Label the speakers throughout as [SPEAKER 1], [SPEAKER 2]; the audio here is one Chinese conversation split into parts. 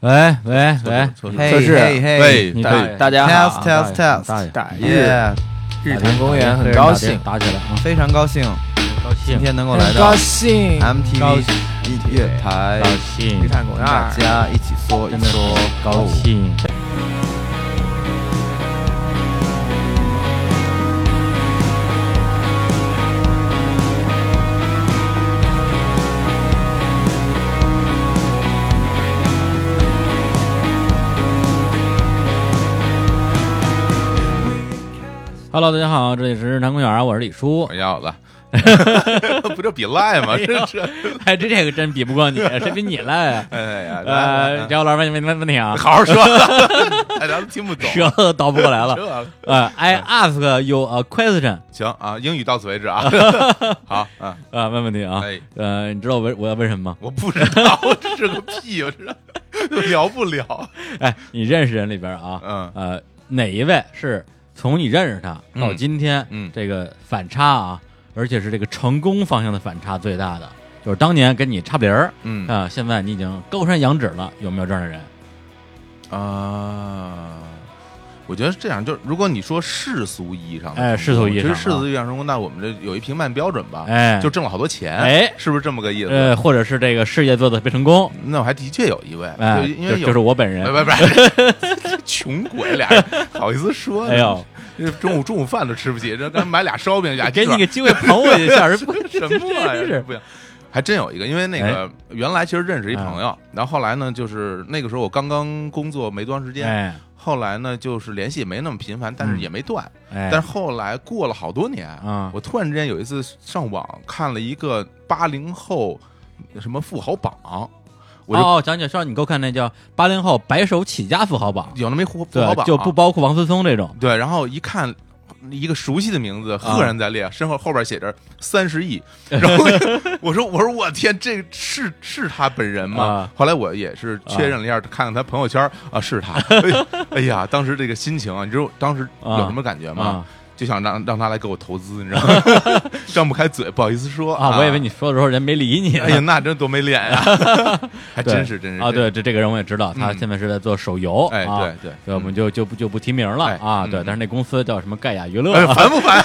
[SPEAKER 1] 喂喂喂，
[SPEAKER 2] 测试
[SPEAKER 3] 嘿
[SPEAKER 2] 测试，
[SPEAKER 3] 嘿嘿
[SPEAKER 2] 喂，
[SPEAKER 1] 你
[SPEAKER 2] 大
[SPEAKER 1] 大
[SPEAKER 2] 爷
[SPEAKER 1] 爷
[SPEAKER 3] 大家好
[SPEAKER 1] Test, test, test
[SPEAKER 3] 大爷
[SPEAKER 1] 大
[SPEAKER 2] 爷
[SPEAKER 3] 大爷日坛公园很高兴，
[SPEAKER 1] 打起来啊！
[SPEAKER 3] 非常高兴
[SPEAKER 1] 高
[SPEAKER 3] 今
[SPEAKER 1] 兴，
[SPEAKER 3] 天能够来
[SPEAKER 4] 很
[SPEAKER 3] 到
[SPEAKER 4] 高兴，
[SPEAKER 1] 高
[SPEAKER 3] MTV
[SPEAKER 1] 兴
[SPEAKER 3] 音乐台
[SPEAKER 1] 高，兴
[SPEAKER 4] 日，坛公
[SPEAKER 3] 跟大
[SPEAKER 4] 园，
[SPEAKER 3] 家一起说一
[SPEAKER 1] 真的是
[SPEAKER 3] 说
[SPEAKER 1] 高兴。Hello，大家好，这里是日坛公园，我是李叔
[SPEAKER 2] 我。要了，不就比赖吗？这这，
[SPEAKER 1] 哎，这这个真比不 过你，谁比你赖啊？
[SPEAKER 2] 哎呀，来
[SPEAKER 1] 呃，，姚老师问问问问题啊
[SPEAKER 2] 来，好好说， 哎，咱们听不懂，
[SPEAKER 1] 舌头都倒不过来了。
[SPEAKER 2] 这
[SPEAKER 1] 呃，I ask you a question，
[SPEAKER 2] 行啊，英语到此为 止啊，好啊，
[SPEAKER 1] 啊，问问题啊，
[SPEAKER 2] 哎，
[SPEAKER 1] 呃，你知道我为我要问什么吗？
[SPEAKER 2] 我不知道，这是个屁，我知道， 聊不了，
[SPEAKER 1] 哎，你认识人里边啊，
[SPEAKER 2] 嗯
[SPEAKER 1] 呃，哪一位是从你认识他到
[SPEAKER 2] 嗯
[SPEAKER 1] 今天，
[SPEAKER 2] 嗯
[SPEAKER 1] 这个反差啊，而且是这个成功方向的反差最大的，就是当年跟你差不离儿
[SPEAKER 2] 嗯
[SPEAKER 1] 啊，现在你已经高山仰止了，有没有这样的人？
[SPEAKER 2] 啊。我觉得是这样，就如果你说世俗意义上的成功，
[SPEAKER 1] 哎世俗意义上的
[SPEAKER 2] 其实世俗意义上的成功，那我们这有一评判标准吧，
[SPEAKER 1] 哎，
[SPEAKER 2] 啊就挣了好多钱，
[SPEAKER 1] 哎
[SPEAKER 2] 是不是这么个意思？
[SPEAKER 1] 呃，或者是这个事业做的特别成功，
[SPEAKER 2] 那我还的确有一位，
[SPEAKER 1] 哎，
[SPEAKER 2] 就因为
[SPEAKER 1] 就
[SPEAKER 2] 有
[SPEAKER 1] 就是我本人，
[SPEAKER 2] 呃不不 不，穷鬼俩人好意思说呢？
[SPEAKER 1] 哎呦，
[SPEAKER 2] 这中午中午饭都吃不起，这咱买俩烧饼俩
[SPEAKER 1] 给你
[SPEAKER 2] 卷
[SPEAKER 1] 个机会捧我一下， 人不
[SPEAKER 2] 什么玩
[SPEAKER 1] 真
[SPEAKER 2] 意儿
[SPEAKER 1] 是哎
[SPEAKER 2] 不行。还真有一个，因为那个原来其实认识一朋
[SPEAKER 1] 嗯
[SPEAKER 2] 友，然后后来呢，就是那个时候我刚刚工作没多长时间，
[SPEAKER 1] 哎
[SPEAKER 2] 后来呢就是联系也没那么频繁，但是也没断。
[SPEAKER 1] 哎，
[SPEAKER 2] 但是后来过了好多年
[SPEAKER 1] 嗯
[SPEAKER 2] 我突然之间有一次上网看了一个八零后什么富豪榜，我就
[SPEAKER 1] 哦哦，讲解说你给我看那叫八零后白手起家富豪榜，
[SPEAKER 2] 有那么一富富
[SPEAKER 1] 对
[SPEAKER 2] 豪，榜
[SPEAKER 1] 就
[SPEAKER 2] 啊
[SPEAKER 1] 不包括王思聪这种。
[SPEAKER 2] 对，然后一看一个熟悉的名字赫然在列，
[SPEAKER 1] 啊
[SPEAKER 2] 身后后边写着三十 亿，然后我说我说我天，这是是他本人吗？
[SPEAKER 1] 啊
[SPEAKER 2] 后来我也是确认了一下，看看他朋友圈啊，是他。哎呀，当时这个心情啊，你知道当时有什么感觉吗？
[SPEAKER 1] 啊
[SPEAKER 2] 就想让让他来给我投资，你知道吗？ 张不开嘴，不好意思说
[SPEAKER 1] 啊！我以为。你说的时候人没理你呢。
[SPEAKER 2] 哎呀，那真多没脸呀、 还
[SPEAKER 1] 对
[SPEAKER 2] 真是真是
[SPEAKER 1] 啊！
[SPEAKER 2] 真
[SPEAKER 1] 对，
[SPEAKER 2] 是
[SPEAKER 1] 这这个人我也知道，他
[SPEAKER 2] 嗯
[SPEAKER 1] 现在是在做手游。
[SPEAKER 2] 哎
[SPEAKER 1] 啊
[SPEAKER 2] 对对
[SPEAKER 1] 所以我们就就不就不提名了
[SPEAKER 2] 哎
[SPEAKER 1] 啊。
[SPEAKER 2] 嗯
[SPEAKER 1] 对，但是那公司叫什么盖亚娱乐
[SPEAKER 2] 哎，
[SPEAKER 1] 啊，
[SPEAKER 2] 烦 不烦？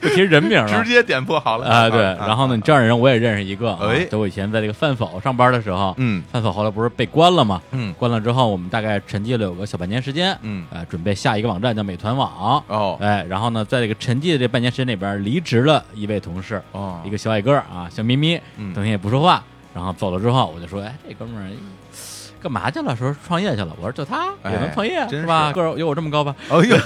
[SPEAKER 1] 不提人名了
[SPEAKER 2] 直。接点破好了
[SPEAKER 1] 啊，对，然后呢，你这样的人我也认识一个啊
[SPEAKER 2] 哎，
[SPEAKER 1] 就我以前在这个饭否上班的时候，
[SPEAKER 2] 嗯
[SPEAKER 1] 饭否后来不是被关了吗？
[SPEAKER 2] 嗯
[SPEAKER 1] 关了之后，我们大概沉寂了有个小半年时间，
[SPEAKER 2] 嗯
[SPEAKER 1] 呃，准备下一个网站叫美团网，
[SPEAKER 2] 哦
[SPEAKER 1] 哎，然后呢，在这个沉寂的这半年时间里边，离职了一位同事，
[SPEAKER 2] 哦，
[SPEAKER 1] 一个小矮个儿啊，小咪咪，
[SPEAKER 2] 嗯
[SPEAKER 1] 整天也不说话。然后走了之后，我就说，哎，这哥们儿干嘛去了？说创业去了。我说就他也能创业、
[SPEAKER 2] 哎真
[SPEAKER 1] 是吧？
[SPEAKER 2] 是
[SPEAKER 1] 个儿有我这么 高吧？
[SPEAKER 2] 哦呦，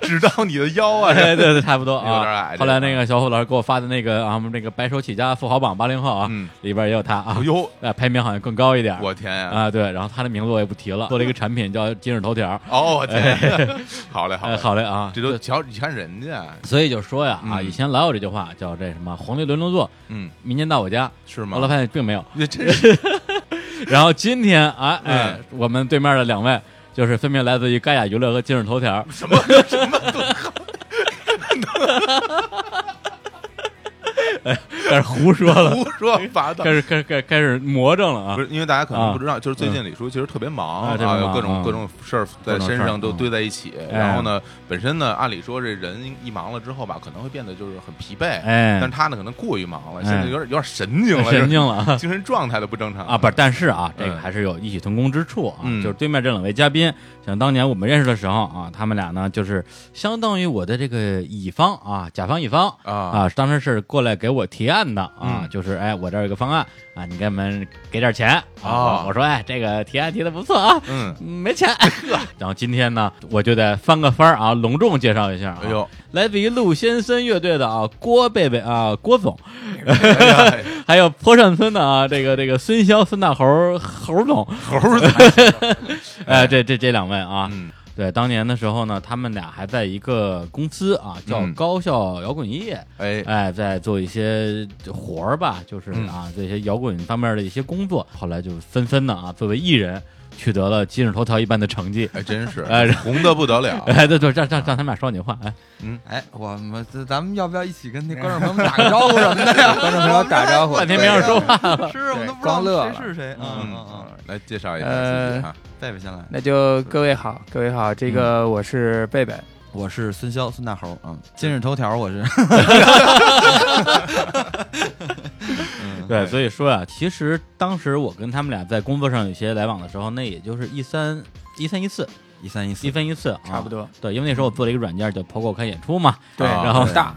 [SPEAKER 2] 指到你的腰啊！
[SPEAKER 1] 哎对
[SPEAKER 2] 这
[SPEAKER 1] 对对，差不多
[SPEAKER 2] 有点
[SPEAKER 1] 啊
[SPEAKER 2] 矮。
[SPEAKER 1] 后来那个小伙老师给我发的那个啊，我们那个白手起家富豪榜八零后啊，
[SPEAKER 2] 嗯
[SPEAKER 1] 里边也有他啊
[SPEAKER 2] 哎，呦，
[SPEAKER 1] 呃，排名好像更高一点儿。
[SPEAKER 2] 我天呀！
[SPEAKER 1] 啊，对，然后他的名字我也不提了，做了 一个产品叫今日头条。
[SPEAKER 2] 哦，我天，好嘞，好
[SPEAKER 1] 哎，
[SPEAKER 2] 嘞，
[SPEAKER 1] 好嘞啊，
[SPEAKER 2] 这都瞧，你看人家，
[SPEAKER 1] 所以就说呀啊，
[SPEAKER 2] 嗯
[SPEAKER 1] 以前老有这句话叫这什么“黄鹂轮流坐，
[SPEAKER 2] 嗯，
[SPEAKER 1] 民间到我家”，
[SPEAKER 2] 是吗
[SPEAKER 1] 后来？发现并没有。
[SPEAKER 2] 这真是
[SPEAKER 1] 然后今天啊，哎
[SPEAKER 2] 嗯，
[SPEAKER 1] 我们对面的两位就是分别来自于盖亚娱乐和今日头条。
[SPEAKER 2] 什么什么都
[SPEAKER 1] 哎开始胡说了，
[SPEAKER 2] 胡 说八道
[SPEAKER 1] 开。始开始开始开始魔怔了啊
[SPEAKER 2] 不！是，因为大家可能
[SPEAKER 1] 啊
[SPEAKER 2] 不知道，就是最近李叔其实特别忙
[SPEAKER 1] 啊特别
[SPEAKER 2] 有
[SPEAKER 1] 忙
[SPEAKER 2] 各种
[SPEAKER 1] 嗯
[SPEAKER 2] 各种事儿在身上都堆在一起。
[SPEAKER 1] 嗯
[SPEAKER 2] 然后呢，本身呢，按理说这人一忙了之后吧，可能会变得就是很疲惫。
[SPEAKER 1] 哎
[SPEAKER 2] 但是他呢，可能过于忙了，
[SPEAKER 1] 哎
[SPEAKER 2] 现在有点有点神经了，
[SPEAKER 1] 神经了啊
[SPEAKER 2] 这精神状态都不正常
[SPEAKER 1] 啊！不是，但是啊，这个
[SPEAKER 2] 嗯
[SPEAKER 1] 还是有异曲同工之处啊。
[SPEAKER 2] 嗯
[SPEAKER 1] 就是对面这两位嘉宾，想当年我们认识的时候啊，他们俩呢就是相当于我的这个乙方啊，甲方乙方
[SPEAKER 2] 啊
[SPEAKER 1] 啊，当时是过来给我提案的啊，
[SPEAKER 2] 嗯
[SPEAKER 1] 就是哎，我这儿有个方案啊，你给我们给点钱啊。
[SPEAKER 2] 哦
[SPEAKER 1] 我我说哎，这个提案提的不错啊，
[SPEAKER 2] 嗯，
[SPEAKER 1] 没钱。 然后今天呢，我就得翻个番儿啊，隆重介绍一下、啊。
[SPEAKER 2] 哎呦，
[SPEAKER 1] 来自于鹿先森乐队的啊郭贝贝啊郭总，
[SPEAKER 2] 哎呀 哎
[SPEAKER 1] 还有坡上村的啊这个这个孙骁孙大猴猴总，
[SPEAKER 2] 猴儿才
[SPEAKER 1] 哎这这这两位啊，
[SPEAKER 2] 嗯
[SPEAKER 1] 对当年的时候呢，他们俩还在一个公司啊叫
[SPEAKER 2] 嗯
[SPEAKER 1] 高校摇滚音乐，
[SPEAKER 2] 哎
[SPEAKER 1] 哎在做一些活
[SPEAKER 2] 嗯
[SPEAKER 1] 儿吧，就是啊这些摇滚方面的一些工作，后来就纷纷的啊作为艺人。取得了今日头条一般的成 绩。
[SPEAKER 2] 哎，真是
[SPEAKER 1] 哎然
[SPEAKER 2] 红的不得了。
[SPEAKER 1] 哎，对对，让让让他们俩说你话，哎，
[SPEAKER 3] 哎，我们这咱们要不要一起跟那观众朋友们打个招呼什么的呀？观众朋友打招呼，
[SPEAKER 1] 半天没让说话，
[SPEAKER 4] 是我们都不知
[SPEAKER 3] 装乐
[SPEAKER 4] 道
[SPEAKER 3] 了
[SPEAKER 4] 谁是谁啊
[SPEAKER 2] 嗯
[SPEAKER 4] 啊啊！
[SPEAKER 2] 嗯，来介绍一下
[SPEAKER 1] 呃
[SPEAKER 2] 自 己哈。
[SPEAKER 4] 贝贝先来，
[SPEAKER 5] 那就各位好，各位好，这个我是贝贝，
[SPEAKER 4] 我是孙骁，孙大猴啊。今日头条我是，嗯
[SPEAKER 1] 对，所以说啊，其实当时我跟他们俩在工作上有些来往的时候，那也就是一三一三一四
[SPEAKER 4] 一三一四
[SPEAKER 1] 一，分一次、啊，
[SPEAKER 5] 差不。多。
[SPEAKER 1] 对，因为那时候我做了一个软件叫 POGO 看演出嘛，
[SPEAKER 5] 对，
[SPEAKER 2] 啊
[SPEAKER 1] 然后
[SPEAKER 5] 大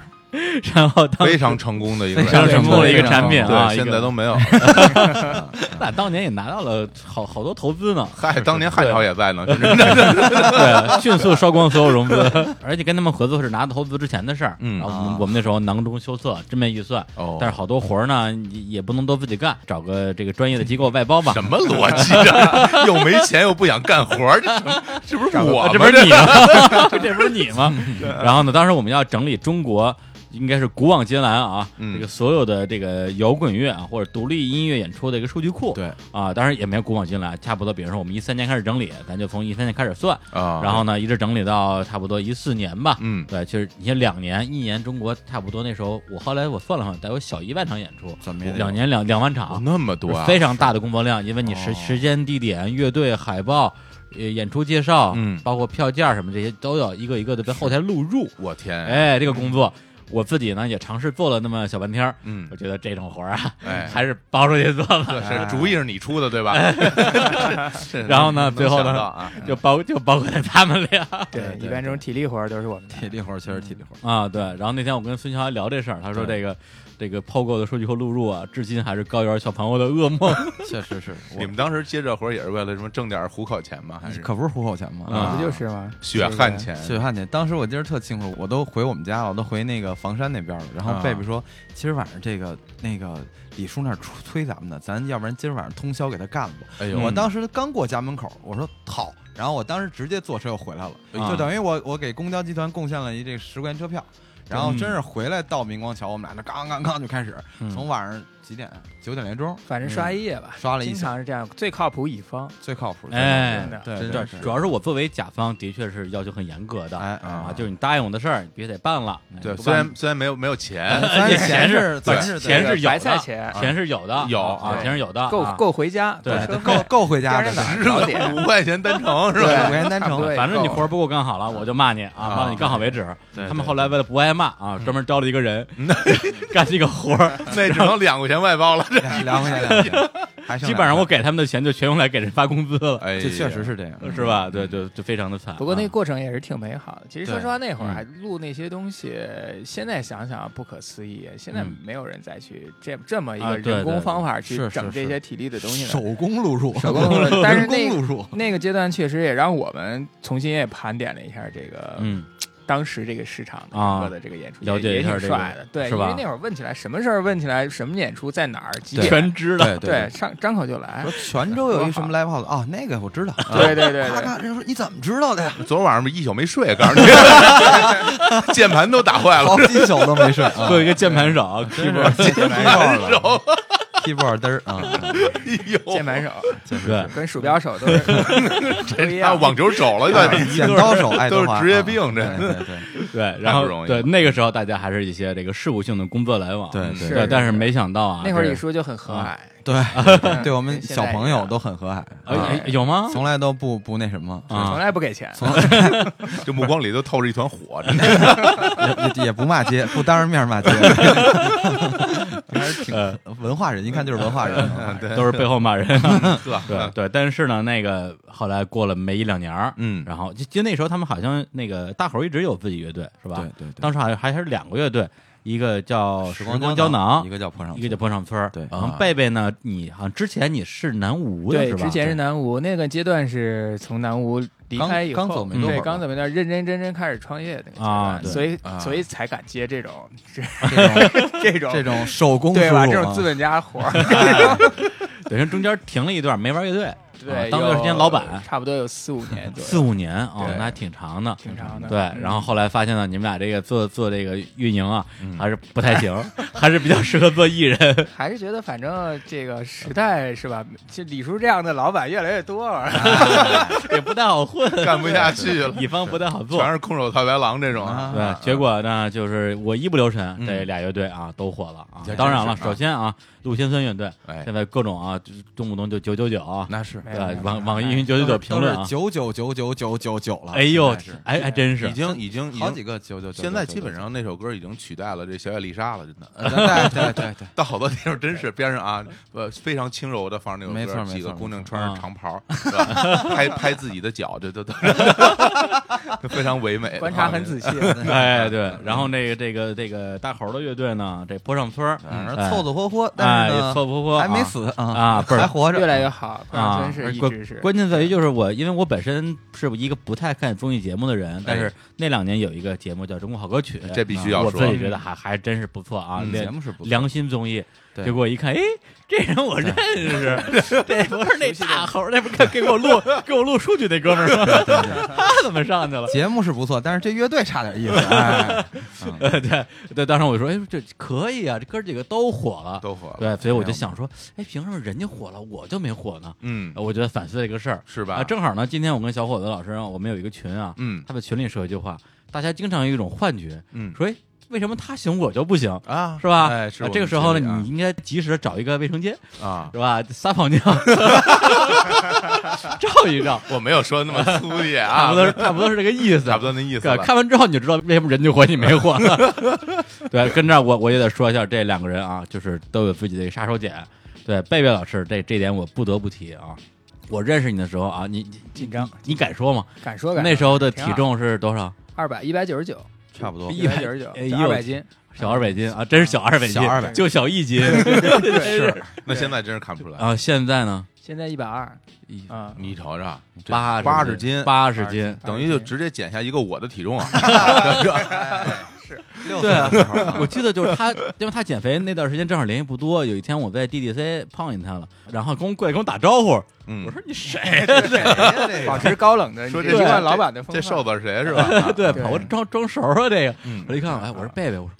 [SPEAKER 1] 然后当
[SPEAKER 2] 非常成功的一
[SPEAKER 1] 非
[SPEAKER 2] 个人，
[SPEAKER 1] 常成功的一个产品啊，
[SPEAKER 2] 对，
[SPEAKER 1] 一
[SPEAKER 2] 现
[SPEAKER 1] 个
[SPEAKER 2] 在 都没有。
[SPEAKER 1] 咱俩当年也拿到了好好多投资呢，
[SPEAKER 2] 嗨，当年汉朝也在呢，真是
[SPEAKER 1] 对，迅速烧光所有融资， 而且跟他们合作是拿投资之前的事儿。
[SPEAKER 2] 嗯
[SPEAKER 1] 然后我们
[SPEAKER 4] 啊
[SPEAKER 1] 我们那时候囊中羞涩，真没预算，
[SPEAKER 2] 哦
[SPEAKER 1] 但是好多活儿呢也也不能都自己干，找个这个专业的机构外包吧。
[SPEAKER 2] 什么逻辑啊？又没钱又不想干活儿，这什么这不是我
[SPEAKER 1] 啊
[SPEAKER 2] 们
[SPEAKER 1] 这不是 你吗？ 这不是你吗？然后呢，当时我们要整理中国。应该是古往今来啊，
[SPEAKER 2] 嗯
[SPEAKER 1] 这个所有的这个摇滚乐啊，或者独立音乐演出的一个数据库，
[SPEAKER 4] 对
[SPEAKER 1] 啊，当然也没古往今来，差不多，比如说我们一三年开始整理，咱就从一三年开始算，
[SPEAKER 2] 啊？
[SPEAKER 1] 然后呢，一直整理到差不多一四年吧，
[SPEAKER 2] 嗯，
[SPEAKER 1] 对，其实你像两年，一年中国差不多那时候，我后来我算了算，得有小一万场演出，
[SPEAKER 4] 怎么也得有
[SPEAKER 1] 两年两两万
[SPEAKER 2] 哦
[SPEAKER 1] 场，
[SPEAKER 2] 那么多啊，
[SPEAKER 1] 非常大的工作量，因为你时
[SPEAKER 4] 哦
[SPEAKER 1] 时间、地点、乐队、海报、呃演出介绍，
[SPEAKER 2] 嗯
[SPEAKER 1] 包括票价什么这些，都要一个一个的在后台录入。
[SPEAKER 2] 我天，，
[SPEAKER 1] 哎，这个工作，我自己呢也尝试做了那么小半天儿，
[SPEAKER 2] 嗯
[SPEAKER 1] 我，觉得这种活儿啊，
[SPEAKER 2] 哎，
[SPEAKER 1] 还是包出去做吧。
[SPEAKER 2] 这是主意是你出的对吧？ 是
[SPEAKER 1] 哎然后 呢
[SPEAKER 2] 能
[SPEAKER 1] 最后呢
[SPEAKER 2] 想到啊，
[SPEAKER 1] 就包就包括了他们俩
[SPEAKER 5] 对，一般这种体力活儿都是我们的。
[SPEAKER 4] 体力活儿确实体力活 儿，
[SPEAKER 1] 啊，对。然后那天我跟孙乔还聊这事儿，他说这个这个 POGO 的数据库录入啊，至今还是高原小朋友的噩 梦。
[SPEAKER 4] 确实是。我
[SPEAKER 2] 你们当时接这活儿也是为了什么挣点糊口钱吗？还是
[SPEAKER 4] 可不是糊口钱吗？
[SPEAKER 1] 啊
[SPEAKER 5] 不就是吗？
[SPEAKER 2] 血汗钱？
[SPEAKER 4] 血汗钱，当时我记得特清楚，我都回我们家了，我都回那个房山那边了。然
[SPEAKER 2] 啊
[SPEAKER 4] 后贝贝说，今儿晚上这个那个李叔那儿催催咱们呢，咱要不然今儿晚上通宵给他干了吧。
[SPEAKER 2] 哎呦，
[SPEAKER 1] 嗯
[SPEAKER 4] 我当时刚过家门口，我说好，然后我当时直接坐车又回来了，
[SPEAKER 1] 啊
[SPEAKER 4] 就等于我我给公交集团贡献了一这十块钱车票，然后真是回来到明光桥，我们俩那刚刚刚就开始，
[SPEAKER 1] 嗯
[SPEAKER 4] 从晚上几点啊九点来钟
[SPEAKER 5] 反正刷一夜吧，
[SPEAKER 4] 刷了一
[SPEAKER 5] 经
[SPEAKER 4] 宿，
[SPEAKER 5] 常是这样，最靠谱乙方。
[SPEAKER 4] 最靠谱，
[SPEAKER 1] 哎
[SPEAKER 5] 真的
[SPEAKER 4] 对
[SPEAKER 1] 是
[SPEAKER 4] 对
[SPEAKER 1] 的，
[SPEAKER 4] 对，
[SPEAKER 1] 主要是我作为甲方，的确是要求很严格的。
[SPEAKER 4] 哎
[SPEAKER 1] 啊，
[SPEAKER 4] 啊
[SPEAKER 1] 就是你答应我的事儿，你必须得办了。哎
[SPEAKER 2] 对，
[SPEAKER 1] 不
[SPEAKER 2] 虽
[SPEAKER 1] 办
[SPEAKER 2] 然虽然没有没有钱，
[SPEAKER 4] 但是
[SPEAKER 1] 钱
[SPEAKER 4] 钱
[SPEAKER 1] 是
[SPEAKER 4] 是
[SPEAKER 1] 对
[SPEAKER 4] 咱是
[SPEAKER 1] 钱是有的
[SPEAKER 5] 白菜钱
[SPEAKER 1] 钱是有的，
[SPEAKER 2] 有
[SPEAKER 1] 啊，
[SPEAKER 5] 对
[SPEAKER 1] 钱是有的，
[SPEAKER 5] 够
[SPEAKER 1] 啊。
[SPEAKER 5] 够回家，
[SPEAKER 1] 对
[SPEAKER 5] 坐车
[SPEAKER 4] 够够回家的
[SPEAKER 5] 第二天早上
[SPEAKER 4] 了，
[SPEAKER 5] 早点
[SPEAKER 2] 五块钱单程是
[SPEAKER 4] 是
[SPEAKER 2] 吧？
[SPEAKER 4] 吧？五
[SPEAKER 5] 对
[SPEAKER 4] 块钱单
[SPEAKER 5] 差不
[SPEAKER 4] 程
[SPEAKER 5] 多，
[SPEAKER 1] 反正你
[SPEAKER 5] 够
[SPEAKER 1] 活儿不够干好了，我就骂你啊，
[SPEAKER 2] 啊
[SPEAKER 1] 骂你干好为止。
[SPEAKER 2] 对
[SPEAKER 1] 他们后来为了不挨骂啊，专门招了一个人 干这个活儿，
[SPEAKER 2] 那只能两块钱外包了。这
[SPEAKER 4] 两块钱两块钱，还剩
[SPEAKER 1] 基本上
[SPEAKER 4] 两
[SPEAKER 1] 我
[SPEAKER 4] 块
[SPEAKER 1] 给他们的钱就全用来给人发工资了，
[SPEAKER 2] 哎呀，
[SPEAKER 4] 钱这确实是这样，
[SPEAKER 1] 是吧？对，就就非常的惨。
[SPEAKER 5] 不过那
[SPEAKER 1] 啊
[SPEAKER 5] 个过程也是挺美好的。其实说
[SPEAKER 4] 对
[SPEAKER 5] 实话，那会
[SPEAKER 1] 嗯
[SPEAKER 5] 儿还录那些东西，现在想想不可思议。现在
[SPEAKER 1] 嗯
[SPEAKER 5] 没有人再去这这么一
[SPEAKER 1] 啊
[SPEAKER 5] 个
[SPEAKER 1] 对
[SPEAKER 5] 人
[SPEAKER 1] 对
[SPEAKER 5] 工
[SPEAKER 1] 对
[SPEAKER 5] 方法去
[SPEAKER 4] 是是
[SPEAKER 5] 整这
[SPEAKER 4] 是
[SPEAKER 5] 些体力的东西了。
[SPEAKER 4] 手工录入，
[SPEAKER 5] 手工录入但是
[SPEAKER 4] 人工
[SPEAKER 5] 那
[SPEAKER 4] 录入，
[SPEAKER 5] 那个阶段确实也让我们重新也盘点了一下这个
[SPEAKER 1] 嗯，
[SPEAKER 5] 当时这个市场的
[SPEAKER 1] 啊
[SPEAKER 5] 整个的这个演出，
[SPEAKER 1] 了解
[SPEAKER 5] 也
[SPEAKER 1] 一下
[SPEAKER 5] 也
[SPEAKER 1] 这
[SPEAKER 5] 挺
[SPEAKER 1] 个
[SPEAKER 5] 帅的，对，
[SPEAKER 1] 是
[SPEAKER 5] 因
[SPEAKER 1] 吧
[SPEAKER 5] 为那会儿问起来什么事儿，问起来什么演出在哪儿，几点，
[SPEAKER 1] 全知了。
[SPEAKER 4] 对
[SPEAKER 5] 对，上张口就来
[SPEAKER 4] 说，泉州有一什么 live house 啊，那个我知道。啊
[SPEAKER 5] 对对对
[SPEAKER 4] 咔
[SPEAKER 5] 对，
[SPEAKER 4] 咔，人家说你怎么知道 的呀？
[SPEAKER 2] 昨儿晚上一宿没睡，告诉你， 键盘都打坏了
[SPEAKER 4] 好。几宿都没睡啊！
[SPEAKER 1] 作为一个键盘手，keyboard，
[SPEAKER 4] ，keyboard 了，keyboard 嘚儿啊！
[SPEAKER 2] 哎呦，
[SPEAKER 5] 键盘
[SPEAKER 4] 哦
[SPEAKER 5] 手
[SPEAKER 1] 对，
[SPEAKER 5] 跟鼠标手都 是不一
[SPEAKER 2] 他
[SPEAKER 5] 样，
[SPEAKER 2] 哎网球手了，对
[SPEAKER 4] 剪刀手嗯爱德华
[SPEAKER 2] 都是职业病这
[SPEAKER 4] 啊对对 对
[SPEAKER 1] 对，然后
[SPEAKER 2] 不容易
[SPEAKER 1] 对那个时候大家还是一些这个事务性的工作来往，嗯
[SPEAKER 4] 对
[SPEAKER 5] 是
[SPEAKER 1] 对，但是没想到啊，
[SPEAKER 5] 那会儿
[SPEAKER 1] 这啊
[SPEAKER 5] 一说就很和蔼，
[SPEAKER 4] 对，对我们小朋友都很和蔼，
[SPEAKER 1] 哎
[SPEAKER 4] 啊
[SPEAKER 1] 哎有 吗？
[SPEAKER 4] 从来都不不那什么，
[SPEAKER 5] 从
[SPEAKER 1] 啊，
[SPEAKER 5] 来不给钱，
[SPEAKER 2] 这目光里都透着一团火，真的
[SPEAKER 4] 也也也不骂街，不当着面 骂街，还是
[SPEAKER 1] 嗯
[SPEAKER 4] 挺文化人，一看就是文化人啊。对
[SPEAKER 1] 都是背后骂人。啊
[SPEAKER 2] 呵，
[SPEAKER 1] 对对，但是呢，那个后来过了没一两年儿，
[SPEAKER 2] 嗯
[SPEAKER 1] 然后就就那时候他们好像那个大猴一直有自己乐队是吧？
[SPEAKER 4] 对对对，
[SPEAKER 1] 当时好像还是两个乐队，一个叫时光胶
[SPEAKER 4] 囊，
[SPEAKER 1] 囊
[SPEAKER 4] 一，个叫坡上，
[SPEAKER 1] 一个叫坡上村儿。
[SPEAKER 4] 对
[SPEAKER 1] 然后
[SPEAKER 4] 啊
[SPEAKER 1] 贝贝呢，你好像之前你是南吴的
[SPEAKER 5] 对
[SPEAKER 1] 是，吧？
[SPEAKER 5] 之前是南吴那个阶段是从南吴离
[SPEAKER 4] 刚
[SPEAKER 5] 开以后，
[SPEAKER 4] 刚走没
[SPEAKER 1] 多会
[SPEAKER 5] 对，
[SPEAKER 4] 儿
[SPEAKER 5] 刚走没段认认真真开始创业那个阶
[SPEAKER 1] 啊
[SPEAKER 5] 段，
[SPEAKER 1] 对
[SPEAKER 5] 所以
[SPEAKER 4] 啊
[SPEAKER 5] 所以才敢接这种这
[SPEAKER 4] 这种
[SPEAKER 5] 这种
[SPEAKER 4] 这种手工
[SPEAKER 5] 对吧？
[SPEAKER 4] 输入
[SPEAKER 5] 这种
[SPEAKER 4] 啊
[SPEAKER 5] 资本家活儿，
[SPEAKER 1] 等于中间停了一段没玩乐队
[SPEAKER 5] 对，
[SPEAKER 1] 当段时间
[SPEAKER 5] 有
[SPEAKER 1] 老板
[SPEAKER 5] 差不多有四五年左右，
[SPEAKER 1] 四五年啊、
[SPEAKER 5] 哎对
[SPEAKER 1] 那还挺长的。
[SPEAKER 5] 挺长的。嗯
[SPEAKER 1] 对，然后后来发现呢，你们俩这个做做这个运营啊，还是不太行， 还是比较适合做艺人。
[SPEAKER 5] 还是觉得反正这个时代是吧？就李叔这样的老板越来越多，
[SPEAKER 1] 啊也不太好混，
[SPEAKER 2] 干不下去了，
[SPEAKER 1] 乙方不太好做
[SPEAKER 2] 全。是空手套白狼这种啊。
[SPEAKER 1] 对，结果呢，就是我一不留神，
[SPEAKER 2] 嗯
[SPEAKER 1] 这俩乐队啊都火了啊
[SPEAKER 2] 这。
[SPEAKER 1] 当然
[SPEAKER 2] 真
[SPEAKER 1] 了，
[SPEAKER 2] 是啊
[SPEAKER 1] 首先啊，陆先生乐队
[SPEAKER 2] 哎
[SPEAKER 1] 现在各种啊，就是动不动就九九九啊，
[SPEAKER 2] 那是
[SPEAKER 1] 对吧，网网易云九
[SPEAKER 4] 都
[SPEAKER 1] 九
[SPEAKER 4] 是
[SPEAKER 1] 九评论啊，
[SPEAKER 4] 九九九九九九九了。
[SPEAKER 1] 哎呦
[SPEAKER 4] 现在是，
[SPEAKER 1] 哎还真
[SPEAKER 2] 已
[SPEAKER 1] 是，
[SPEAKER 2] 经已经已
[SPEAKER 4] 好
[SPEAKER 2] 经
[SPEAKER 4] 几个九九九，
[SPEAKER 2] 现在基本上那首歌已经取代了这小野丽莎了，真的。
[SPEAKER 4] 呃对对 对对，
[SPEAKER 2] 到好多地方真是边上啊，呃，非常轻柔的放那首歌，
[SPEAKER 4] 没错没错
[SPEAKER 2] 几个姑娘
[SPEAKER 4] 没
[SPEAKER 2] 穿
[SPEAKER 1] 啊
[SPEAKER 2] 着长袍，是吧？拍拍自己的脚，这都都 非常唯美，
[SPEAKER 5] 观察很仔细。
[SPEAKER 1] 哎对。然后那个这个这个大猴的乐队呢，这坡上村儿，
[SPEAKER 4] 反正
[SPEAKER 1] 哎
[SPEAKER 4] 凑凑合合，但
[SPEAKER 1] 哎
[SPEAKER 4] 是呢，
[SPEAKER 1] 凑合合
[SPEAKER 4] 还没死啊
[SPEAKER 1] 啊，倍
[SPEAKER 4] 还
[SPEAKER 1] 儿
[SPEAKER 4] 活着，
[SPEAKER 5] 越来越好，
[SPEAKER 1] 啊
[SPEAKER 5] 真是一
[SPEAKER 1] 关
[SPEAKER 5] 直是。
[SPEAKER 1] 关键在于就是我，因为我本身是一个不太看综艺节目的
[SPEAKER 4] 哎
[SPEAKER 1] 人，但是那两年有一个节目叫《中国好歌曲》，啊
[SPEAKER 2] 这必须要
[SPEAKER 1] 我
[SPEAKER 2] 说
[SPEAKER 1] 自己觉得还还真是不错啊，
[SPEAKER 4] 嗯
[SPEAKER 1] 良
[SPEAKER 4] 节目是不错
[SPEAKER 1] 良心综艺。
[SPEAKER 4] 对
[SPEAKER 1] 结果一看，哎，这人我认识，这不是那大猴，那不是给我 录给我录数据那哥们儿吗？他 怎么上去了？
[SPEAKER 4] 节目是不错，但是这乐队差点意思。哎，
[SPEAKER 1] 呃，对对，当时我说，哎，这可以啊，这哥几个都火了，
[SPEAKER 2] 都火了。
[SPEAKER 1] 对，所以我就想说，哎，凭什么人家火了，我就没火呢？呃
[SPEAKER 2] 嗯，
[SPEAKER 1] 我觉得反思这个事儿
[SPEAKER 2] 是吧
[SPEAKER 1] 啊，正好呢，今天我跟小伙子老师，我们有一个群啊，
[SPEAKER 2] 嗯
[SPEAKER 1] 他在群里说一句话，大家经常有一种幻觉，
[SPEAKER 2] 嗯
[SPEAKER 1] 说哎，为什么他行我就不行？
[SPEAKER 2] 啊，
[SPEAKER 1] 是吧？
[SPEAKER 2] 哎，是
[SPEAKER 1] 啊
[SPEAKER 2] 我们
[SPEAKER 1] 这个时候
[SPEAKER 2] 群里
[SPEAKER 1] 呢，
[SPEAKER 2] 啊
[SPEAKER 1] 你应该及时找一个卫生间，
[SPEAKER 2] 啊，
[SPEAKER 1] 是吧？撒泡 尿， 照一照，
[SPEAKER 2] 我没有说那么粗野
[SPEAKER 1] 差
[SPEAKER 2] 啊
[SPEAKER 1] 不，多，差不多是这个意思，
[SPEAKER 2] 差不多那意思
[SPEAKER 1] 对，
[SPEAKER 2] 了。
[SPEAKER 1] 看完之后你就知道为什么人就火，你没火了。 对，跟这儿我我也得说一下，这两个人啊，就是都有自己的一个杀手锏。对，贝贝老师，这这点我不得不提啊。我认识你的时候啊，你你
[SPEAKER 5] 紧张，
[SPEAKER 1] 你敢说吗？
[SPEAKER 5] 敢说敢说
[SPEAKER 1] 那时候的
[SPEAKER 5] 挺
[SPEAKER 1] 体
[SPEAKER 5] 好
[SPEAKER 1] 重是多少？
[SPEAKER 5] 二百一百九十九，
[SPEAKER 4] 差不多，
[SPEAKER 1] 一百
[SPEAKER 5] 九十九，
[SPEAKER 1] 哎
[SPEAKER 5] 二百
[SPEAKER 1] 呦
[SPEAKER 5] 斤，
[SPEAKER 1] 小二百斤啊，真是小二百斤，
[SPEAKER 4] 小200
[SPEAKER 1] 就小一斤
[SPEAKER 5] 是。
[SPEAKER 2] 那现在真是看不出来。
[SPEAKER 1] 啊。现在呢，
[SPEAKER 5] 现在一百二，
[SPEAKER 1] 哎
[SPEAKER 5] 啊，
[SPEAKER 2] 你瞅瞅，这
[SPEAKER 1] 八
[SPEAKER 2] 八十斤，
[SPEAKER 1] 八十斤，
[SPEAKER 2] 等于就直接减下一个我的体重啊。
[SPEAKER 4] 六岁的时候啊
[SPEAKER 1] 我记得就是他，因为他减肥那段时间正好联系不多。有一天我在 DDC 碰见他了，然后跟我过来跟我打招呼，
[SPEAKER 2] 嗯
[SPEAKER 1] 我，说你谁？哎
[SPEAKER 5] 保持高冷的，
[SPEAKER 2] 说
[SPEAKER 5] 你
[SPEAKER 2] 这
[SPEAKER 5] 一贯
[SPEAKER 2] 这
[SPEAKER 5] 老板的风
[SPEAKER 2] 这
[SPEAKER 5] 范。
[SPEAKER 2] 瘦子是谁是吧？
[SPEAKER 1] 对，
[SPEAKER 5] 对
[SPEAKER 1] 跑我装装熟啊这个。
[SPEAKER 2] 啊嗯
[SPEAKER 1] 我一看，哎，我说贝贝，我说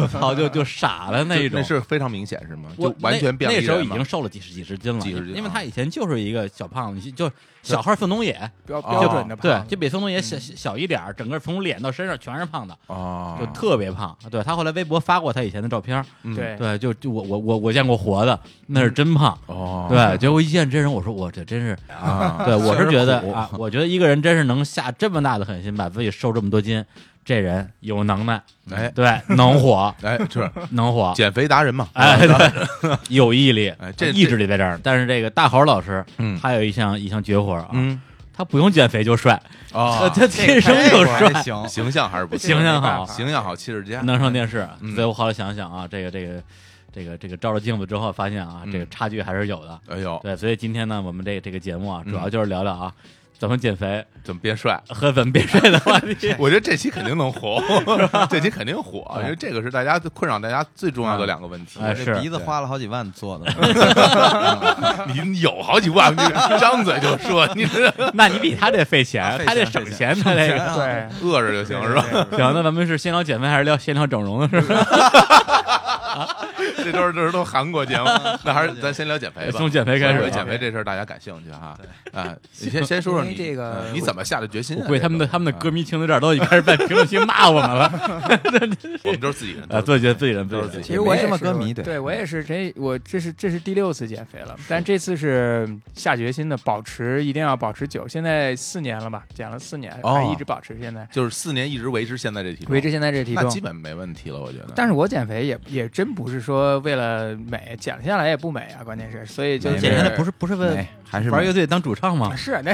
[SPEAKER 1] 我操，就就傻了那一种
[SPEAKER 2] 那。是非常明显是吗？就
[SPEAKER 1] 我
[SPEAKER 2] 完全变了
[SPEAKER 1] 那
[SPEAKER 2] 一
[SPEAKER 1] 那时候
[SPEAKER 2] 人
[SPEAKER 1] 已
[SPEAKER 2] 嘛
[SPEAKER 1] 经瘦了几十几十斤了，
[SPEAKER 2] 几十斤
[SPEAKER 1] 因为
[SPEAKER 2] 啊
[SPEAKER 1] 他以前就是一个小胖子，就小孩儿宋冬野，
[SPEAKER 5] 标
[SPEAKER 2] 哦
[SPEAKER 5] 标准的
[SPEAKER 1] 对，
[SPEAKER 5] 胖
[SPEAKER 1] 就
[SPEAKER 5] 子，
[SPEAKER 1] 比宋冬野小小小一点儿，整个从脸到身上全是胖的，
[SPEAKER 2] 嗯啊，
[SPEAKER 1] 就特别胖。对他后来微博发过他以前的照片儿，
[SPEAKER 2] 嗯
[SPEAKER 5] 对
[SPEAKER 1] 对，就就我我我我见过活的，那是真胖。
[SPEAKER 2] 哦，
[SPEAKER 1] 对，结果一见真人，我说我这真 是，
[SPEAKER 2] 啊，
[SPEAKER 1] 对我是觉得
[SPEAKER 4] 确实苦
[SPEAKER 1] 啊，我觉得一个人真是能下这么大的狠心，把自己瘦这么多斤，这人有能耐，
[SPEAKER 2] 哎
[SPEAKER 1] 对，能火，
[SPEAKER 2] 哎， 是
[SPEAKER 1] 能火，
[SPEAKER 2] 减肥达人嘛？
[SPEAKER 1] 哎，对，有毅力，
[SPEAKER 2] 啊哎这
[SPEAKER 1] 意志力在这儿。但是这个大猴老师，
[SPEAKER 2] 嗯
[SPEAKER 1] 他有一项一项绝活啊，
[SPEAKER 2] 嗯
[SPEAKER 1] 他不用减肥就帅，呃
[SPEAKER 2] 啊，
[SPEAKER 1] 他 天生就
[SPEAKER 4] 哎这还
[SPEAKER 1] 帅，
[SPEAKER 4] 行，
[SPEAKER 2] 形象还是不错
[SPEAKER 1] 形象
[SPEAKER 5] 办
[SPEAKER 1] 好
[SPEAKER 5] 法，
[SPEAKER 2] 形象好，气质佳，
[SPEAKER 1] 能上电视。
[SPEAKER 2] 嗯
[SPEAKER 1] 所以我后来想想啊，这个这个这个这个照着镜子之后，发现啊，
[SPEAKER 2] 嗯
[SPEAKER 1] 这个差距还是有的。
[SPEAKER 2] 哎呦，
[SPEAKER 1] 对，所以今天呢，我们这这个节目啊，
[SPEAKER 2] 嗯
[SPEAKER 1] 主要就是聊聊啊，怎么减肥
[SPEAKER 2] 怎么变帅？
[SPEAKER 1] 和怎么变帅的 话题。
[SPEAKER 2] 我觉得这期肯定能火， 这期肯定火，因为这个是大家困扰大家最重要的两个问题。
[SPEAKER 1] 哎，
[SPEAKER 4] 这鼻
[SPEAKER 1] 是
[SPEAKER 4] 子花了好几万做的，
[SPEAKER 2] 你有好几万，你张嘴就说，你这
[SPEAKER 1] 那你比他得费钱
[SPEAKER 4] 啊，费
[SPEAKER 1] 他得
[SPEAKER 4] 钱
[SPEAKER 1] 省
[SPEAKER 4] 费
[SPEAKER 1] 钱，他这个。
[SPEAKER 5] 对，
[SPEAKER 2] 饿着就行是吧？
[SPEAKER 1] 行，那咱们是先聊减肥还是聊先聊整容呢？是吧？
[SPEAKER 2] 这都是这都是韩国节目，那还是咱先聊减肥吧。
[SPEAKER 1] 从减肥开始
[SPEAKER 2] 我
[SPEAKER 1] 啊
[SPEAKER 2] 觉得减肥这事儿大家感兴趣哈？啊，你先先说说
[SPEAKER 5] 因为
[SPEAKER 2] 你
[SPEAKER 5] 这个
[SPEAKER 2] 嗯你怎么下的决心啊？
[SPEAKER 1] 我估计他们的他们的歌
[SPEAKER 2] 迷，
[SPEAKER 1] 迷听到这儿都已经开始在评论区骂我们了。
[SPEAKER 2] 我们都是自己人，
[SPEAKER 1] 啊，自己人自己人自
[SPEAKER 2] 都
[SPEAKER 1] 己人
[SPEAKER 2] 是自己人
[SPEAKER 5] 其实我
[SPEAKER 4] 没
[SPEAKER 5] 也
[SPEAKER 4] 什么
[SPEAKER 5] 是
[SPEAKER 4] 歌
[SPEAKER 5] 我
[SPEAKER 4] 迷对
[SPEAKER 5] 对我也是，这我这是这是第六次减肥了，但这次是下决心的，保持一定要保持久。现在四年了吧，减了四年，
[SPEAKER 2] 哦
[SPEAKER 5] 还一直保持现在，
[SPEAKER 2] 就是四年一直维持现在这体重，
[SPEAKER 5] 维持现在这体
[SPEAKER 2] 那
[SPEAKER 5] 重
[SPEAKER 2] 基。本没问题了，我觉得。
[SPEAKER 5] 但是我减肥也也真不是说为了美，减下来也不美啊，关键是，所以就
[SPEAKER 4] 没
[SPEAKER 5] 是啊
[SPEAKER 1] 减下来不是不是为
[SPEAKER 4] 哎还是
[SPEAKER 1] 玩乐队当主唱吗？
[SPEAKER 5] 是那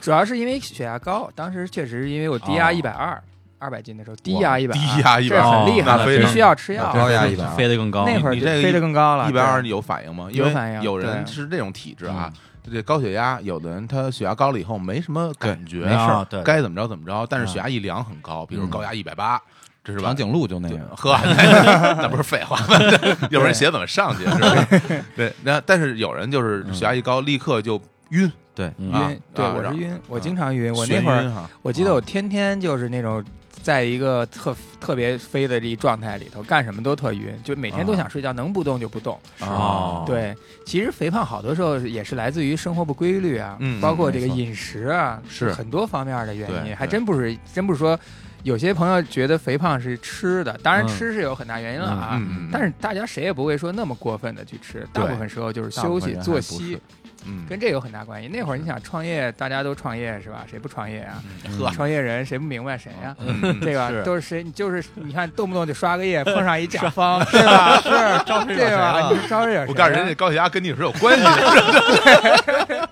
[SPEAKER 5] 主要是因为血压高，当时确实因为我低压
[SPEAKER 1] 哦
[SPEAKER 5] 一百二二百斤的时候，低
[SPEAKER 2] 哇
[SPEAKER 5] 压一百，
[SPEAKER 2] 低压120
[SPEAKER 5] 这很厉害
[SPEAKER 1] 那
[SPEAKER 5] 了，
[SPEAKER 1] 非常
[SPEAKER 5] 必须要吃药。
[SPEAKER 4] 高压一百
[SPEAKER 1] 飞得更高。
[SPEAKER 5] 那会儿
[SPEAKER 2] 你
[SPEAKER 5] 就
[SPEAKER 2] 这个
[SPEAKER 5] 飞得更高了，
[SPEAKER 2] 一百二
[SPEAKER 5] 对
[SPEAKER 2] 你有反应吗？
[SPEAKER 5] 有反应
[SPEAKER 2] 因为有人
[SPEAKER 5] 对嗯
[SPEAKER 2] 是这种体质啊，这高血压，有的人他血压高了以后没什么感觉，
[SPEAKER 1] 没
[SPEAKER 2] 啊
[SPEAKER 1] 事儿对
[SPEAKER 2] 该怎么着怎么着，但是
[SPEAKER 1] 嗯
[SPEAKER 2] 血压一量很高，比如高压一百八。这是吧
[SPEAKER 4] 长？颈鹿就那个，
[SPEAKER 2] 呵， 那那不是废话吗？ 要不然鞋怎么上去？是吧？ 对，那但是有人就是
[SPEAKER 5] 嗯
[SPEAKER 2] 血压一高，立刻就晕，
[SPEAKER 4] 对，
[SPEAKER 1] 嗯
[SPEAKER 2] 啊
[SPEAKER 5] 晕，对
[SPEAKER 2] 啊
[SPEAKER 5] 我
[SPEAKER 2] 然
[SPEAKER 5] 是晕，我
[SPEAKER 2] 啊
[SPEAKER 5] 经常晕。我那
[SPEAKER 4] 眩
[SPEAKER 5] 会儿
[SPEAKER 4] 晕哈
[SPEAKER 5] 我记得我天天就是那种在一个特特别飞的一状态里头，干什么都特晕，就每天都想睡觉，能不动就不动。
[SPEAKER 1] 哦，
[SPEAKER 5] 对，其实肥胖好多时候也是来自于生活不规律啊，
[SPEAKER 2] 嗯
[SPEAKER 5] 包
[SPEAKER 4] 嗯
[SPEAKER 5] 括这个
[SPEAKER 4] 没错
[SPEAKER 5] 饮食啊，
[SPEAKER 2] 是
[SPEAKER 5] 很多方面的原
[SPEAKER 2] 对
[SPEAKER 5] 因，还
[SPEAKER 2] 对
[SPEAKER 5] 真不是真不是说有些朋友觉得肥胖是吃的，当然
[SPEAKER 1] 嗯
[SPEAKER 5] 吃是有很大原因了啊，
[SPEAKER 2] 嗯，嗯
[SPEAKER 5] 但是大家谁也不会说那么过分的去吃，大
[SPEAKER 1] 对
[SPEAKER 5] 部分时候就是
[SPEAKER 4] 大部
[SPEAKER 5] 休
[SPEAKER 4] 分
[SPEAKER 5] 息
[SPEAKER 4] 人还
[SPEAKER 5] 作
[SPEAKER 4] 不
[SPEAKER 5] 息
[SPEAKER 4] 是，
[SPEAKER 2] 嗯
[SPEAKER 5] 跟这有很大关系。那会儿你想创业，大家都创业是吧？谁不创业啊？
[SPEAKER 2] 呵，
[SPEAKER 5] 创业人谁不明白谁呀、
[SPEAKER 2] 嗯
[SPEAKER 5] 对吧？
[SPEAKER 1] 是
[SPEAKER 5] 都是谁？你就是你看，动不动就刷个夜，碰上一甲方，对吧？是
[SPEAKER 4] 招谁惹
[SPEAKER 5] 对
[SPEAKER 4] 谁
[SPEAKER 5] 吧？
[SPEAKER 4] 了
[SPEAKER 5] 你招惹谁啊
[SPEAKER 2] 我告诉人家，高血压跟你是有关系 的，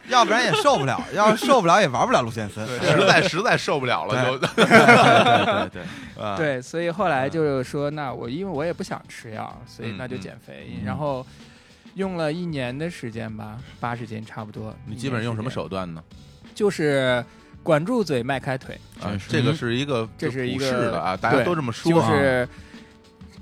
[SPEAKER 4] 要不然也受不了，要是受不了也玩不了陆先森。
[SPEAKER 2] 实在实在受不了了， 就
[SPEAKER 4] 对对对，
[SPEAKER 2] 啊
[SPEAKER 5] 对，所以后来就是说，那我因为我也不想吃药，所以
[SPEAKER 2] 嗯
[SPEAKER 5] 那就
[SPEAKER 2] 嗯
[SPEAKER 5] 减肥，
[SPEAKER 4] 嗯
[SPEAKER 5] 然后用了一年的时间吧，八十斤差不多。
[SPEAKER 2] 你基本上用什么
[SPEAKER 5] 一年时间？
[SPEAKER 2] 手段呢？
[SPEAKER 5] 就是管住嘴，迈开腿，
[SPEAKER 2] 啊
[SPEAKER 4] 真，是
[SPEAKER 2] 这个是一个
[SPEAKER 5] 这是一个
[SPEAKER 2] 普世的啊，大家
[SPEAKER 5] 对
[SPEAKER 2] 都这么说
[SPEAKER 5] 就
[SPEAKER 2] 啊，
[SPEAKER 5] 是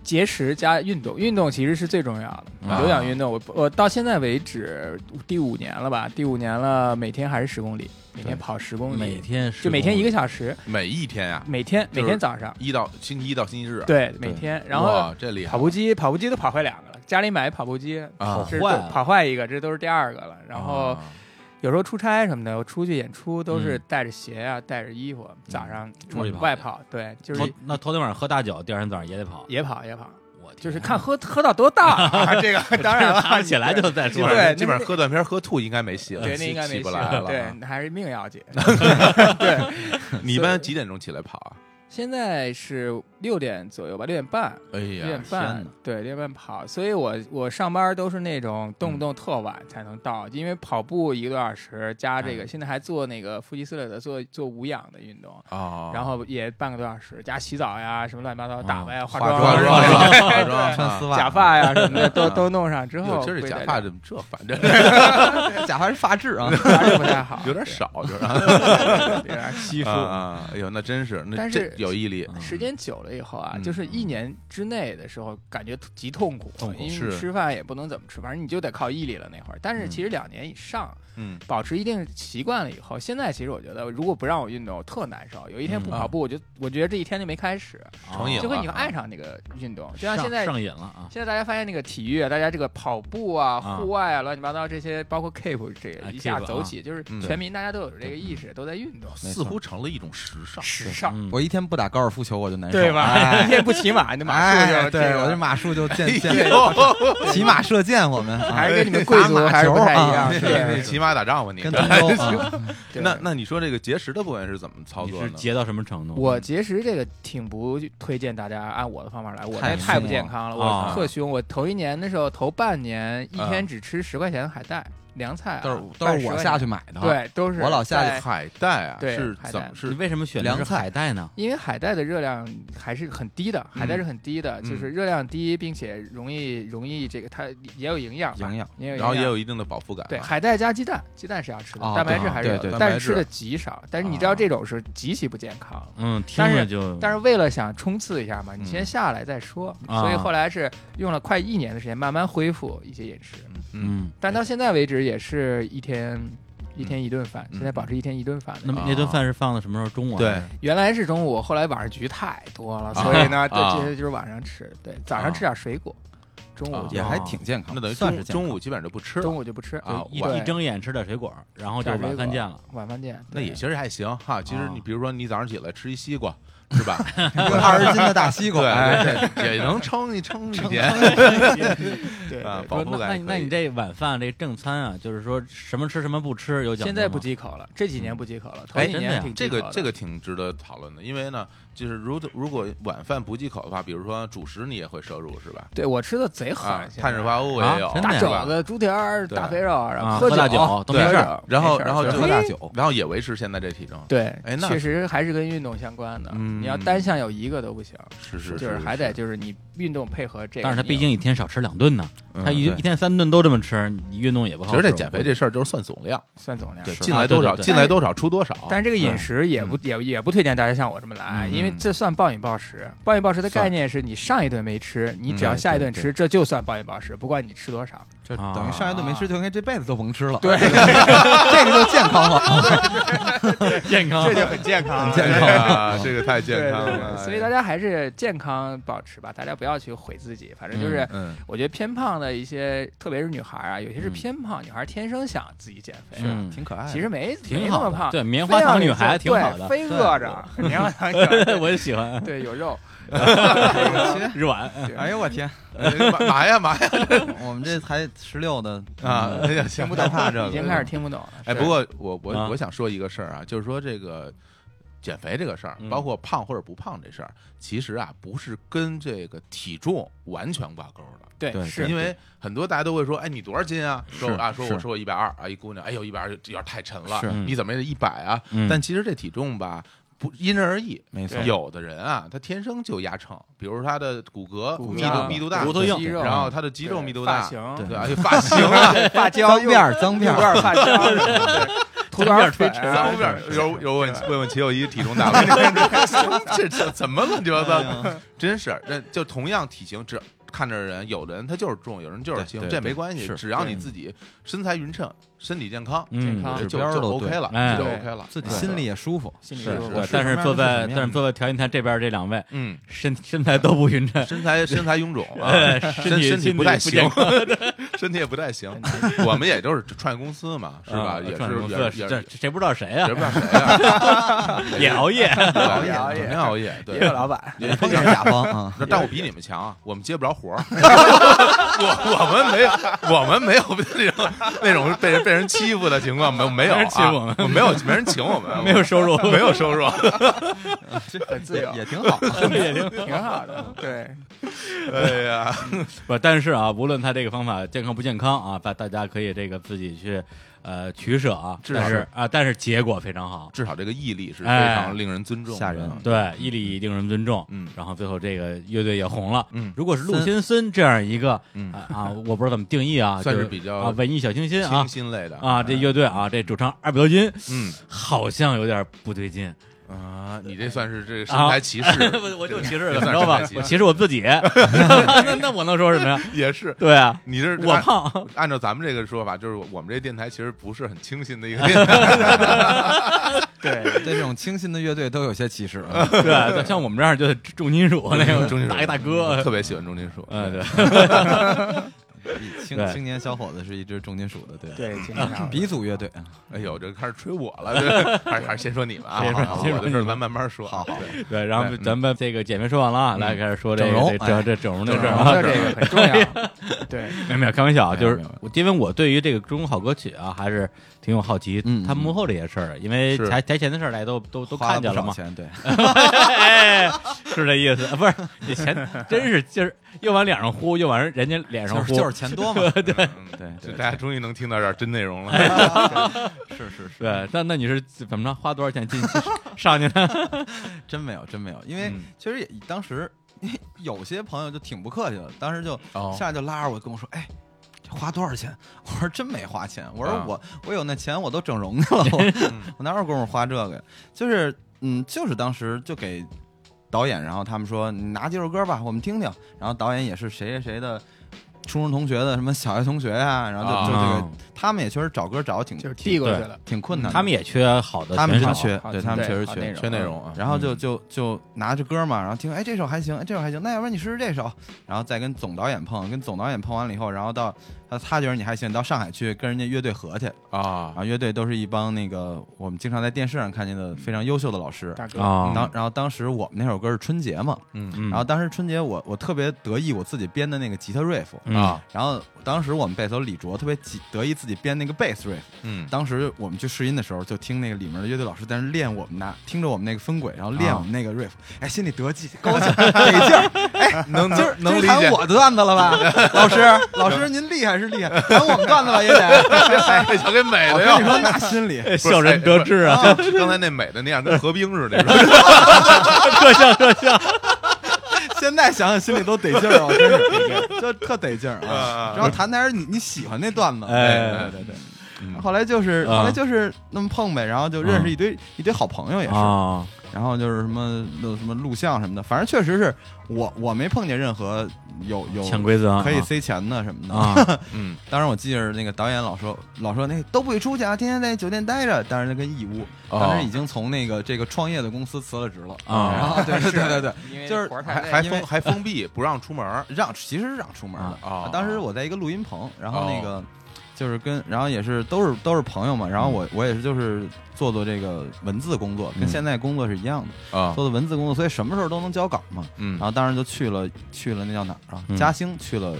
[SPEAKER 5] 节食加运动，运动其实是最重要的。
[SPEAKER 2] 啊
[SPEAKER 5] 有氧运动，我我到现在为止第五年了吧，第五年了，每天还是十公里，每天跑十公
[SPEAKER 1] 每
[SPEAKER 5] 里，
[SPEAKER 1] 天
[SPEAKER 5] 就每天一个小时，
[SPEAKER 2] 每一天呀，
[SPEAKER 5] 每天
[SPEAKER 2] 就是
[SPEAKER 5] 每天早上，
[SPEAKER 2] 一到星期一到星期日，啊
[SPEAKER 5] 对，每天，然后
[SPEAKER 2] 哇这厉害
[SPEAKER 5] 跑步机，跑步机都跑坏两个了，家里买跑步机。
[SPEAKER 1] 跑
[SPEAKER 5] 这是
[SPEAKER 1] 坏
[SPEAKER 5] 都
[SPEAKER 1] 了
[SPEAKER 5] 跑坏一个，这都是第二个了。然后
[SPEAKER 2] 啊
[SPEAKER 5] 有时候出差什么的，我出去演出都是
[SPEAKER 1] 嗯
[SPEAKER 5] 带着鞋啊，带着衣服，早上
[SPEAKER 1] 出去跑
[SPEAKER 5] 外跑，对，就是
[SPEAKER 1] 头那头天晚上喝大酒，第二天早上也得跑，
[SPEAKER 5] 也跑也跑，
[SPEAKER 1] 我天
[SPEAKER 5] 就是看喝喝到多大 啊。这个当然了，
[SPEAKER 1] 爬起来就再
[SPEAKER 2] 基
[SPEAKER 1] 说
[SPEAKER 2] 本
[SPEAKER 5] 对
[SPEAKER 2] 上
[SPEAKER 5] 那
[SPEAKER 2] 基本上喝断片儿喝吐应该没戏 了，
[SPEAKER 5] 对，那应该
[SPEAKER 2] 起
[SPEAKER 5] 没
[SPEAKER 2] 不
[SPEAKER 5] 戏
[SPEAKER 2] 来了。啊
[SPEAKER 5] 对，，那还是命要紧。对，
[SPEAKER 2] 你一般几点钟起来跑啊？
[SPEAKER 5] 现在是六点左右吧，六点半，
[SPEAKER 2] 哎
[SPEAKER 5] 六点
[SPEAKER 2] 呀，
[SPEAKER 5] 半
[SPEAKER 1] 天哪，
[SPEAKER 5] 对，六点半跑。所以我我上班都是那种动不动特晚才能到，因为跑步一个多小时加这个，现在还做那个腹肌撕裂的，做做无氧的运动。
[SPEAKER 2] 哦，
[SPEAKER 5] 然后也半个多小时，加洗澡呀，什么乱七八糟，打扮呀，化
[SPEAKER 4] 化
[SPEAKER 5] 妆
[SPEAKER 4] 妆
[SPEAKER 5] 啊
[SPEAKER 4] 化
[SPEAKER 2] 妆化
[SPEAKER 5] 对
[SPEAKER 2] 妆
[SPEAKER 4] 穿丝 袜，
[SPEAKER 5] 假发呀什么的都
[SPEAKER 2] 啊
[SPEAKER 5] 都弄上之后
[SPEAKER 2] 哟，
[SPEAKER 5] 会
[SPEAKER 2] 今
[SPEAKER 5] 得
[SPEAKER 2] 啊儿这假
[SPEAKER 5] 了，
[SPEAKER 2] 发怎么这反 正
[SPEAKER 4] 假发是发质啊，
[SPEAKER 5] 还是不太好，
[SPEAKER 2] 有点少，就是 啊
[SPEAKER 5] 有点稀疏
[SPEAKER 2] 啊。啊！哎呦，那真是，那
[SPEAKER 5] 但
[SPEAKER 2] 这
[SPEAKER 5] 是
[SPEAKER 2] 有毅力，
[SPEAKER 1] 嗯
[SPEAKER 5] 时间久了以后啊，
[SPEAKER 2] 嗯
[SPEAKER 5] 就是一年之内的时候，感觉极痛苦，
[SPEAKER 1] 痛苦
[SPEAKER 5] 因为
[SPEAKER 2] 是
[SPEAKER 5] 你吃饭也不能怎么吃，反正你就得靠毅力了那会儿。但是其实两年以上，
[SPEAKER 2] 嗯
[SPEAKER 5] 保持一定习惯了以后，现在其实我觉得，如果不让我运动，我特难受。有一天不
[SPEAKER 1] 嗯
[SPEAKER 5] 跑步，我就我觉得这一天就没开始，
[SPEAKER 2] 成瘾了
[SPEAKER 5] 就会你会爱上那个运动。就像现在
[SPEAKER 1] 上瘾了啊，
[SPEAKER 5] 现在大家发现那个体育，啊，大家这个跑步啊、
[SPEAKER 1] 啊
[SPEAKER 5] 户外啊、乱七八糟这些，包括 keep 这个
[SPEAKER 1] 啊
[SPEAKER 5] 一下
[SPEAKER 1] keep 啊
[SPEAKER 5] 走起，就是
[SPEAKER 2] 嗯
[SPEAKER 5] 全民大家都有这个意识，都在运动，
[SPEAKER 4] 没
[SPEAKER 2] 似
[SPEAKER 4] 错
[SPEAKER 2] 乎成了一种时尚。
[SPEAKER 5] 时尚，
[SPEAKER 1] 嗯
[SPEAKER 4] 我一天不打高尔夫球我就难受，
[SPEAKER 5] 对吧？
[SPEAKER 4] 哎
[SPEAKER 5] 你也不骑马，你的马术
[SPEAKER 4] 哎，
[SPEAKER 5] 就
[SPEAKER 4] 对，我
[SPEAKER 5] 这
[SPEAKER 4] 这
[SPEAKER 5] 个
[SPEAKER 4] 马术就
[SPEAKER 2] 哎
[SPEAKER 4] 见见
[SPEAKER 2] 呦，
[SPEAKER 4] 骑马射箭，我们
[SPEAKER 5] 还是跟你们
[SPEAKER 4] 哎
[SPEAKER 5] 贵族
[SPEAKER 4] 打马
[SPEAKER 5] 还是不
[SPEAKER 4] 球
[SPEAKER 5] 太一
[SPEAKER 4] 啊
[SPEAKER 5] 样
[SPEAKER 4] 对
[SPEAKER 5] 是
[SPEAKER 4] 对
[SPEAKER 2] 你
[SPEAKER 4] 对
[SPEAKER 2] 骑马打仗吧你？
[SPEAKER 4] 跟 通州啊，
[SPEAKER 5] 对
[SPEAKER 2] 那那你说这个节食的部分是怎么操
[SPEAKER 1] 你
[SPEAKER 2] 作
[SPEAKER 1] 是
[SPEAKER 2] 呢？
[SPEAKER 1] 节到什么程度？
[SPEAKER 5] 我节食这个挺不推荐大家按我的方法来，我
[SPEAKER 4] 太
[SPEAKER 5] 那
[SPEAKER 4] 凶
[SPEAKER 5] 太不
[SPEAKER 4] 了
[SPEAKER 5] 健康了，
[SPEAKER 1] 啊
[SPEAKER 5] 我特凶。我头一年的时候，头半年一天只吃十块钱的海带、凉菜啊，
[SPEAKER 4] 啊都是都是我下去买的，，啊
[SPEAKER 5] 对，都是
[SPEAKER 4] 我老下去
[SPEAKER 5] 在
[SPEAKER 2] 海带啊，
[SPEAKER 5] 对
[SPEAKER 2] 是
[SPEAKER 5] 海
[SPEAKER 2] 怎
[SPEAKER 5] 带
[SPEAKER 2] 么
[SPEAKER 1] 你
[SPEAKER 2] 是？
[SPEAKER 1] 为什么选的是
[SPEAKER 4] 凉菜
[SPEAKER 1] 海带呢？
[SPEAKER 5] 因为海带的热量还是很低的，海带是很低的，
[SPEAKER 2] 嗯
[SPEAKER 5] 就是热量低，并且容易容易这个它也有营养吧，
[SPEAKER 4] 营养啊
[SPEAKER 5] 也有营
[SPEAKER 2] 然
[SPEAKER 5] 养，
[SPEAKER 2] 后也有一定的饱腹感啊，
[SPEAKER 5] 对海带加鸡蛋，鸡蛋是要吃的，
[SPEAKER 4] 哦
[SPEAKER 5] 蛋白质还是有的，
[SPEAKER 4] 对对对
[SPEAKER 5] 但
[SPEAKER 2] 蛋白
[SPEAKER 5] 是
[SPEAKER 2] 质
[SPEAKER 5] 吃的极少。但是你知
[SPEAKER 2] 啊
[SPEAKER 5] 道这种是极其不健康，
[SPEAKER 1] 嗯，听
[SPEAKER 5] 但
[SPEAKER 1] 着
[SPEAKER 5] 是
[SPEAKER 1] 就，
[SPEAKER 5] 但是为了想冲刺一下嘛，你
[SPEAKER 2] 嗯
[SPEAKER 5] 先下来再说。
[SPEAKER 1] 啊
[SPEAKER 5] 所以后来是用了快一年的时间慢慢恢复一些饮食，
[SPEAKER 2] 嗯，
[SPEAKER 1] 嗯，
[SPEAKER 5] 但到现在为止也是一天。一天一顿饭，
[SPEAKER 2] 嗯
[SPEAKER 5] 现在保持一天一顿饭的。
[SPEAKER 1] 那么那顿饭是放到什么时候？中午啊
[SPEAKER 2] 对，
[SPEAKER 5] 原来是中午，后来晚上局太多了，
[SPEAKER 2] 啊
[SPEAKER 5] 所以呢，对
[SPEAKER 2] 啊
[SPEAKER 5] 这些就是晚上吃。对，早上吃点水果，中午
[SPEAKER 4] 也
[SPEAKER 5] 就
[SPEAKER 1] 啊
[SPEAKER 4] 还挺嗯健康，
[SPEAKER 2] 那等于
[SPEAKER 4] 算是
[SPEAKER 2] 中
[SPEAKER 4] 健康
[SPEAKER 2] 中午基本上就不吃了
[SPEAKER 5] 中，午就不吃，
[SPEAKER 2] 啊
[SPEAKER 1] 就一
[SPEAKER 5] 晚
[SPEAKER 1] 一睁眼吃点水果，然后就
[SPEAKER 5] 点水
[SPEAKER 1] 晚饭
[SPEAKER 5] 果
[SPEAKER 1] 见了。
[SPEAKER 5] 晚饭店。
[SPEAKER 2] 那
[SPEAKER 5] 对
[SPEAKER 2] 也其实还行 哈。其实你
[SPEAKER 1] 啊
[SPEAKER 2] 比如说你早上起来吃一西瓜，是吧？
[SPEAKER 4] 二十斤的大西瓜，哎
[SPEAKER 2] 对，对也能撑一撑一天
[SPEAKER 5] 对
[SPEAKER 2] 啊，
[SPEAKER 1] 不
[SPEAKER 2] 饱
[SPEAKER 1] 是
[SPEAKER 2] 腹
[SPEAKER 1] 那
[SPEAKER 2] 感
[SPEAKER 1] 那
[SPEAKER 2] 也可以。
[SPEAKER 1] 那你这晚饭这正餐啊，就是说什么吃什么不吃有讲究
[SPEAKER 5] 现在不
[SPEAKER 1] 吗
[SPEAKER 5] 忌口了，这几年不忌口了，头
[SPEAKER 1] 哎
[SPEAKER 5] 几
[SPEAKER 1] 真的
[SPEAKER 5] 年
[SPEAKER 1] 呀
[SPEAKER 5] 挺
[SPEAKER 2] 这
[SPEAKER 5] 忌口
[SPEAKER 2] 个
[SPEAKER 5] 的
[SPEAKER 2] 这个挺值得讨论的，因为呢，就是如如果晚饭不忌口的话，比如说主食你也会摄入是吧？
[SPEAKER 5] 对我吃的贼狠
[SPEAKER 2] 啊，，
[SPEAKER 5] 现在
[SPEAKER 2] 碳水化合物
[SPEAKER 1] 啊
[SPEAKER 2] 也有，
[SPEAKER 1] 真的
[SPEAKER 5] 大
[SPEAKER 1] 呀
[SPEAKER 5] 肘子、猪蹄儿、
[SPEAKER 2] 对
[SPEAKER 5] 大肥肉，然
[SPEAKER 1] 啊
[SPEAKER 5] 后喝
[SPEAKER 1] 喝大酒都没
[SPEAKER 5] 喝
[SPEAKER 1] 事
[SPEAKER 5] 酒
[SPEAKER 1] 儿，
[SPEAKER 2] 然后
[SPEAKER 5] 没事儿
[SPEAKER 2] 然后
[SPEAKER 5] 对
[SPEAKER 2] 就
[SPEAKER 4] 喝大酒，
[SPEAKER 2] 然后也维持现在这体重。
[SPEAKER 5] 对
[SPEAKER 2] 哎那
[SPEAKER 5] 确实还是跟运动相关的。
[SPEAKER 2] 嗯
[SPEAKER 5] 你要单项有一个都不行，
[SPEAKER 2] 是是
[SPEAKER 5] 就是还得就是你运动配合这个。
[SPEAKER 1] 但是他毕竟一天少吃两顿呢，他一
[SPEAKER 2] 嗯对
[SPEAKER 1] 一天三顿都这么吃，你运动也不好
[SPEAKER 2] 其
[SPEAKER 1] 受。
[SPEAKER 2] 实这减肥这事儿就是算总量，
[SPEAKER 5] 算总量
[SPEAKER 2] 对，，哦
[SPEAKER 1] 是
[SPEAKER 2] 进来多
[SPEAKER 1] 啊
[SPEAKER 2] 少，
[SPEAKER 1] 对对对
[SPEAKER 2] 进来多少出多少。
[SPEAKER 5] 但是这个饮食也不也也不推荐大家像我这么来，因为这算暴饮暴食。暴饮暴食的概念是你上一顿没吃，你只要下一顿吃，这就算暴饮暴食，不管你吃多少。
[SPEAKER 4] 就
[SPEAKER 1] 啊
[SPEAKER 4] 等于上一顿没吃，就应该这辈子都甭吃了。
[SPEAKER 5] 对，
[SPEAKER 4] 这个就健康了。
[SPEAKER 1] 健康
[SPEAKER 5] 这就很健康了，
[SPEAKER 2] 健康 啊，这个太
[SPEAKER 5] 对
[SPEAKER 2] 健
[SPEAKER 5] 对
[SPEAKER 2] 康啊哎
[SPEAKER 5] 对，
[SPEAKER 2] 了。
[SPEAKER 5] 所以大家还是健康保持吧，大家不要去毁自己。反正就是，
[SPEAKER 2] 嗯，
[SPEAKER 5] 我觉得偏胖的一些，特别是女孩啊，有些是偏胖，女孩天生想自己减肥，
[SPEAKER 1] 嗯，
[SPEAKER 4] 挺可爱的，
[SPEAKER 5] 其实没没
[SPEAKER 1] 挺
[SPEAKER 5] 那
[SPEAKER 1] 好
[SPEAKER 5] 么
[SPEAKER 1] 的
[SPEAKER 5] 胖，
[SPEAKER 1] 对棉花糖女孩
[SPEAKER 5] 非要
[SPEAKER 1] 挺好
[SPEAKER 5] 你
[SPEAKER 1] 的
[SPEAKER 5] 对非饿着，棉花糖女孩
[SPEAKER 1] 我也喜欢
[SPEAKER 5] 对有肉，
[SPEAKER 1] 软，
[SPEAKER 4] 哎呦我天，
[SPEAKER 2] 哎嘛嘛呀嘛呀
[SPEAKER 4] 我们这才十六
[SPEAKER 1] 嗯
[SPEAKER 4] 的
[SPEAKER 2] 啊！哎呀，
[SPEAKER 5] 听
[SPEAKER 2] 行
[SPEAKER 5] 不
[SPEAKER 2] 不
[SPEAKER 5] 懂
[SPEAKER 2] 害怕这个，
[SPEAKER 5] 已经开始听不懂了。
[SPEAKER 2] 哎，
[SPEAKER 5] 是
[SPEAKER 2] 不过我我、
[SPEAKER 1] 啊
[SPEAKER 2] 我想说一个事儿啊，就是说这个减肥这个事儿，
[SPEAKER 1] 嗯
[SPEAKER 2] 包括胖或者不胖这事儿，其实啊不是跟这个体重完全挂钩的。
[SPEAKER 5] 对
[SPEAKER 4] 对
[SPEAKER 5] 是
[SPEAKER 2] 因为很多大家都会说，哎，你多少斤啊？说
[SPEAKER 4] 是
[SPEAKER 2] 啊，说我
[SPEAKER 4] 是
[SPEAKER 2] 说我一百二啊，一姑娘，哎呦，一百二有点太沉了
[SPEAKER 4] 是，
[SPEAKER 2] 你怎么也得一百啊？
[SPEAKER 1] 嗯
[SPEAKER 2] 但其实这体重吧，不因人而异。
[SPEAKER 4] 没错
[SPEAKER 5] 对，
[SPEAKER 2] 有的人啊，他天生就压秤，比如说他的骨骼
[SPEAKER 5] 骨
[SPEAKER 2] 密
[SPEAKER 5] 架
[SPEAKER 2] 度密度大，
[SPEAKER 1] 骨头硬
[SPEAKER 5] 肌肉
[SPEAKER 2] 然后他的肌肉密度
[SPEAKER 5] 发
[SPEAKER 2] 大，
[SPEAKER 5] 型
[SPEAKER 4] 嗯
[SPEAKER 2] 对，而且发型 啊，
[SPEAKER 5] 发胶
[SPEAKER 4] 脏辫儿脏辫
[SPEAKER 5] 有
[SPEAKER 4] 儿，
[SPEAKER 5] 点发胶，涂点儿粉啊，
[SPEAKER 2] 脏辫儿，有有问问问齐友一体重大了，这这怎么乱七八
[SPEAKER 4] 哎
[SPEAKER 2] 糟的？真是，那就同样体型，只看着人，有的人他就是重，有人就是轻，
[SPEAKER 4] 对对
[SPEAKER 2] 这没
[SPEAKER 4] 对
[SPEAKER 2] 关系，
[SPEAKER 4] 是
[SPEAKER 2] 只要你自己身材匀称，身体健康，
[SPEAKER 1] 嗯
[SPEAKER 5] 健康
[SPEAKER 2] 我觉得就
[SPEAKER 4] 指标
[SPEAKER 2] 就
[SPEAKER 4] 都
[SPEAKER 2] OK
[SPEAKER 4] 对
[SPEAKER 2] 了，
[SPEAKER 1] 哎
[SPEAKER 2] 就
[SPEAKER 5] 对
[SPEAKER 2] OK 了，
[SPEAKER 4] 自己
[SPEAKER 2] 对
[SPEAKER 4] 心里也舒服。
[SPEAKER 5] 心里
[SPEAKER 1] 是
[SPEAKER 5] 有
[SPEAKER 1] 是
[SPEAKER 5] 我
[SPEAKER 1] 但是坐在
[SPEAKER 4] 什么样
[SPEAKER 1] 但是坐在调音台这边这两位
[SPEAKER 2] 嗯，
[SPEAKER 1] 身身材都不匀称，
[SPEAKER 2] 身材身材臃肿 啊
[SPEAKER 1] 哎，
[SPEAKER 2] 身
[SPEAKER 1] 体身
[SPEAKER 2] 体不太行
[SPEAKER 1] 健康，
[SPEAKER 2] 身体也不太行，我们也就是创业公司嘛，是吧？
[SPEAKER 1] 啊
[SPEAKER 2] 也
[SPEAKER 1] 转公司
[SPEAKER 2] 是也也
[SPEAKER 1] 这这谁不知道谁啊
[SPEAKER 2] 也？不知道谁啊，
[SPEAKER 1] 也熬夜，
[SPEAKER 2] 熬
[SPEAKER 5] 夜熬夜
[SPEAKER 2] 没熬夜，对
[SPEAKER 5] 也，有老板，
[SPEAKER 2] 也
[SPEAKER 4] 方是甲方 啊，
[SPEAKER 2] 那但我比你们强啊，我们接不着活儿，我我们没有，我们没有那种那种被人被人欺负的情况，没有没有
[SPEAKER 1] 没
[SPEAKER 2] 啊，
[SPEAKER 1] 人欺负我们
[SPEAKER 2] 没有没人请我们，
[SPEAKER 1] 没有收入，
[SPEAKER 2] 没有收入，
[SPEAKER 5] 很自由，
[SPEAKER 4] 也挺好。
[SPEAKER 1] 也挺
[SPEAKER 5] 挺好的。对，
[SPEAKER 2] 哎呀，
[SPEAKER 1] 不，但是啊，无论他这个方法健康不健康啊，大大家可以这个自己去呃取舍啊，
[SPEAKER 2] 至少
[SPEAKER 1] 但
[SPEAKER 2] 是
[SPEAKER 1] 是啊，但是结果非常好，
[SPEAKER 2] 至少这个毅力是非
[SPEAKER 1] 哎
[SPEAKER 2] 常令人尊重的，
[SPEAKER 4] 吓人
[SPEAKER 1] 对，毅力令人尊重，
[SPEAKER 2] 嗯
[SPEAKER 1] 然后最后这个乐队也红了，
[SPEAKER 2] 嗯
[SPEAKER 1] 如果是陆先森这样一个，
[SPEAKER 2] 嗯
[SPEAKER 1] 啊啊，我不知道怎么定义啊，
[SPEAKER 2] 算是
[SPEAKER 1] 就
[SPEAKER 2] 比较
[SPEAKER 1] 啊文艺小清新啊
[SPEAKER 2] 清新类的
[SPEAKER 1] 啊，这乐队啊，这主唱二百多斤，
[SPEAKER 2] 嗯
[SPEAKER 1] 好像有点不对 劲，
[SPEAKER 2] 啊，你这算是这身
[SPEAKER 1] 啊
[SPEAKER 2] 材歧视，
[SPEAKER 1] 我我就
[SPEAKER 2] 这
[SPEAKER 1] 歧视
[SPEAKER 2] 也
[SPEAKER 1] 怎么
[SPEAKER 2] 算
[SPEAKER 1] 着吧
[SPEAKER 2] 身材，
[SPEAKER 1] 我
[SPEAKER 2] 歧视
[SPEAKER 1] 歧视我自己， 那那我能说什么呀？
[SPEAKER 2] 也是。
[SPEAKER 1] 对 啊，
[SPEAKER 2] 你这
[SPEAKER 1] 我胖，
[SPEAKER 2] 按照咱们这个说法，就是我们这电台其实不是很清新的一个电台，
[SPEAKER 4] 对这种清新的乐队都有些歧视啊。
[SPEAKER 1] 对，像我们这样就是重金属那种
[SPEAKER 2] 重金属
[SPEAKER 1] 大一大
[SPEAKER 2] 我
[SPEAKER 1] 哥
[SPEAKER 2] 特，别喜欢重金属。
[SPEAKER 1] 嗯，对，
[SPEAKER 4] 一青
[SPEAKER 1] 对
[SPEAKER 4] 青年小伙子是一支重金属的队，
[SPEAKER 5] 对，经常
[SPEAKER 4] 鼻祖乐队，
[SPEAKER 2] 哎呦，这开始吹我了，这还是还是先说你们啊，
[SPEAKER 1] 先说
[SPEAKER 2] 好好
[SPEAKER 1] 先说
[SPEAKER 2] 我的事儿咱慢慢说。啊好，
[SPEAKER 1] 对，然后
[SPEAKER 2] 对嗯
[SPEAKER 1] 咱们这个减肥说完了啊，来开始说这
[SPEAKER 4] 整容
[SPEAKER 1] 个这这这整容的事儿
[SPEAKER 5] 我
[SPEAKER 1] 啊
[SPEAKER 5] 觉得。这个很重要。对，
[SPEAKER 1] 没有没有，开玩笑啊，
[SPEAKER 4] 没
[SPEAKER 1] 就
[SPEAKER 4] 有
[SPEAKER 1] 是我因为我对于这个《中国好歌曲》啊，还是挺有好奇，
[SPEAKER 4] 嗯
[SPEAKER 1] 他幕后这些事儿，因为
[SPEAKER 2] 是
[SPEAKER 1] 台台前的事儿大家都都都
[SPEAKER 4] 花
[SPEAKER 1] 看见了
[SPEAKER 4] 不少
[SPEAKER 1] 嘛，
[SPEAKER 4] 钱对，
[SPEAKER 1] 哎，是这意思，不是这钱真是就是又往脸上呼，又往人家脸上
[SPEAKER 4] 就
[SPEAKER 1] 呼，
[SPEAKER 4] 是就是钱多嘛。
[SPEAKER 2] 对嗯
[SPEAKER 4] 对
[SPEAKER 2] 就
[SPEAKER 4] 对
[SPEAKER 2] 大家终于能听到点儿真内容了。
[SPEAKER 4] 是是是，
[SPEAKER 1] 对。但那你是怎么着？花多少钱进上去呢？
[SPEAKER 4] 真没有真没有，因为
[SPEAKER 2] 嗯
[SPEAKER 4] 其实也当时有些朋友就挺不客气的，当时就
[SPEAKER 2] 哦
[SPEAKER 4] 下来就拉着我跟我说，哎。这花多少钱？我说真没花钱。我说
[SPEAKER 2] 啊
[SPEAKER 4] 我、我有那钱我都整容去了，我我哪有功夫花这个呀？就是嗯，就是当时就给导演，然后他们说你拿几首歌吧，我们听听。然后导演也是谁谁谁的初中同学的什么小学同学呀、然后就、就这个
[SPEAKER 1] 啊，
[SPEAKER 4] 他们也确实找歌找的挺
[SPEAKER 5] 就是递过去了，
[SPEAKER 4] 挺困难的。
[SPEAKER 1] 他们也缺呃好的
[SPEAKER 4] 他
[SPEAKER 1] 选
[SPEAKER 4] 们
[SPEAKER 1] 手，
[SPEAKER 4] 真缺
[SPEAKER 5] 好，
[SPEAKER 4] 对
[SPEAKER 5] 听
[SPEAKER 4] 他们
[SPEAKER 5] 对
[SPEAKER 4] 确实
[SPEAKER 5] 好
[SPEAKER 4] 缺
[SPEAKER 5] 内容
[SPEAKER 2] 缺内容啊，
[SPEAKER 4] 然后就就就拿着歌嘛，然后听，哎，这首还行，哎，这首还行，那要不然你试试这首，然后再跟总导演碰，跟总导演碰完了以后，然后到他他觉得你还行，到上海去跟人家乐队合去，
[SPEAKER 2] 啊
[SPEAKER 4] 然，后乐队都是一帮那个我们经常在电视上看见的非常优秀的老师。
[SPEAKER 5] 大哥，
[SPEAKER 1] 啊，
[SPEAKER 4] 当然后当时我们那首歌是春节嘛，
[SPEAKER 2] 嗯
[SPEAKER 1] 嗯
[SPEAKER 4] 然后当时春节我我特别得意我自己编的那个吉他 riff，
[SPEAKER 1] 嗯
[SPEAKER 2] 啊，
[SPEAKER 4] 然后当时我们贝斯手李卓特别急得意自己编那个 bass riff，
[SPEAKER 2] 嗯
[SPEAKER 4] 当时我们去试音的时候，就听那个里面的乐队老师在那练我们那，听着我们那个分轨，然后练我们那个
[SPEAKER 1] 啊
[SPEAKER 4] riff，、哎，心里得劲，高兴，得劲儿，哎，
[SPEAKER 2] 能
[SPEAKER 4] 今儿
[SPEAKER 2] 能能
[SPEAKER 4] 今
[SPEAKER 2] 理
[SPEAKER 4] 儿谈
[SPEAKER 2] 解
[SPEAKER 4] 我的段子了吧？老师，老师您厉害还是厉害，赶我们段子吧也得。
[SPEAKER 2] 这小给哎美
[SPEAKER 4] 我
[SPEAKER 2] 的
[SPEAKER 4] 跟
[SPEAKER 2] 哟
[SPEAKER 4] 你，说，那心 里
[SPEAKER 2] 不是
[SPEAKER 1] 小人得志啊，
[SPEAKER 2] 哎不是刚才那美的那样，跟何冰似的，是吧
[SPEAKER 1] 特像特像，
[SPEAKER 4] 现在想想心里都得劲儿啊，真是就特得劲儿啊
[SPEAKER 2] 啊。
[SPEAKER 4] 主要谈的还是你你喜欢那段子，
[SPEAKER 1] 哎，
[SPEAKER 2] 对
[SPEAKER 1] 对
[SPEAKER 4] 后来就是
[SPEAKER 1] 啊
[SPEAKER 4] 后来就是那么碰呗，然后就认识一堆一堆好朋
[SPEAKER 2] 哎
[SPEAKER 4] 哎友也是，
[SPEAKER 1] 啊，
[SPEAKER 4] 然后就是什么那什么录像什么的，反正确实是我我没碰见任何有有
[SPEAKER 1] 潜规则啊
[SPEAKER 4] 可以塞钱的什么的。
[SPEAKER 1] 啊，
[SPEAKER 2] 嗯，
[SPEAKER 4] 当然我记着那个导演老说老说那都不许出去啊，天天在酒店待着。当然那跟义乌，
[SPEAKER 2] 哦
[SPEAKER 4] 当时已经从那个这个创业的公司辞了职了
[SPEAKER 1] 啊
[SPEAKER 4] 然 后对对对对对，
[SPEAKER 5] 因为
[SPEAKER 4] 就是
[SPEAKER 5] 活儿太
[SPEAKER 2] 还
[SPEAKER 5] 累
[SPEAKER 2] 还
[SPEAKER 4] 因为
[SPEAKER 2] 封还封闭不让出 门儿
[SPEAKER 4] 让其实是让出门的
[SPEAKER 1] 啊。哦
[SPEAKER 2] 啊
[SPEAKER 4] 当时我在一个录音棚，然后那个就是跟，然后也是都是都是朋友嘛，然后我我也是就是做做这个文字工作，
[SPEAKER 1] 嗯哦
[SPEAKER 4] 跟现在工作是一样的，
[SPEAKER 2] 啊，
[SPEAKER 4] 做做文字工作，所以什么时候都能交稿嘛。
[SPEAKER 2] 嗯
[SPEAKER 4] 然，后当时就去了去了那叫哪儿啊
[SPEAKER 1] 嗯？
[SPEAKER 4] 嘉兴去了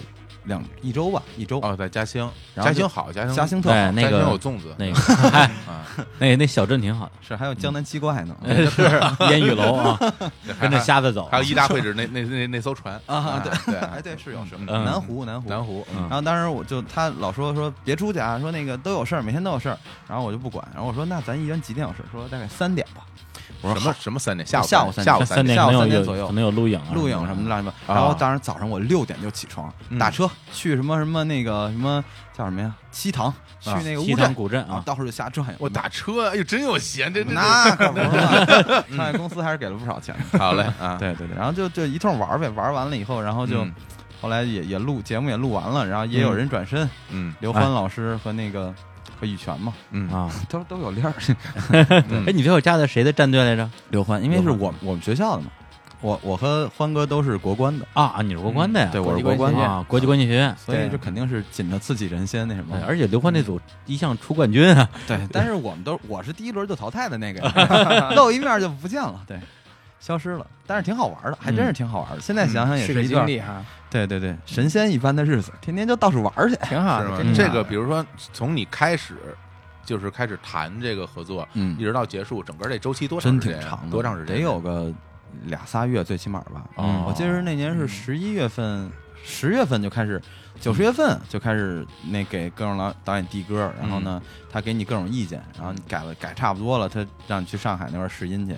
[SPEAKER 4] 两一周吧，一周。
[SPEAKER 2] 哦，在嘉兴，
[SPEAKER 4] 然后
[SPEAKER 2] 嘉
[SPEAKER 4] 就
[SPEAKER 2] 兴好，嘉兴
[SPEAKER 4] 嘉兴特
[SPEAKER 1] 对
[SPEAKER 4] 好，
[SPEAKER 1] 那
[SPEAKER 2] 嘉兴有
[SPEAKER 1] 个
[SPEAKER 2] 粽子，
[SPEAKER 1] 那个，哎，
[SPEAKER 2] 啊
[SPEAKER 1] 那那小镇挺好
[SPEAKER 4] 是还有江南七怪呢。
[SPEAKER 2] 嗯
[SPEAKER 1] 的，是烟雨楼啊，跟着瞎子走，啊
[SPEAKER 2] 还有一大会址那那那那艘船
[SPEAKER 4] 啊
[SPEAKER 2] 对 对，
[SPEAKER 4] 哎，对，是有是有
[SPEAKER 1] 嗯
[SPEAKER 4] 南湖南湖
[SPEAKER 2] 南湖，
[SPEAKER 1] 嗯
[SPEAKER 4] 然后当时我就他老说说别出去啊，说那个都有事儿，每天都有事儿。然后我就不管，然后我说那咱一人几点有事儿？说大概三点吧。我
[SPEAKER 2] 嗯什
[SPEAKER 4] 说
[SPEAKER 2] 么什么三点，下午
[SPEAKER 4] 下午
[SPEAKER 2] 三
[SPEAKER 4] 三点
[SPEAKER 2] 点下午
[SPEAKER 1] 三
[SPEAKER 2] 点，
[SPEAKER 1] 点
[SPEAKER 4] 下午
[SPEAKER 1] 可能有
[SPEAKER 4] 三点
[SPEAKER 1] 有
[SPEAKER 4] 左右
[SPEAKER 1] 可能有录影啊，
[SPEAKER 4] 录影什么的乱七八
[SPEAKER 2] 啊
[SPEAKER 4] 糟。然后当时早上我六点就起床，
[SPEAKER 2] 嗯
[SPEAKER 4] 打车去什么什么那个什么叫什么呀？西塘，去
[SPEAKER 2] 啊
[SPEAKER 4] 那个乌
[SPEAKER 1] 西塘
[SPEAKER 4] 镇
[SPEAKER 1] 古镇
[SPEAKER 4] 啊
[SPEAKER 1] 啊，，
[SPEAKER 4] 到处就瞎转悠。
[SPEAKER 2] 我打车，哎呦，真有闲，这这
[SPEAKER 4] 那可不是 嘛，创业公司还是给了不少钱的。
[SPEAKER 2] 好 嘞啊，
[SPEAKER 4] 对对对，然后就就一通玩儿呗，玩儿完了以后，然后就
[SPEAKER 2] 嗯
[SPEAKER 4] 后来也也录节目也录完了，然后也有人转身，
[SPEAKER 2] 嗯
[SPEAKER 4] 刘欢老师和那个和羽泉嘛，
[SPEAKER 2] 嗯
[SPEAKER 1] 啊，
[SPEAKER 4] 都都有链 儿。嗯
[SPEAKER 1] 哎，你最后加的谁的战队来着？
[SPEAKER 4] 刘欢，因为是
[SPEAKER 1] 刘欢
[SPEAKER 4] 我我们学校的嘛，我我和欢哥都是国关的，
[SPEAKER 1] 啊啊，你是国关的呀？
[SPEAKER 4] 嗯对，我是
[SPEAKER 5] 国
[SPEAKER 4] 国关
[SPEAKER 5] 际关系
[SPEAKER 4] 的，嗯
[SPEAKER 1] 啊，国际关系学院。
[SPEAKER 4] 所以这肯定是紧着自己人先那什么
[SPEAKER 1] 哎。而且刘欢那组一向出冠军啊，
[SPEAKER 4] 对，但是我们都我是第一轮就淘汰的那个， 露一面就不见了，嗯对，消失了。但是挺好玩的，还真是挺好玩的。现在想想也
[SPEAKER 5] 是个
[SPEAKER 4] 一
[SPEAKER 5] 经
[SPEAKER 4] 段，
[SPEAKER 5] 历哈，
[SPEAKER 4] 对对对，神仙一般的日子，天天就到处玩儿去。
[SPEAKER 5] 挺好
[SPEAKER 2] 是
[SPEAKER 5] 的。
[SPEAKER 2] 吗
[SPEAKER 4] 啊
[SPEAKER 5] 啊真？的
[SPEAKER 2] 这个比如说从你开始就是开始谈这个合作，
[SPEAKER 4] 嗯
[SPEAKER 2] 一直到结束，整个这周期多长
[SPEAKER 4] 真
[SPEAKER 2] 时
[SPEAKER 4] 挺
[SPEAKER 2] 间
[SPEAKER 4] 长的，
[SPEAKER 2] 多长时间？
[SPEAKER 4] 得有个俩仨月最起码吧。嗯
[SPEAKER 1] 哦
[SPEAKER 4] 我记得那年是
[SPEAKER 2] 嗯
[SPEAKER 4] 十一月份，十、月份就开始，九十月份就开始那给各种导导演递歌，然后呢，
[SPEAKER 2] 嗯
[SPEAKER 4] 他给你各种意见，然后你改了改差不多了，他让你去上海那边试音去。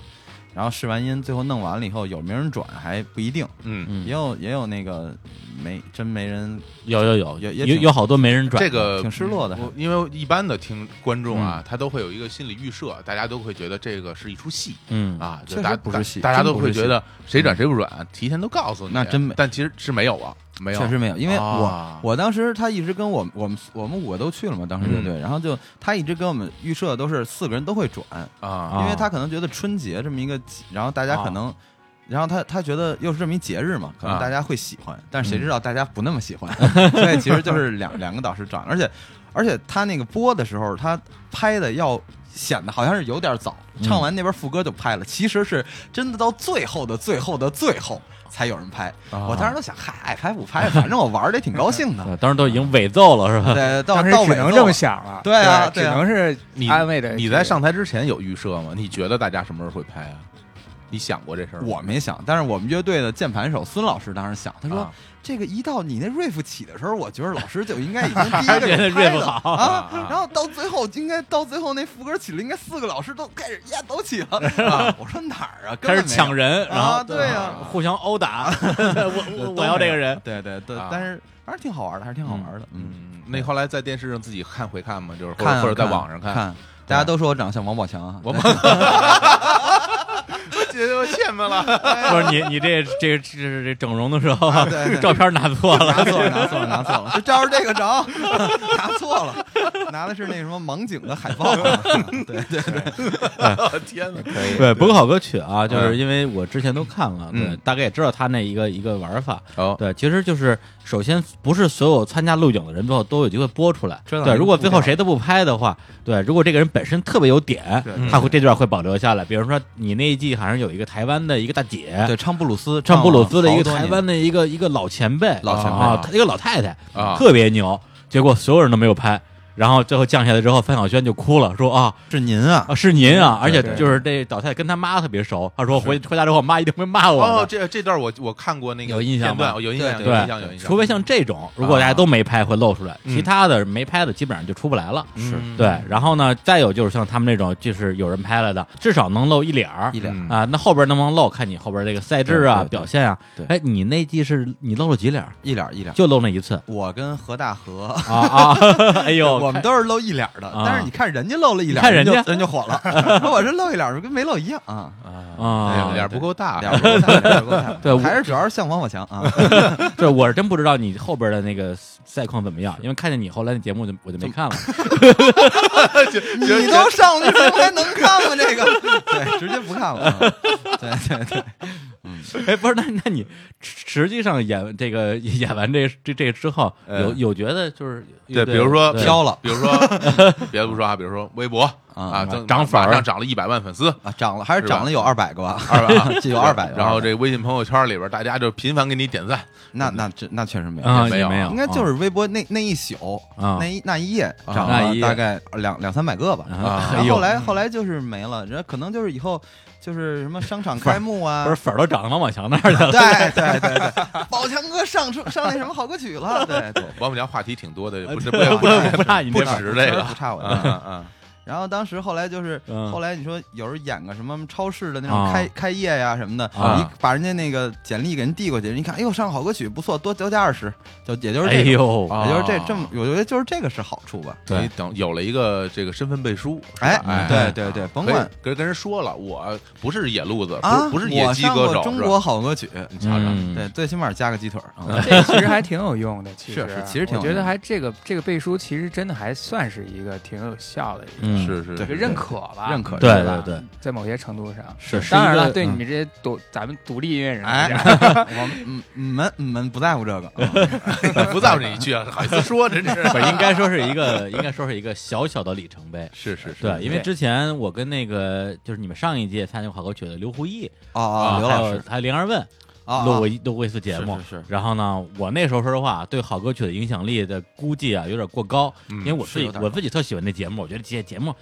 [SPEAKER 4] 然后试完音，最后弄完了以后有没有人转还不一定，
[SPEAKER 2] 嗯，
[SPEAKER 1] 嗯
[SPEAKER 4] 也，有也有那个没真没人，
[SPEAKER 1] 有有有
[SPEAKER 4] 也也
[SPEAKER 1] 有
[SPEAKER 4] 挺
[SPEAKER 1] 有好多没人转
[SPEAKER 2] 这个
[SPEAKER 4] 挺失落的。
[SPEAKER 2] 我因为一般的听观众啊，他都会有一个心理预设，大家都会觉得这个是一出戏
[SPEAKER 1] 嗯
[SPEAKER 2] 啊，就
[SPEAKER 4] 确实
[SPEAKER 2] 大
[SPEAKER 4] 不是戏
[SPEAKER 2] 大大家
[SPEAKER 4] 真
[SPEAKER 2] 都
[SPEAKER 4] 不是
[SPEAKER 2] 会觉
[SPEAKER 4] 戏嗯
[SPEAKER 2] 得谁转谁不转，提前都告诉你，
[SPEAKER 4] 那真没
[SPEAKER 2] 但其实是没有啊，没有，
[SPEAKER 4] 确实没有，因为我、
[SPEAKER 2] 啊
[SPEAKER 4] 我当时他一直跟我们我们我们五个都去了嘛，当时
[SPEAKER 2] 嗯
[SPEAKER 4] 乐队，然后就他一直跟我们预设都是四个人都会转，
[SPEAKER 2] 啊
[SPEAKER 4] 因为他可能觉得春节这么一个，然后大
[SPEAKER 5] 啊
[SPEAKER 4] 家可能，然后他他觉得又是这么一节日嘛，可能
[SPEAKER 2] 啊
[SPEAKER 4] 大家会喜欢，但
[SPEAKER 5] 嗯
[SPEAKER 4] 谁知道大家不那么喜欢， 所以其实就是两两个导师转，而且而且他那个播的时候，他拍的要。显得好像是有点早，
[SPEAKER 5] 嗯
[SPEAKER 4] 唱完那边副歌就拍了，其实是真的到最后的最后的最后才有人拍。
[SPEAKER 5] 啊
[SPEAKER 4] 我当时都想，嗨，爱拍不拍，反正我玩的也挺高兴 的。
[SPEAKER 1] 对啊当时都已经伪造了是吧？
[SPEAKER 4] 对，到
[SPEAKER 5] 当时
[SPEAKER 4] 到
[SPEAKER 5] 只
[SPEAKER 4] 尾
[SPEAKER 5] 能
[SPEAKER 4] 奏
[SPEAKER 5] 这
[SPEAKER 4] 了
[SPEAKER 5] 么想了，
[SPEAKER 4] 对啊
[SPEAKER 5] 只
[SPEAKER 4] 对啊
[SPEAKER 5] 能是
[SPEAKER 2] 你
[SPEAKER 5] 安慰的。
[SPEAKER 2] 你在上台之前有预设吗？你觉得大家什么时候会拍啊？你想过这事儿吗？
[SPEAKER 4] 我没想，但是我们乐队的键盘手孙老师当时想，他说、
[SPEAKER 2] 啊
[SPEAKER 4] 这个一到你那 riff 起的时候，我觉得老师就应该已经第一个
[SPEAKER 1] 觉得
[SPEAKER 4] 给拍
[SPEAKER 1] riff
[SPEAKER 4] 了
[SPEAKER 1] 好
[SPEAKER 4] 啊
[SPEAKER 2] 啊，
[SPEAKER 4] 然后到最后应该到最后那副歌起了，应该四个老师都开始呀 都起了、啊，我说哪儿啊，
[SPEAKER 1] 开始
[SPEAKER 4] 根本没有
[SPEAKER 1] 抢人，然后
[SPEAKER 4] 啊对呀
[SPEAKER 1] 互相殴 打，我我我要这个人，
[SPEAKER 4] 对对对，
[SPEAKER 2] 啊
[SPEAKER 4] 但是还是挺好玩的，还是挺好玩的，嗯，
[SPEAKER 2] 嗯，那后来在电视上自己看回看吗？就是或者
[SPEAKER 4] 看啊
[SPEAKER 2] 或者在网上
[SPEAKER 4] 看
[SPEAKER 2] 看。
[SPEAKER 4] 大家都说我长得像王宝强啊，
[SPEAKER 2] 我我 姐姐我羡慕了，
[SPEAKER 1] 不是你你这这这这这整容的时候
[SPEAKER 4] 啊 对对
[SPEAKER 1] 照片拿错了，
[SPEAKER 4] 拿错了，拿错了，拿错了，就照着这个找，拿错了，拿的是那什么盲井的海报，啊对对对，
[SPEAKER 2] 天哪！
[SPEAKER 1] 对，不过好歌曲啊，就是
[SPEAKER 2] 嗯
[SPEAKER 1] 因为我之前都看了，对
[SPEAKER 2] 嗯，
[SPEAKER 1] 大概也知道他那一个一个玩法。
[SPEAKER 2] 哦
[SPEAKER 1] 对，其实就是首先不是所有参加录影的人最后都有机会播出来。
[SPEAKER 4] 知道
[SPEAKER 1] 对，
[SPEAKER 4] 你
[SPEAKER 1] 如果最后
[SPEAKER 4] 不知道
[SPEAKER 1] 谁都不拍的话，对，如果这个人本身特别有点
[SPEAKER 4] 对，
[SPEAKER 1] 他会这段会保留下来。比如说你那一季好像有一个台湾的一个大姐。
[SPEAKER 4] 哎对，唱布鲁斯，
[SPEAKER 1] 唱布鲁斯的一个
[SPEAKER 4] 哦唱了好
[SPEAKER 1] 台
[SPEAKER 4] 多年
[SPEAKER 1] 湾的一个一个老前辈，
[SPEAKER 4] 老前辈
[SPEAKER 1] 啊，她一个老太太
[SPEAKER 2] 啊
[SPEAKER 1] 特别牛。结果所有人都没有拍，然后最后降下来之后，范晓萱就哭了，说啊
[SPEAKER 4] 是您啊，
[SPEAKER 1] 啊是您啊，而且
[SPEAKER 5] 对
[SPEAKER 1] 就是这老太太跟她妈特别熟，她说回回家之后，我妈一定会骂我的。
[SPEAKER 2] 哦，这这段我我看过那个
[SPEAKER 1] 有印象
[SPEAKER 2] 片段
[SPEAKER 1] 吧
[SPEAKER 2] 哦有印象，有
[SPEAKER 1] 对
[SPEAKER 2] 印象，有印象。
[SPEAKER 1] 除非像这种，如果大家都没拍会露出来，
[SPEAKER 2] 嗯
[SPEAKER 1] 其他的没拍的基本上就出不来了。
[SPEAKER 2] 是嗯
[SPEAKER 1] 对。然后呢，再有就是像他们这种，就是有人拍了的，至少能露一脸儿
[SPEAKER 4] 一脸
[SPEAKER 2] 嗯
[SPEAKER 1] 啊。那后边能不能露，看你后边这个赛制啊、
[SPEAKER 4] 对对对
[SPEAKER 1] 表现啊
[SPEAKER 4] 对。
[SPEAKER 1] 哎，你那季是你露了几脸儿？
[SPEAKER 4] 一脸一脸。
[SPEAKER 1] 就露那一次
[SPEAKER 4] 我跟何大河，
[SPEAKER 1] 啊啊！ 哎 呦，
[SPEAKER 4] 我们都是露一脸的
[SPEAKER 1] 啊，
[SPEAKER 4] 但哦是你看人家露了一
[SPEAKER 1] 你
[SPEAKER 4] 脸，
[SPEAKER 1] 看人家
[SPEAKER 4] 就人就火 了。我这露一脸跟没露一样啊，
[SPEAKER 1] 啊
[SPEAKER 2] 哎脸，脸不够大，
[SPEAKER 4] 脸不够看脸不够看
[SPEAKER 1] 对我
[SPEAKER 4] 还是主要是像王宝强 啊，
[SPEAKER 1] 对，我是真不知道你后边的那个赛况怎么样，因为看见你后来那节目就我就没看 了。
[SPEAKER 4] 你都上去了，还能看吗？这个 对，直接不看了。啊 对对对，
[SPEAKER 1] 哎，不是，那那你实际上演这个演完这 这这之后，有
[SPEAKER 2] 嗯
[SPEAKER 1] 有觉得就是
[SPEAKER 2] 对比如说
[SPEAKER 1] 对
[SPEAKER 4] 飘了
[SPEAKER 2] 比如说别的不说啊，比如说微博啊，增
[SPEAKER 1] 涨粉儿
[SPEAKER 2] 马上涨了一百万粉丝，
[SPEAKER 4] 啊，涨了还是涨了有二百个吧？，
[SPEAKER 2] 二百 万
[SPEAKER 4] 有二百。
[SPEAKER 2] 然后这微信朋友圈里边，大家就频繁给你点赞，
[SPEAKER 4] 那那这那确实没有，
[SPEAKER 1] 啊，
[SPEAKER 2] 也没
[SPEAKER 1] 也
[SPEAKER 2] 有
[SPEAKER 1] 没有，
[SPEAKER 4] 应该就是微博那那一宿
[SPEAKER 1] 啊
[SPEAKER 4] 那一那一夜
[SPEAKER 2] 啊
[SPEAKER 4] 涨
[SPEAKER 1] 那
[SPEAKER 4] 了
[SPEAKER 1] 一夜
[SPEAKER 4] 大概两两三百个吧。
[SPEAKER 1] 啊
[SPEAKER 2] 啊
[SPEAKER 1] 哎
[SPEAKER 4] 然后
[SPEAKER 1] 呦
[SPEAKER 4] 后来后来就是没了，然后可能就是以后就是什么商场开幕啊，
[SPEAKER 1] 不是粉儿都涨到王宝强那儿去了。
[SPEAKER 4] 对对对对，宝强哥上出上那什么好歌曲 了，对对，
[SPEAKER 2] 王宝强话题挺多的，不是
[SPEAKER 1] 不
[SPEAKER 2] 不是不
[SPEAKER 1] 不不差你
[SPEAKER 2] 不
[SPEAKER 1] 这
[SPEAKER 2] 止这个
[SPEAKER 4] 不差我
[SPEAKER 2] 啊
[SPEAKER 4] 的。
[SPEAKER 2] 啊
[SPEAKER 4] 然后当时后来就是
[SPEAKER 1] 嗯
[SPEAKER 4] 后来你说有人演个什么超市的那种
[SPEAKER 1] 啊
[SPEAKER 4] 开开业呀什么的，
[SPEAKER 1] 啊
[SPEAKER 4] 你把人家那个简历给人递过去，人一看，哎呦上好歌曲不错，多多加二十，就也就是
[SPEAKER 1] 哎
[SPEAKER 4] 这个。
[SPEAKER 1] 呦，啊
[SPEAKER 2] 啊
[SPEAKER 4] 也就是这这么，我觉得就是这个是好处吧。
[SPEAKER 1] 对
[SPEAKER 2] 你等有了一个这个身份背书，是吧
[SPEAKER 4] 哎
[SPEAKER 2] 哎，
[SPEAKER 4] 对对对，甭
[SPEAKER 2] 可以
[SPEAKER 4] 管
[SPEAKER 2] 跟跟人说了，我不是野路子，
[SPEAKER 4] 啊，
[SPEAKER 2] 不是不是野
[SPEAKER 4] 我
[SPEAKER 2] 鸡
[SPEAKER 4] 上
[SPEAKER 2] 歌
[SPEAKER 4] 过
[SPEAKER 2] 手，
[SPEAKER 4] 中
[SPEAKER 2] 是吧
[SPEAKER 4] 国好歌曲，
[SPEAKER 2] 你瞧瞧，
[SPEAKER 1] 嗯，
[SPEAKER 4] 对，最起码加个鸡腿儿啊。
[SPEAKER 5] 这其实还挺有用的，其实啊
[SPEAKER 4] 是是其实挺有用
[SPEAKER 5] 我
[SPEAKER 4] 的
[SPEAKER 5] 觉得还这个这个背书其实真的还算是一个挺有效的一
[SPEAKER 1] 嗯，
[SPEAKER 2] 是是
[SPEAKER 5] 个
[SPEAKER 4] 对
[SPEAKER 5] 认可吧，
[SPEAKER 4] 认可
[SPEAKER 1] 对
[SPEAKER 5] 是吧
[SPEAKER 1] 对对，
[SPEAKER 5] 在某些程度上。
[SPEAKER 1] 是是
[SPEAKER 5] 当然
[SPEAKER 1] 一个
[SPEAKER 5] 了，对你
[SPEAKER 1] 嗯
[SPEAKER 5] 们这些独咱们独立音乐人来
[SPEAKER 4] 哎
[SPEAKER 5] 讲，，
[SPEAKER 4] 我们嗯你们你们不在 乎这个，啊
[SPEAKER 2] 不在乎这一句啊，好意思说，真是
[SPEAKER 1] 不是应该说是一个，应该说是一个小小的里程碑。
[SPEAKER 2] 是是是，
[SPEAKER 1] 对，因为
[SPEAKER 5] 对
[SPEAKER 1] 之前我跟那个就是你们上一届参加过好歌曲的刘胡毅啊
[SPEAKER 4] 哦哦，刘
[SPEAKER 1] 还
[SPEAKER 4] 老
[SPEAKER 1] 有
[SPEAKER 4] 师
[SPEAKER 1] 还有灵儿问
[SPEAKER 4] 啊啊
[SPEAKER 1] 录过一录过一次节
[SPEAKER 4] 是
[SPEAKER 1] 目，
[SPEAKER 4] 是是
[SPEAKER 1] 然后呢，我那时候说实话，对好歌曲的影响力的估计啊，有点过高，
[SPEAKER 2] 嗯
[SPEAKER 1] 因为我自
[SPEAKER 4] 是
[SPEAKER 1] 己
[SPEAKER 4] 有点
[SPEAKER 1] 我自己特喜欢这节目，我觉得这些节目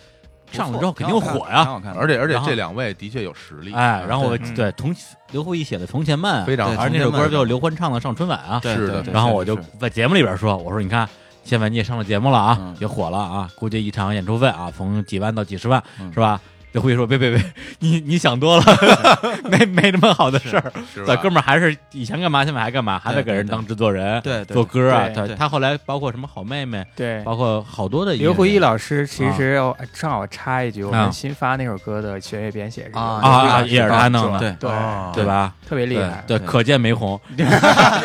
[SPEAKER 4] 不错
[SPEAKER 1] 上了之后肯
[SPEAKER 4] 挺
[SPEAKER 1] 定
[SPEAKER 4] 好看
[SPEAKER 1] 火
[SPEAKER 4] 挺
[SPEAKER 1] 呀。
[SPEAKER 4] 好看的
[SPEAKER 2] 而且而且
[SPEAKER 1] 然后
[SPEAKER 2] 这两位的确有实力，
[SPEAKER 1] 哎，然后我
[SPEAKER 2] 对嗯
[SPEAKER 1] 对同刘胡毅写的《从前慢》，
[SPEAKER 2] 非常
[SPEAKER 4] 对
[SPEAKER 2] 好，
[SPEAKER 1] 而那首
[SPEAKER 4] 从前慢
[SPEAKER 1] 歌就是刘欢唱的《上春晚》啊。
[SPEAKER 4] 对
[SPEAKER 2] 是
[SPEAKER 4] 对
[SPEAKER 2] 的
[SPEAKER 4] 对
[SPEAKER 1] 然后
[SPEAKER 4] 是
[SPEAKER 1] 我就是在节目里边说，我说你看。谢凡你也上了节目了啊，
[SPEAKER 4] 嗯
[SPEAKER 1] 也火了啊，估计一场演出费啊，从几万到几十万，
[SPEAKER 4] 嗯
[SPEAKER 1] 是吧？刘胡毅说：“别别别，你你想多了， 没没那么好的事儿。
[SPEAKER 2] 是吧
[SPEAKER 1] 对，哥们儿还是以前干嘛，现在还干嘛，还在给人当制作人，
[SPEAKER 4] 对对
[SPEAKER 1] 做歌啊。
[SPEAKER 5] 对
[SPEAKER 1] 他
[SPEAKER 4] 对
[SPEAKER 1] 他后来包括什么好妹妹，
[SPEAKER 5] 对，
[SPEAKER 1] 包括好多的
[SPEAKER 5] 刘
[SPEAKER 1] 胡
[SPEAKER 5] 胡
[SPEAKER 1] 一
[SPEAKER 5] 一老师其实哦正好插一句，我
[SPEAKER 1] 啊
[SPEAKER 5] 们新发那首歌的弦乐编写是
[SPEAKER 4] 啊
[SPEAKER 1] 啊
[SPEAKER 5] 刘胡一老
[SPEAKER 1] 啊，
[SPEAKER 5] 师
[SPEAKER 1] 也是他弄
[SPEAKER 5] 做
[SPEAKER 1] 的，
[SPEAKER 4] 对
[SPEAKER 5] 对，
[SPEAKER 2] 哦
[SPEAKER 1] 对吧？
[SPEAKER 5] 特别厉
[SPEAKER 1] 对
[SPEAKER 5] 害。
[SPEAKER 1] 对，
[SPEAKER 4] 对
[SPEAKER 1] 可见没红，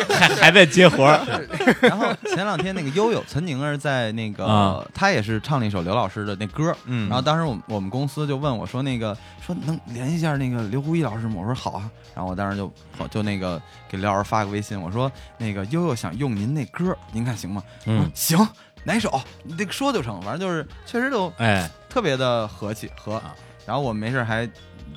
[SPEAKER 1] 还还在接活儿
[SPEAKER 4] 然后前两天那个悠悠岑宁儿在那
[SPEAKER 1] 啊
[SPEAKER 4] 个，她也是唱了一首刘老师的那歌，
[SPEAKER 2] 嗯
[SPEAKER 4] 然后当时我们我们公司就问我说那个说能联系一下那个刘胡一老师吗？我说好啊，然后我当时就好就那个给刘老师发个微信，我说那个悠悠想用您那歌，您看行吗？
[SPEAKER 1] 嗯，
[SPEAKER 4] 行，哪首你这个说就成，反正就是确实都
[SPEAKER 1] 哎
[SPEAKER 4] 特别的和气和
[SPEAKER 1] 啊。
[SPEAKER 4] 然后我们没事还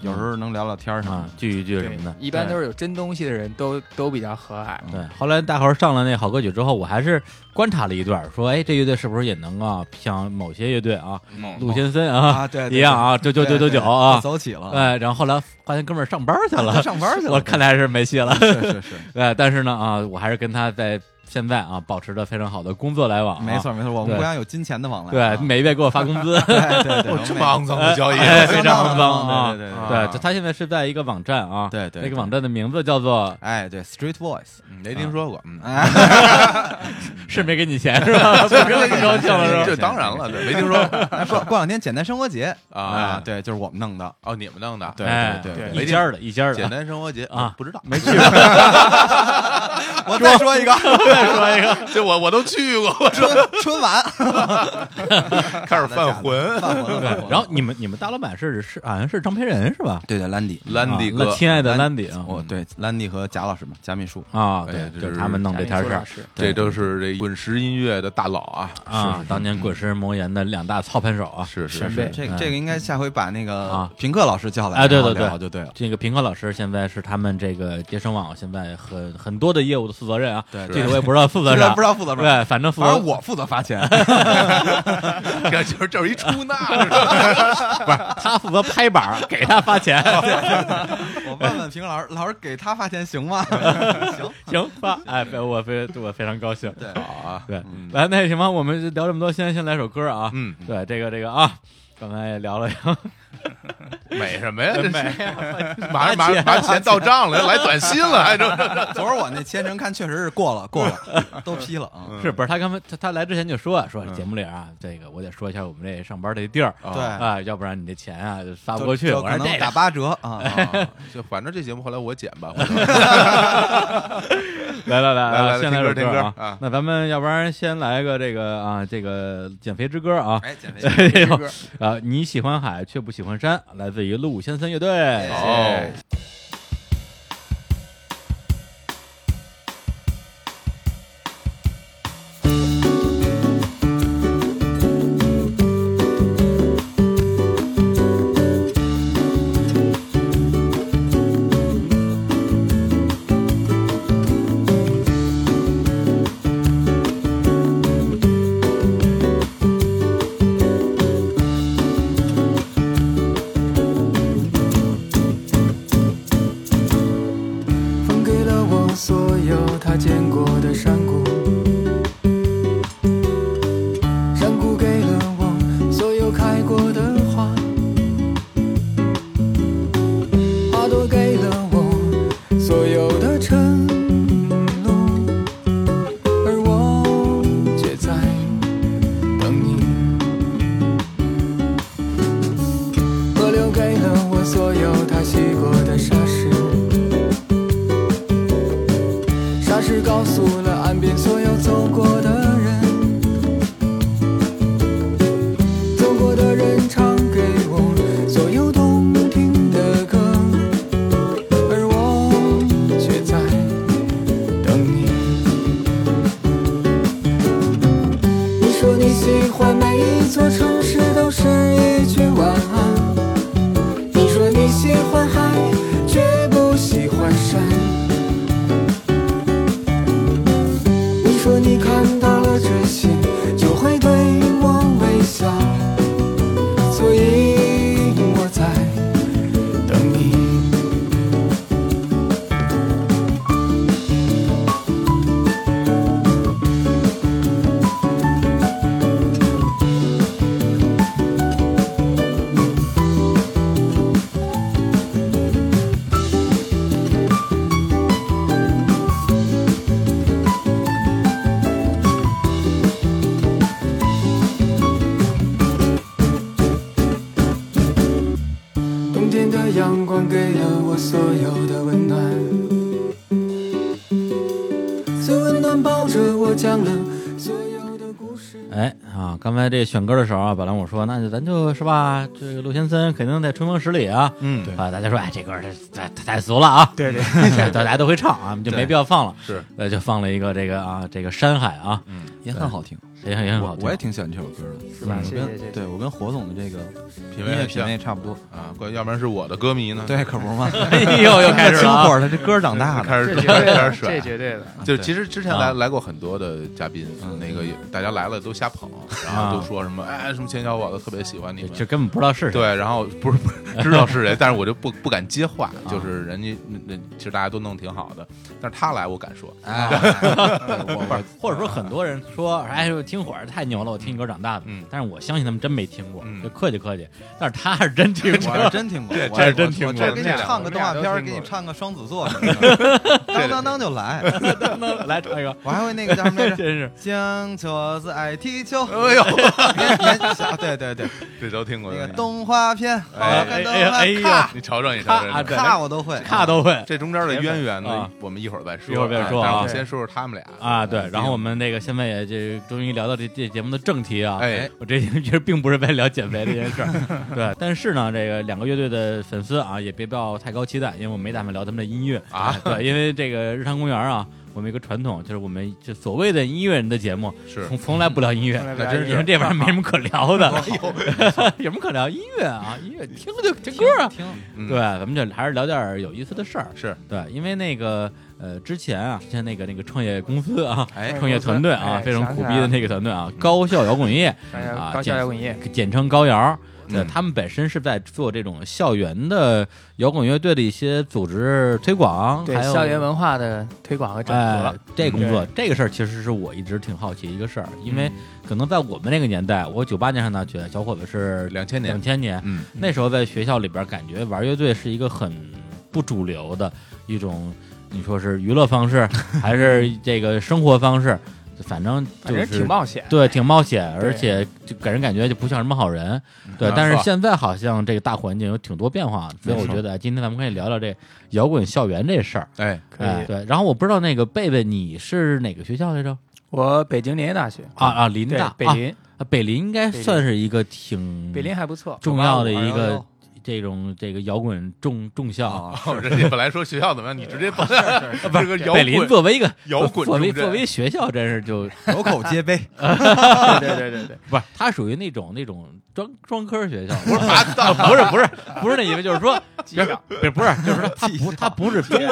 [SPEAKER 4] 有时候能聊聊天儿什么
[SPEAKER 1] 啊
[SPEAKER 4] 的，，
[SPEAKER 1] 聚一聚什
[SPEAKER 5] 对
[SPEAKER 1] 么的，。
[SPEAKER 5] 一般都是有真东西的人都都比较和蔼。
[SPEAKER 1] 对，后来大伙儿上了那好歌曲之后，我还是观察了一段儿，说，哎，这乐队是不是也能啊，像某些乐队啊，陆先森啊
[SPEAKER 4] 嗯啊，对，对
[SPEAKER 1] 一样，啊，九九九九九啊
[SPEAKER 4] 对，走起了，啊
[SPEAKER 1] 哎，然后后来发现哥们儿上班儿去了，
[SPEAKER 4] 上班去 了，
[SPEAKER 1] 我看来还是没戏了。
[SPEAKER 4] 是是是。
[SPEAKER 1] 对，但是呢啊，我还是跟他在现在啊保持着非常好的工作来往、
[SPEAKER 4] 没，错没错，我
[SPEAKER 1] 对
[SPEAKER 4] 们国家有金钱的往来啊。
[SPEAKER 1] 对，每月给我发工 资，
[SPEAKER 4] 对对对，
[SPEAKER 2] 我
[SPEAKER 4] 我
[SPEAKER 2] 这
[SPEAKER 4] 们
[SPEAKER 2] 么肮脏的交易，
[SPEAKER 1] 哎 非
[SPEAKER 4] 相当
[SPEAKER 1] 常棒啊！
[SPEAKER 4] 对对对
[SPEAKER 2] 啊
[SPEAKER 1] 对，就他现在是在一个网站啊，
[SPEAKER 4] 对对
[SPEAKER 1] 那个网站的名字叫做
[SPEAKER 4] 哎对，Street Voice，
[SPEAKER 2] 嗯没听说过，嗯，
[SPEAKER 4] 哎，嗯
[SPEAKER 1] 是没给你钱是吧？ 不是你高兴了是吧？
[SPEAKER 2] 这当然 了，对没听说过
[SPEAKER 4] 过过两天简单生活节哎
[SPEAKER 2] 啊，
[SPEAKER 4] 对，就是我们弄的，
[SPEAKER 2] 哦，你们弄的，
[SPEAKER 1] 哎
[SPEAKER 4] 对
[SPEAKER 5] 对
[SPEAKER 1] 一家儿的，一家儿
[SPEAKER 2] 简
[SPEAKER 1] 的。
[SPEAKER 2] 单生活节
[SPEAKER 1] 啊
[SPEAKER 2] 不知道，
[SPEAKER 1] 没去过，
[SPEAKER 4] 我再说一个
[SPEAKER 1] 再说一个，
[SPEAKER 2] 这我我都去过，我
[SPEAKER 4] 春春晚，
[SPEAKER 2] 开始 犯浑。
[SPEAKER 4] 饭活动
[SPEAKER 1] 对。 然后你们你们大老板是是好像是张培仁是吧？
[SPEAKER 4] 对对，兰迪，
[SPEAKER 2] 兰迪
[SPEAKER 1] 啊
[SPEAKER 2] 哥
[SPEAKER 1] 那，亲爱的兰
[SPEAKER 4] 兰
[SPEAKER 1] 迪啊
[SPEAKER 4] 哦
[SPEAKER 2] 嗯
[SPEAKER 4] 对，兰迪和贾老师嘛，贾秘书，
[SPEAKER 1] 啊，
[SPEAKER 2] 哎
[SPEAKER 1] 对，
[SPEAKER 2] 这
[SPEAKER 1] 就是
[SPEAKER 2] 是
[SPEAKER 1] 他们弄这摊事儿
[SPEAKER 5] 是
[SPEAKER 2] 这都是这滚石音乐的大佬啊，
[SPEAKER 1] 啊，当年滚石魔岩的两大操盘手啊，
[SPEAKER 2] 是是
[SPEAKER 5] 前
[SPEAKER 2] 是
[SPEAKER 5] 辈，
[SPEAKER 4] 这
[SPEAKER 1] 嗯
[SPEAKER 4] 个这个应该下回把那个
[SPEAKER 1] 啊
[SPEAKER 4] 平克老师叫来，
[SPEAKER 1] 哎对对对
[SPEAKER 4] 然后聊就对了，
[SPEAKER 1] 这个平科老师现在是他们这个接生网现在很很多的业务的负责人啊，
[SPEAKER 4] 对
[SPEAKER 1] 具体我也不不知道负责
[SPEAKER 4] 现在
[SPEAKER 1] 啥
[SPEAKER 4] 不，知道负责什么，
[SPEAKER 1] 对，反正负
[SPEAKER 4] 反
[SPEAKER 1] 责
[SPEAKER 4] 正我负责发 钱，
[SPEAKER 2] 这就是这是一出纳，
[SPEAKER 1] 他负责拍板儿，给他发钱，
[SPEAKER 4] 我问问平老师，老师给他发钱行吗？行，
[SPEAKER 1] 行发，哎，我非我非常高兴。
[SPEAKER 4] 对，
[SPEAKER 2] 啊
[SPEAKER 1] 对
[SPEAKER 4] 嗯，
[SPEAKER 1] 来，那什么，我们就聊这么多，先先来首歌啊。
[SPEAKER 2] 嗯，
[SPEAKER 1] 对，这个这个啊，刚才也 聊了聊，
[SPEAKER 2] 美什么呀？这是
[SPEAKER 1] 美
[SPEAKER 2] 马上马上马上钱到账了， 来短信了，还这
[SPEAKER 4] 昨儿我那签证看确实是过了，过了，都批了啊。
[SPEAKER 1] 是不是？他刚才他他来之前就说啊说节目里啊，这个我得说一下我们这上班这地儿
[SPEAKER 4] 对
[SPEAKER 2] 啊
[SPEAKER 1] 啊，要不然你这钱啊就发
[SPEAKER 4] 就
[SPEAKER 1] 不过去。
[SPEAKER 4] 就
[SPEAKER 1] 我
[SPEAKER 4] 可
[SPEAKER 1] 说这
[SPEAKER 4] 能
[SPEAKER 1] 个
[SPEAKER 4] 打八折啊，
[SPEAKER 2] 啊就反正这节目后来我剪吧，
[SPEAKER 1] 来来来
[SPEAKER 2] 来来
[SPEAKER 1] 先来首
[SPEAKER 2] 听歌听歌
[SPEAKER 1] 啊
[SPEAKER 2] 啊！
[SPEAKER 1] 那咱们要不然先来个这个啊，这个减肥之歌啊。
[SPEAKER 4] 哎，减肥药
[SPEAKER 1] 哎呦
[SPEAKER 5] 歌
[SPEAKER 1] 啊，你喜欢海却不喜欢山，来自于陆武先森乐队。
[SPEAKER 2] 哦，
[SPEAKER 6] 风给了我所有他见过的山谷，山谷给了我所有开过的花，花朵给了我所有的承诺，而我却在等你。河流给了我所有他洗过的沙石。沙石告诉了岸边所有走过的人，走过的人唱给我所有动听的歌，而我却在等你。你说你喜欢每一座城市都是一句晚安，你说你喜欢海，却不喜欢山。你说你看到了这些，就会对我微笑，所以我在等你。冬天的阳光给了我所有的温暖，最温暖抱着我讲了所有的故事。
[SPEAKER 1] 哎啊，刚才这选歌的时候啊，本来我说那就咱就是吧，这个陆先森肯定在春风十里啊。
[SPEAKER 2] 嗯，
[SPEAKER 1] 啊，大家说哎，这歌儿这太太太俗了啊，
[SPEAKER 5] 对对，
[SPEAKER 1] 大家都会唱啊，就没必要放了。
[SPEAKER 2] 是，
[SPEAKER 1] 呃，就放了一个这个啊，这个山海啊，
[SPEAKER 4] 也很好听，
[SPEAKER 1] 也很也很好
[SPEAKER 4] 我
[SPEAKER 1] 听。
[SPEAKER 4] 嗯我也挺喜欢这首歌的，是
[SPEAKER 1] 吧
[SPEAKER 4] 我
[SPEAKER 5] 谢谢谢谢
[SPEAKER 4] 跟对我跟火总的这个
[SPEAKER 2] 品
[SPEAKER 4] 音乐
[SPEAKER 2] 味
[SPEAKER 4] 品味差不多，
[SPEAKER 2] 啊，关要不然是我的歌迷呢，
[SPEAKER 4] 对，可不是嘛。
[SPEAKER 1] 哎呦，又开始
[SPEAKER 4] 小
[SPEAKER 1] 了
[SPEAKER 4] 伙
[SPEAKER 1] 啊。
[SPEAKER 4] 儿他这歌长大的，
[SPEAKER 2] 开始
[SPEAKER 5] 这绝对
[SPEAKER 2] 开
[SPEAKER 5] 的，
[SPEAKER 2] 始甩
[SPEAKER 5] 这，绝对的。
[SPEAKER 2] 就是其实之前
[SPEAKER 1] 啊
[SPEAKER 2] 来来过很多的嘉宾，
[SPEAKER 4] 嗯
[SPEAKER 2] 那个也大家来了都瞎捧，然后都说什么哎什么钱小宝都特别喜欢你
[SPEAKER 1] 就
[SPEAKER 2] 们，
[SPEAKER 1] 就根本不知道是谁。
[SPEAKER 2] 对，然后不是不是知道是谁，但是我就不不敢接话，
[SPEAKER 1] 啊
[SPEAKER 2] 就是人家那那其实大家都弄挺好的，但是他来我敢说，
[SPEAKER 4] 哎，
[SPEAKER 1] 不是，或者说很多人说，哎，我听会儿太牛了，我听你歌长大的。
[SPEAKER 2] 嗯
[SPEAKER 1] 但是我相信他们真没听过，
[SPEAKER 2] 嗯
[SPEAKER 1] 就客气客气。但是他是真听过，
[SPEAKER 4] 我是真听过，
[SPEAKER 2] 这
[SPEAKER 4] 我
[SPEAKER 2] 这是
[SPEAKER 4] 我
[SPEAKER 2] 真听过
[SPEAKER 4] 我这给你唱个动画片
[SPEAKER 5] 我
[SPEAKER 4] 儿，
[SPEAKER 5] 们俩都听
[SPEAKER 4] 给
[SPEAKER 5] 过
[SPEAKER 4] 你唱个双子座什么的，当当当就来。
[SPEAKER 1] 来唱一个，
[SPEAKER 4] 我还会那个叫什么来
[SPEAKER 1] 真
[SPEAKER 4] 着？
[SPEAKER 1] 是
[SPEAKER 4] 江球子爱踢球，
[SPEAKER 2] 哎呦，
[SPEAKER 4] 年年小对对对，
[SPEAKER 2] 这都听过
[SPEAKER 4] 那
[SPEAKER 2] 的，
[SPEAKER 4] 个动画片，好
[SPEAKER 2] 哎
[SPEAKER 4] 看动
[SPEAKER 1] 哎呀
[SPEAKER 4] 画
[SPEAKER 1] 哎
[SPEAKER 4] 片，
[SPEAKER 1] 呀，
[SPEAKER 2] 你瞅瞅你瞅
[SPEAKER 1] 咔啊
[SPEAKER 2] 瞅
[SPEAKER 1] 对
[SPEAKER 2] 你，
[SPEAKER 4] 卡我都会，
[SPEAKER 1] 卡都会
[SPEAKER 2] 这中间的渊源
[SPEAKER 1] 啊
[SPEAKER 2] 呢，我们一会儿再说，
[SPEAKER 1] 一会儿再说啊
[SPEAKER 2] 哎但是我先说说他们俩
[SPEAKER 1] 啊。对，然后我们那个现在也这终于聊到这这节目的正题啊。
[SPEAKER 2] 哎，
[SPEAKER 1] 我这节目其实并不是为了聊减肥这件事 儿，对。但是呢，这个两个乐队的粉丝啊，也别抱太高期待，因为我没打算聊他们的音乐哎
[SPEAKER 2] 啊。
[SPEAKER 1] 对，因为这个日常公园啊，我们有一个传统，就是我们就所谓的音乐人的节目，
[SPEAKER 2] 是
[SPEAKER 1] 从从来不聊音乐，
[SPEAKER 5] 从来不
[SPEAKER 2] 聊音乐哦
[SPEAKER 1] 因为这玩意儿没什么可聊的， 有什么可聊？音乐啊，音乐听就听歌啊，
[SPEAKER 4] 听
[SPEAKER 2] 嗯
[SPEAKER 1] 对，咱们就还是聊点儿有意思的事儿。
[SPEAKER 2] 是
[SPEAKER 1] 对，因为那个呃，之前啊，之前那个那个创业公司啊，
[SPEAKER 4] 哎
[SPEAKER 1] 创业团队啊，
[SPEAKER 5] 哎
[SPEAKER 1] 非常
[SPEAKER 5] 想
[SPEAKER 1] 苦
[SPEAKER 5] 起来
[SPEAKER 1] 逼的
[SPEAKER 5] 了哎
[SPEAKER 1] 那个团队啊，高校摇滚乐
[SPEAKER 5] 大家
[SPEAKER 1] 啊
[SPEAKER 5] 高
[SPEAKER 1] 简
[SPEAKER 5] 校摇滚乐，
[SPEAKER 1] 简称高摇。对，
[SPEAKER 2] 嗯
[SPEAKER 1] 他们本身是在做这种校园的摇滚乐队的一些组织推广，
[SPEAKER 5] 对
[SPEAKER 1] 还有
[SPEAKER 5] 校园文化的推广和整
[SPEAKER 1] 哎
[SPEAKER 5] 合，，
[SPEAKER 1] 这工作这个事儿其实是我一直挺好奇一个事儿，因
[SPEAKER 5] 嗯
[SPEAKER 1] 为可能在我们那个年代，我九八年上大学，小伙子是
[SPEAKER 2] 两千
[SPEAKER 1] 两
[SPEAKER 2] 年，
[SPEAKER 1] 千年，
[SPEAKER 2] 嗯，
[SPEAKER 1] 那时候在学校里边，感觉玩乐队是一个很不主流的一种，你说是娱乐方式还 是这个生活方式，反正
[SPEAKER 5] 反
[SPEAKER 1] 就
[SPEAKER 5] 正
[SPEAKER 1] 是
[SPEAKER 5] 挺冒险。
[SPEAKER 1] 对挺冒险，
[SPEAKER 5] 对
[SPEAKER 1] 而且就给人感觉就不像什么好人。嗯对
[SPEAKER 2] 嗯没，
[SPEAKER 1] 但是
[SPEAKER 2] 错
[SPEAKER 1] 现在好像这个大环境有挺多变化的，所以
[SPEAKER 2] 没
[SPEAKER 1] 我
[SPEAKER 2] 错
[SPEAKER 1] 觉得哎今天咱们可以聊聊这摇滚校园这事儿。
[SPEAKER 2] 哎，
[SPEAKER 5] 可以
[SPEAKER 1] 哎，对，然后我不知道那个贝贝你是哪个学校来着？
[SPEAKER 5] 我北京林业大学
[SPEAKER 1] 啊，啊，林
[SPEAKER 5] 对
[SPEAKER 1] 大，
[SPEAKER 5] 北
[SPEAKER 1] 啊
[SPEAKER 5] 林，
[SPEAKER 1] 啊北林应该
[SPEAKER 5] 北林
[SPEAKER 1] 算是一个挺
[SPEAKER 5] 北林还不错。啊
[SPEAKER 1] 重要的一
[SPEAKER 4] 985
[SPEAKER 1] 个这种这个摇滚重重校啊。
[SPEAKER 4] 啊，
[SPEAKER 2] 哦人家本来说学校怎么样，你 直接把这个摇
[SPEAKER 1] 北林
[SPEAKER 2] 滚
[SPEAKER 1] 作为一个
[SPEAKER 2] 摇滚
[SPEAKER 1] 作为
[SPEAKER 2] 重镇
[SPEAKER 1] 作为学校，真是就
[SPEAKER 4] 有口皆碑，
[SPEAKER 1] 啊
[SPEAKER 5] 对对对对对，
[SPEAKER 1] 不是它属于那种那种专专科 学校，
[SPEAKER 2] 不是拔
[SPEAKER 1] 啊
[SPEAKER 2] 档，
[SPEAKER 1] 不是不是不是那意思，就是 说
[SPEAKER 5] 机长
[SPEAKER 1] 不是不是就是说它不它不是综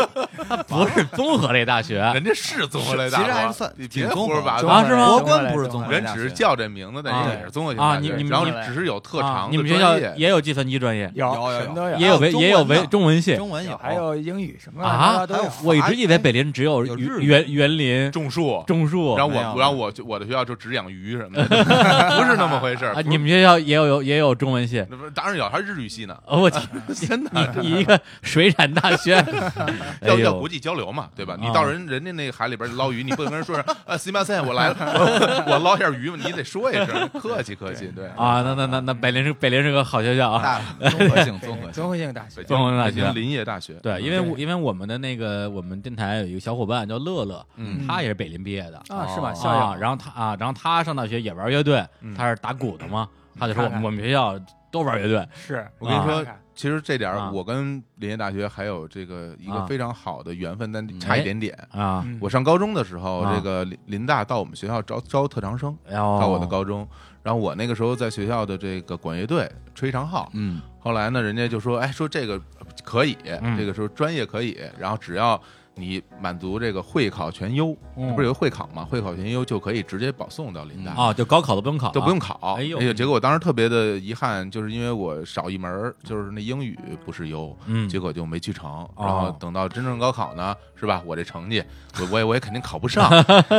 [SPEAKER 1] 它不是综合类大 学，
[SPEAKER 2] 人家是综合类大
[SPEAKER 4] 其
[SPEAKER 2] 学，
[SPEAKER 4] 实还算
[SPEAKER 2] 你
[SPEAKER 4] 挺
[SPEAKER 2] 别
[SPEAKER 4] 综
[SPEAKER 2] 胡
[SPEAKER 4] 合
[SPEAKER 2] 说八
[SPEAKER 5] 中
[SPEAKER 1] 合啊是
[SPEAKER 2] 道
[SPEAKER 5] 国人
[SPEAKER 1] 吗
[SPEAKER 5] 中
[SPEAKER 4] 国
[SPEAKER 5] 国
[SPEAKER 4] 棍
[SPEAKER 5] 人
[SPEAKER 4] 不是
[SPEAKER 5] 中国
[SPEAKER 4] 综合
[SPEAKER 2] 人
[SPEAKER 4] 大
[SPEAKER 2] 只
[SPEAKER 4] 学
[SPEAKER 2] 是叫这名字，但人也是综合性
[SPEAKER 1] 啊
[SPEAKER 2] 大学
[SPEAKER 1] 你你们
[SPEAKER 2] 然后
[SPEAKER 5] 你们
[SPEAKER 2] 只是有特
[SPEAKER 1] 啊
[SPEAKER 2] 长的专业，
[SPEAKER 1] 你们学校也有计算机专业，
[SPEAKER 5] 有
[SPEAKER 4] 有有
[SPEAKER 5] 什么都
[SPEAKER 1] 也
[SPEAKER 5] 有，
[SPEAKER 1] 有文也有文中文系
[SPEAKER 4] 中文有，
[SPEAKER 5] 还有英语什么乱七八
[SPEAKER 1] 啊
[SPEAKER 5] 糟都有。，
[SPEAKER 1] 我一直以为北林只有
[SPEAKER 4] 有日语
[SPEAKER 1] 园园林
[SPEAKER 2] 种树，
[SPEAKER 1] 种树，
[SPEAKER 2] 然后
[SPEAKER 4] 没有
[SPEAKER 2] 我然后我就我的学校就只养鱼什 么的，不是那么回事儿
[SPEAKER 1] 啊，。
[SPEAKER 2] 不
[SPEAKER 1] 你
[SPEAKER 2] 是
[SPEAKER 1] 们学校也有有也有中文系？
[SPEAKER 2] 那不当然有，还是日语系呢，
[SPEAKER 1] 哦，我天，
[SPEAKER 2] 真的
[SPEAKER 1] 你你一个水产大 学，哎
[SPEAKER 2] 要要
[SPEAKER 1] 呦
[SPEAKER 2] 国，际交流嘛，对吧？
[SPEAKER 1] 啊
[SPEAKER 2] 你到人人家那海里边捞鱼，你不能跟人说声啊，s 马赛，我来了， 我我捞一下鱼嘛，你得说一声，客气客气，对。
[SPEAKER 1] 啊，那那那那北林是北林是个好学校啊，
[SPEAKER 4] 大综合性综合性，
[SPEAKER 5] 对综合性大学
[SPEAKER 2] 北，京
[SPEAKER 1] 中文大
[SPEAKER 2] 北
[SPEAKER 1] 学
[SPEAKER 2] 京林业大学，
[SPEAKER 1] 对，因为我
[SPEAKER 5] 对
[SPEAKER 1] 因为我们的那个我们电台有一个小伙伴叫乐乐，
[SPEAKER 2] 嗯
[SPEAKER 1] 他也是北林毕业的
[SPEAKER 5] 啊是吗？校友
[SPEAKER 1] 啊，然后他啊，然后他上大学也玩乐队，
[SPEAKER 2] 嗯
[SPEAKER 1] 他是打鼓的嘛，他就说我
[SPEAKER 5] 看看
[SPEAKER 1] 们我们学校都玩乐队，
[SPEAKER 5] 是
[SPEAKER 2] 我跟你说
[SPEAKER 5] 啊，
[SPEAKER 2] 其实这点
[SPEAKER 1] 啊
[SPEAKER 2] 儿，我跟林业大学还有这个一
[SPEAKER 1] 啊嗯
[SPEAKER 2] 个非常好的缘分，但差一点点。
[SPEAKER 1] 啊，
[SPEAKER 5] 嗯
[SPEAKER 2] 我上高中的时候，
[SPEAKER 1] 啊哦
[SPEAKER 2] 这个林林大到我们学校招招特长生，
[SPEAKER 1] 然后
[SPEAKER 2] 到我的高中，然后我那个时候在学校的这个管乐队吹长号，
[SPEAKER 4] 嗯，
[SPEAKER 2] 后来呢，人家就说，哎，说这个可以，
[SPEAKER 1] 嗯
[SPEAKER 2] 这个说专业可以，然后只要你满足这个会考全优，
[SPEAKER 1] 嗯
[SPEAKER 2] 不是有个会考吗？会考全优就可以直接保送到林大。
[SPEAKER 1] 啊，就高考都不用考了，
[SPEAKER 2] 都不用考，
[SPEAKER 1] 哎呦
[SPEAKER 2] 结果我当时特别的遗憾，就是因为我少一门儿，就是那英语不是优，
[SPEAKER 1] 嗯
[SPEAKER 2] 结果就没去
[SPEAKER 5] 哦
[SPEAKER 2] 成。然后等到真正高考呢，是吧？我这成绩，我我也我也肯定考不上，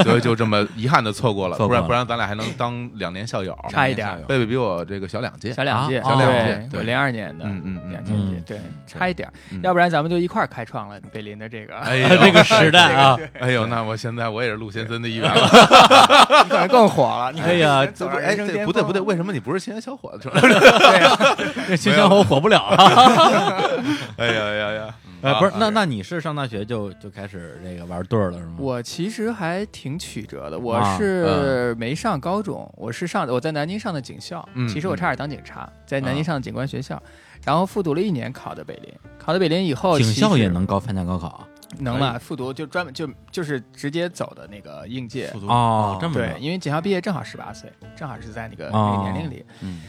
[SPEAKER 2] 所以就这么遗憾的错过了。
[SPEAKER 1] 错
[SPEAKER 2] 不
[SPEAKER 1] 过了
[SPEAKER 2] 然不然咱俩还能当两年校友。
[SPEAKER 5] 差一点儿
[SPEAKER 2] 贝贝比我这个小两届，
[SPEAKER 5] 小两届，
[SPEAKER 1] 啊小两
[SPEAKER 2] 届
[SPEAKER 5] 对我
[SPEAKER 2] 对
[SPEAKER 5] 零二年的，
[SPEAKER 2] 嗯嗯嗯
[SPEAKER 5] 两千届，
[SPEAKER 1] 嗯
[SPEAKER 5] 对，差一点儿
[SPEAKER 2] 嗯，
[SPEAKER 5] 要不然咱们就一块儿开创了北林的这个，
[SPEAKER 2] 哎
[SPEAKER 1] 这
[SPEAKER 2] 呦，
[SPEAKER 1] 个时代啊，
[SPEAKER 2] 哎呦，那我现在我也是陆先森的一员了。
[SPEAKER 5] 你可能 更火了。你可能
[SPEAKER 1] 哎呀
[SPEAKER 5] 已经走上人
[SPEAKER 2] 哎，
[SPEAKER 5] 生
[SPEAKER 2] 对，
[SPEAKER 5] 巅
[SPEAKER 2] 不对
[SPEAKER 5] 峰
[SPEAKER 2] 不对，
[SPEAKER 5] 了
[SPEAKER 2] 为什么你不是青年小伙子？
[SPEAKER 1] 这新生活火不了了。
[SPEAKER 2] 哎呀呀呀！
[SPEAKER 1] 哎，
[SPEAKER 5] 呃
[SPEAKER 2] 啊
[SPEAKER 1] 不是，那那你是上大学就就开始这个玩对儿了是吗？
[SPEAKER 5] 我其实还挺曲折的，我
[SPEAKER 1] 啊
[SPEAKER 5] 是没上高中，我是上我在南京上的警校，
[SPEAKER 2] 嗯
[SPEAKER 5] 其实我差点当警察，在南京上的警官学校，然后复读了一年，考的北林，考的北林以后，
[SPEAKER 1] 警校
[SPEAKER 5] 其实
[SPEAKER 1] 也能高参加高考啊
[SPEAKER 5] 能吧？复读就专门就就是直接走的那个应届，
[SPEAKER 4] 复读
[SPEAKER 1] 哦，这么
[SPEAKER 5] 对，
[SPEAKER 1] 着
[SPEAKER 5] 因为警校毕业正好十八岁，正好是在那个那
[SPEAKER 1] 哦
[SPEAKER 5] 个年龄里。
[SPEAKER 4] 嗯，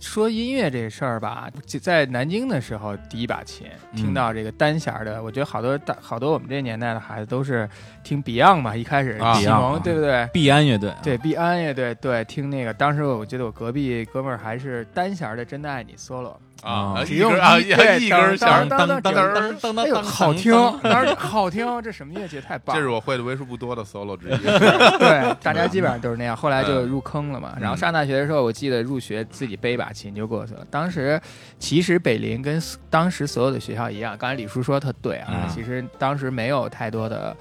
[SPEAKER 5] 说音乐这事儿吧，就在南京的时候，第一把琴，听到这个单弦儿的，我觉得好多大好多我们这年代的孩子都是听 Beyond 嘛，一开始
[SPEAKER 2] 啊
[SPEAKER 5] 启
[SPEAKER 1] Beyond，
[SPEAKER 5] 蒙，对不对？
[SPEAKER 1] 必安乐队啊，
[SPEAKER 5] 对 Beyond 乐队，对，听那个，当时我觉得我隔壁哥们儿还是单弦儿的《真的爱你》solo，
[SPEAKER 1] 啊
[SPEAKER 2] 啊，
[SPEAKER 5] 只
[SPEAKER 2] 一
[SPEAKER 5] 用
[SPEAKER 2] 根啊，
[SPEAKER 5] 嗯一
[SPEAKER 2] 一
[SPEAKER 5] 对
[SPEAKER 2] 一根弦
[SPEAKER 1] 当
[SPEAKER 2] 儿，
[SPEAKER 1] 当当当
[SPEAKER 2] 当
[SPEAKER 1] 当当
[SPEAKER 5] 哎呦，
[SPEAKER 1] 当，
[SPEAKER 5] 好听，当时好听，这什么乐器太棒
[SPEAKER 2] 这
[SPEAKER 5] 了！
[SPEAKER 2] 是我会的为数不多的 solo 之一。
[SPEAKER 5] 对，大家基本上都是那样。后来就入坑了嘛。然
[SPEAKER 2] 嗯
[SPEAKER 5] 后上大学的时候，我记得入学自己背一把琴就过去了。当时其实北林跟所当时所有的学校一样，刚才李叔说得特对啊，
[SPEAKER 1] 嗯
[SPEAKER 5] 其实当时没有太多的。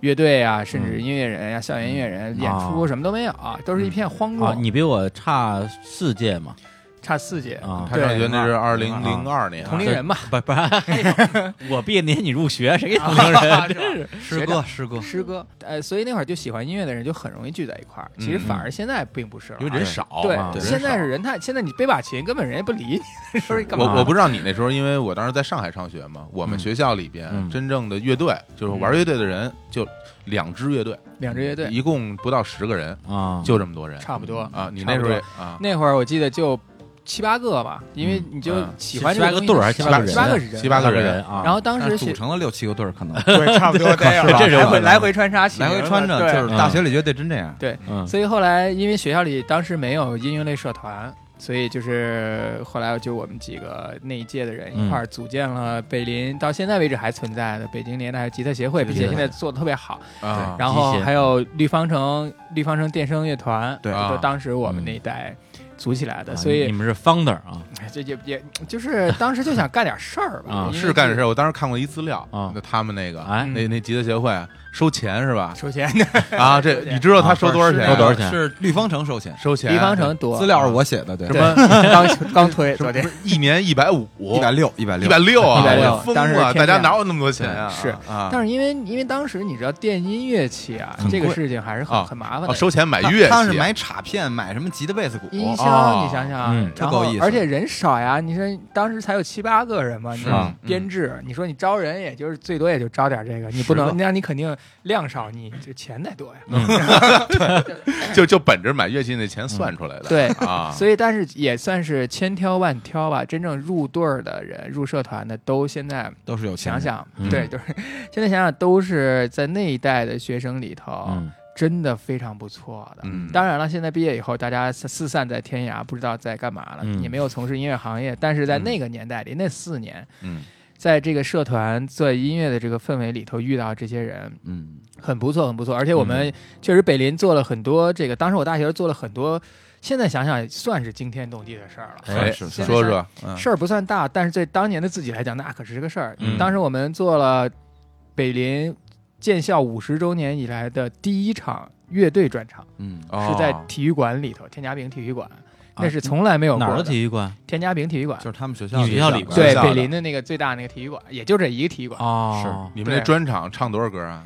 [SPEAKER 5] 乐队啊，甚至音乐人呀、校园音乐人、演出
[SPEAKER 1] 哦
[SPEAKER 5] 什么都没有啊，都是一片荒漠。
[SPEAKER 1] 啊，你比我差四届嘛
[SPEAKER 5] 差四届，
[SPEAKER 1] 啊，
[SPEAKER 2] 他上学那是二
[SPEAKER 1] 对
[SPEAKER 2] 零零二年啊，
[SPEAKER 5] 同龄人嘛，
[SPEAKER 1] 不不，我毕业那年你入学，谁给同龄
[SPEAKER 5] 啊
[SPEAKER 1] 人？真是
[SPEAKER 4] 师哥师哥，
[SPEAKER 5] 师哥，呃，所以那会儿就喜欢音乐的人就很容易聚在一块儿。
[SPEAKER 1] 嗯
[SPEAKER 5] 其实反而现在并不是了啊，
[SPEAKER 2] 因为人少。
[SPEAKER 5] 对
[SPEAKER 1] 啊，
[SPEAKER 2] 人
[SPEAKER 5] 现在
[SPEAKER 2] 少
[SPEAKER 5] 是人太，现在你背把琴根本人家不理你，说你干嘛？
[SPEAKER 2] 我我不知道你那时候，因为我当时在上海上学嘛，我们
[SPEAKER 1] 嗯
[SPEAKER 2] 学校里边
[SPEAKER 1] 嗯
[SPEAKER 2] 真正的乐队就是玩乐队的人就两支乐队，
[SPEAKER 5] 两支乐队
[SPEAKER 2] 一共不到十个人，
[SPEAKER 1] 啊，
[SPEAKER 2] 就这么多人
[SPEAKER 5] 差不多
[SPEAKER 2] 啊。你
[SPEAKER 5] 差
[SPEAKER 2] 那
[SPEAKER 5] 不
[SPEAKER 2] 时
[SPEAKER 5] 多
[SPEAKER 2] 候也啊，
[SPEAKER 5] 那会儿我记得就七八个吧，因为你就
[SPEAKER 2] 嗯
[SPEAKER 5] 喜欢
[SPEAKER 1] 七
[SPEAKER 5] 这
[SPEAKER 1] 八个
[SPEAKER 5] 东西
[SPEAKER 1] 队儿还是
[SPEAKER 5] 七
[SPEAKER 1] 七八个
[SPEAKER 5] 个八个
[SPEAKER 1] 人啊
[SPEAKER 5] 人
[SPEAKER 2] 七八
[SPEAKER 1] 八
[SPEAKER 2] 个
[SPEAKER 1] 个
[SPEAKER 2] 人，
[SPEAKER 1] 人啊，
[SPEAKER 5] 然后当时
[SPEAKER 4] 但是组
[SPEAKER 5] 写
[SPEAKER 4] 成了六七个队儿，可 能
[SPEAKER 7] 对，差不多得有
[SPEAKER 1] 这是
[SPEAKER 5] 来
[SPEAKER 1] 我
[SPEAKER 5] 回
[SPEAKER 1] 们
[SPEAKER 5] 来回穿插起，
[SPEAKER 4] 来回穿着，
[SPEAKER 5] 对
[SPEAKER 4] 就是大学里觉得得真这样。
[SPEAKER 5] 对，
[SPEAKER 1] 嗯
[SPEAKER 5] 所以后来因为学校里当时没有音乐类社团，所以就是后来就我们几个那一届的人一块儿组建了北林，到现在为止还存在的北京联大吉他协会，并且现在做的特别好。
[SPEAKER 2] 啊，
[SPEAKER 5] 然后
[SPEAKER 1] 集协
[SPEAKER 5] 还有绿方城绿方城电声乐团，
[SPEAKER 4] 对
[SPEAKER 2] 啊
[SPEAKER 5] 就当时我们那一代组起来的，
[SPEAKER 1] 啊
[SPEAKER 5] 所
[SPEAKER 1] 你
[SPEAKER 5] 以
[SPEAKER 1] 们是 founder 啊
[SPEAKER 5] 哎这也也就是当时就想干点事儿 吧
[SPEAKER 1] 啊，
[SPEAKER 5] 因为
[SPEAKER 2] 是干这事儿。我当时看过一资料
[SPEAKER 1] 啊
[SPEAKER 2] 那他们那个
[SPEAKER 1] 哎
[SPEAKER 2] 那那吉他协会收钱是 吧？
[SPEAKER 5] 收钱，
[SPEAKER 2] 啊，这
[SPEAKER 5] 收钱
[SPEAKER 2] 你知道他收多少钱？啊
[SPEAKER 1] 收多少钱
[SPEAKER 4] 啊是绿方城收钱，
[SPEAKER 2] 收钱？
[SPEAKER 5] 绿方城多啊
[SPEAKER 4] 资料是我写的，对
[SPEAKER 2] 啊什，
[SPEAKER 5] 对
[SPEAKER 2] 么啊
[SPEAKER 5] 刚 刚推昨天
[SPEAKER 2] 不。是一年一百五，
[SPEAKER 4] 一百六，一百六，
[SPEAKER 2] 一百六啊！
[SPEAKER 5] 160
[SPEAKER 2] 我疯
[SPEAKER 5] 当时
[SPEAKER 2] 了，
[SPEAKER 5] 天
[SPEAKER 2] 大家
[SPEAKER 5] 价
[SPEAKER 2] 哪有那么多钱啊？
[SPEAKER 5] 是
[SPEAKER 2] 啊，
[SPEAKER 5] 但是因为因为当时你知道电音乐器啊，这个事情还是很、
[SPEAKER 2] 啊
[SPEAKER 5] 很麻烦的。
[SPEAKER 2] 哦收钱买啊乐器，
[SPEAKER 4] 他是买镲片，买什么吉他贝斯鼓，
[SPEAKER 5] 音箱，
[SPEAKER 2] 哦
[SPEAKER 5] 你想想，
[SPEAKER 1] 嗯
[SPEAKER 5] 然
[SPEAKER 4] 特
[SPEAKER 5] 后
[SPEAKER 4] 够意思
[SPEAKER 5] 而且人少呀，你说当时才有七八个人嘛，你
[SPEAKER 2] 是
[SPEAKER 5] 说
[SPEAKER 2] 啊
[SPEAKER 5] 编制，你说你招人也就是最多也就招点这个，你
[SPEAKER 2] 十
[SPEAKER 5] 不
[SPEAKER 2] 个
[SPEAKER 5] 能，那你肯定量少，你这钱得多呀。
[SPEAKER 2] 就就本着买乐器那钱算出来的。
[SPEAKER 5] 嗯对
[SPEAKER 2] 啊，
[SPEAKER 5] 所以，但是也算是千挑万挑吧，真正入队儿的人、入社团的，都现在
[SPEAKER 4] 都是有钱
[SPEAKER 5] 想
[SPEAKER 4] 人。
[SPEAKER 5] 想，
[SPEAKER 1] 嗯
[SPEAKER 5] 对，就是现在想想，都是在那一代的学生里头，
[SPEAKER 1] 嗯
[SPEAKER 5] 真的非常不错的。
[SPEAKER 2] 嗯
[SPEAKER 5] 当然了，现在毕业以后，大家四四散在天涯，不知道在干嘛了，
[SPEAKER 1] 嗯
[SPEAKER 5] 也没有从事音乐行业。但是在那个年代里，那四年，
[SPEAKER 2] 嗯，
[SPEAKER 5] 在这个社团做音乐的这个氛围里头遇到这些人，
[SPEAKER 4] 嗯，
[SPEAKER 5] 很不错，很不错。而且我
[SPEAKER 1] 嗯
[SPEAKER 5] 们确实北林做了很多这个，当时我大学做了很多，现在想想算是惊天动地的事儿了。
[SPEAKER 1] 哎
[SPEAKER 2] 哎，
[SPEAKER 4] 是是
[SPEAKER 2] 说说
[SPEAKER 4] 嗯
[SPEAKER 5] 事儿不算大，但是对当年的自己来讲，那可是个事儿。
[SPEAKER 1] 嗯
[SPEAKER 5] 当时我们做了北林建校五十周年以来的第一场乐队专场，
[SPEAKER 4] 嗯，
[SPEAKER 5] 是在
[SPEAKER 2] 哦
[SPEAKER 5] 体育馆里头，天家坪体育馆，那是从来没有过
[SPEAKER 1] 啊哪儿的
[SPEAKER 5] 嗯的
[SPEAKER 1] 体育馆？
[SPEAKER 5] 天家坪体育馆
[SPEAKER 4] 就，是他们学校
[SPEAKER 1] 你们学校里边
[SPEAKER 5] 对
[SPEAKER 2] 学校的
[SPEAKER 5] 北林的那个最大那个体育馆，也就这一个体育馆。
[SPEAKER 1] 哦，
[SPEAKER 2] 你们那
[SPEAKER 5] 对
[SPEAKER 2] 专场唱多少歌啊？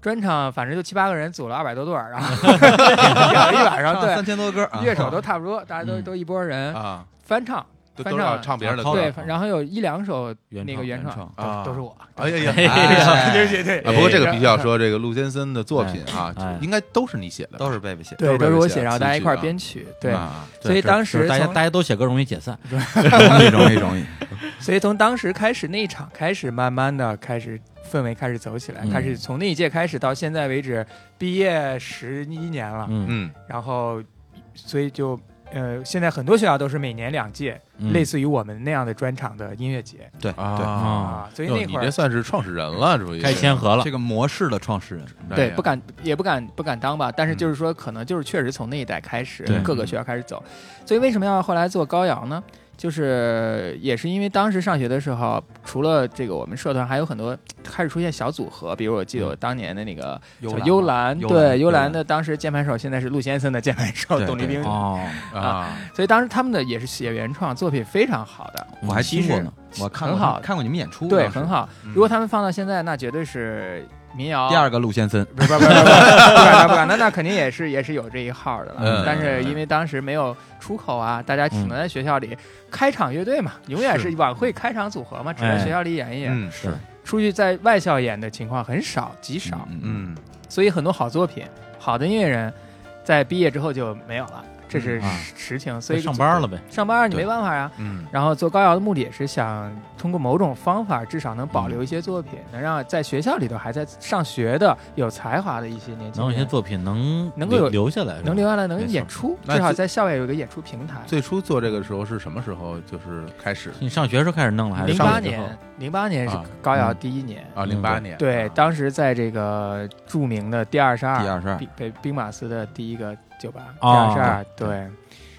[SPEAKER 5] 专场反正就七八个人组了二百多对儿，然 后 演了一晚上，
[SPEAKER 4] 唱三
[SPEAKER 5] 对，
[SPEAKER 4] 千多歌啊，
[SPEAKER 5] 乐手都差不多，大家都
[SPEAKER 1] 嗯
[SPEAKER 5] 都一波人
[SPEAKER 2] 啊，
[SPEAKER 5] 翻唱，
[SPEAKER 2] 都
[SPEAKER 5] 哎翻
[SPEAKER 2] 都要
[SPEAKER 5] 唱
[SPEAKER 2] 唱别人的
[SPEAKER 1] 啊
[SPEAKER 2] 歌。
[SPEAKER 5] 对
[SPEAKER 1] 唱，
[SPEAKER 5] 然后有一两首
[SPEAKER 1] 原
[SPEAKER 5] 那个
[SPEAKER 1] 唱
[SPEAKER 5] 原
[SPEAKER 4] 原
[SPEAKER 5] 唱
[SPEAKER 4] 唱
[SPEAKER 5] 都
[SPEAKER 2] 啊
[SPEAKER 5] 都是 我。
[SPEAKER 2] 哎 呀
[SPEAKER 1] 哎
[SPEAKER 2] 呀！
[SPEAKER 4] 哎
[SPEAKER 5] 对对对
[SPEAKER 2] 啊不过这个必须要说，这个陆先森的作品啊
[SPEAKER 1] 哎哎，
[SPEAKER 2] 应该都是你写的吧，
[SPEAKER 4] 都是贝贝写的。
[SPEAKER 5] 对，
[SPEAKER 2] 都
[SPEAKER 5] 都
[SPEAKER 2] 是
[SPEAKER 5] 是
[SPEAKER 2] 我
[SPEAKER 5] 我
[SPEAKER 2] 写
[SPEAKER 5] 写，然后
[SPEAKER 2] 词
[SPEAKER 5] 大家一
[SPEAKER 2] 曲
[SPEAKER 5] 块儿
[SPEAKER 2] 啊
[SPEAKER 5] 编曲。对，
[SPEAKER 2] 啊
[SPEAKER 1] 对
[SPEAKER 5] 所以
[SPEAKER 1] 这
[SPEAKER 5] 当
[SPEAKER 1] 这
[SPEAKER 5] 时
[SPEAKER 1] 大家
[SPEAKER 5] 从
[SPEAKER 1] 大家都写歌容易解散，
[SPEAKER 4] 容易容易容易，
[SPEAKER 5] 所以从当时开始那一场开始，慢慢的开始氛围开始走起来，
[SPEAKER 1] 嗯
[SPEAKER 5] 开始从那一届开始到现在为止，毕业十一年了，
[SPEAKER 1] 嗯，
[SPEAKER 2] 嗯，
[SPEAKER 5] 然后所以就呃，现在很多学校都是每年两届，
[SPEAKER 1] 嗯
[SPEAKER 5] 类似于我们那样的专场的音乐节
[SPEAKER 4] 对对，
[SPEAKER 1] 啊，
[SPEAKER 5] 啊，所以
[SPEAKER 2] 哟
[SPEAKER 5] 那
[SPEAKER 2] 你
[SPEAKER 5] 会
[SPEAKER 2] 这
[SPEAKER 5] 儿。
[SPEAKER 2] 算是创始人了，属于
[SPEAKER 1] 该签合了
[SPEAKER 4] 这，个模式的创始人，
[SPEAKER 2] 哎
[SPEAKER 5] 对，
[SPEAKER 2] 呀
[SPEAKER 5] 不敢也不敢不敢当吧，但是
[SPEAKER 2] 嗯
[SPEAKER 5] 就是说，可能就是确实从那一代开始
[SPEAKER 1] 对，
[SPEAKER 5] 各个学校开始走，所以为什么要后来做高瑶呢？就是也是因为当时上学的时候，除了这个我们社团，还有很多开始出现小组合，比如我记得我当年的那个叫幽兰，
[SPEAKER 4] 嗯幽兰
[SPEAKER 5] 对
[SPEAKER 4] 幽
[SPEAKER 5] 幽
[SPEAKER 4] 兰
[SPEAKER 5] 兰的当时键盘手现在是陆先生的键盘手
[SPEAKER 4] 对
[SPEAKER 5] 董立
[SPEAKER 4] 对
[SPEAKER 5] 兵，
[SPEAKER 1] 哦，
[SPEAKER 2] 啊，
[SPEAKER 5] 所以当时他们的也是写原创作品非常好的，
[SPEAKER 4] 我还听过呢，我看过他们
[SPEAKER 5] 很好
[SPEAKER 4] 看过你们演出，
[SPEAKER 5] 对，
[SPEAKER 4] 嗯当时
[SPEAKER 5] 很。好。如果他们放到现在，那绝对是民谣
[SPEAKER 4] 第二个陆先森，
[SPEAKER 5] 不是不是不是不是不敢当不敢当，那肯定也是也是有这一号的
[SPEAKER 2] 嗯
[SPEAKER 5] 了。但是因为当时没有出口啊，大家只能在学校里开场乐队嘛，永远是晚会开场组合嘛，只能
[SPEAKER 1] 哎
[SPEAKER 5] 学校里演一演。
[SPEAKER 2] 嗯
[SPEAKER 1] 是
[SPEAKER 5] 出去在外校演的情况很少，极少，
[SPEAKER 4] 嗯嗯，
[SPEAKER 2] 嗯，
[SPEAKER 5] 所以很多好作品、好的音乐人，在毕业之后就没有了，这是
[SPEAKER 1] 嗯啊
[SPEAKER 5] 实情。所以
[SPEAKER 1] 上班了呗，
[SPEAKER 5] 上班你没办法呀。
[SPEAKER 2] 嗯
[SPEAKER 5] 然后做高瑶的目的也是想通过某种方法，至少能保留一些作品，
[SPEAKER 1] 嗯
[SPEAKER 5] 能让在学校里头还在上学的有才华的一些年
[SPEAKER 1] 能
[SPEAKER 5] 轻
[SPEAKER 1] 有些
[SPEAKER 5] 人
[SPEAKER 1] 作品能
[SPEAKER 5] 能够
[SPEAKER 1] 留
[SPEAKER 5] 有
[SPEAKER 1] 留下来，是吧
[SPEAKER 5] 能留下来，能
[SPEAKER 1] 没错
[SPEAKER 5] 演出，
[SPEAKER 2] 那
[SPEAKER 5] 至少
[SPEAKER 2] 最
[SPEAKER 5] 在校外有一个演出平台。
[SPEAKER 2] 最初做这个时候是什么时候？就是开始
[SPEAKER 1] 你上学时候开始弄了，还是
[SPEAKER 5] 零
[SPEAKER 1] 上
[SPEAKER 5] 八
[SPEAKER 1] 学之后
[SPEAKER 5] 年，零八年是
[SPEAKER 2] 啊
[SPEAKER 5] 高瑶第一年，
[SPEAKER 2] 啊，
[SPEAKER 1] 嗯
[SPEAKER 2] 零八年，
[SPEAKER 5] 对，
[SPEAKER 2] 啊
[SPEAKER 5] 当时在这个著名的嗯第二十
[SPEAKER 4] 第
[SPEAKER 5] 二
[SPEAKER 4] 二十二，
[SPEAKER 5] 北兵马司的第一个酒吧，第
[SPEAKER 1] 哦
[SPEAKER 5] 二十二，对，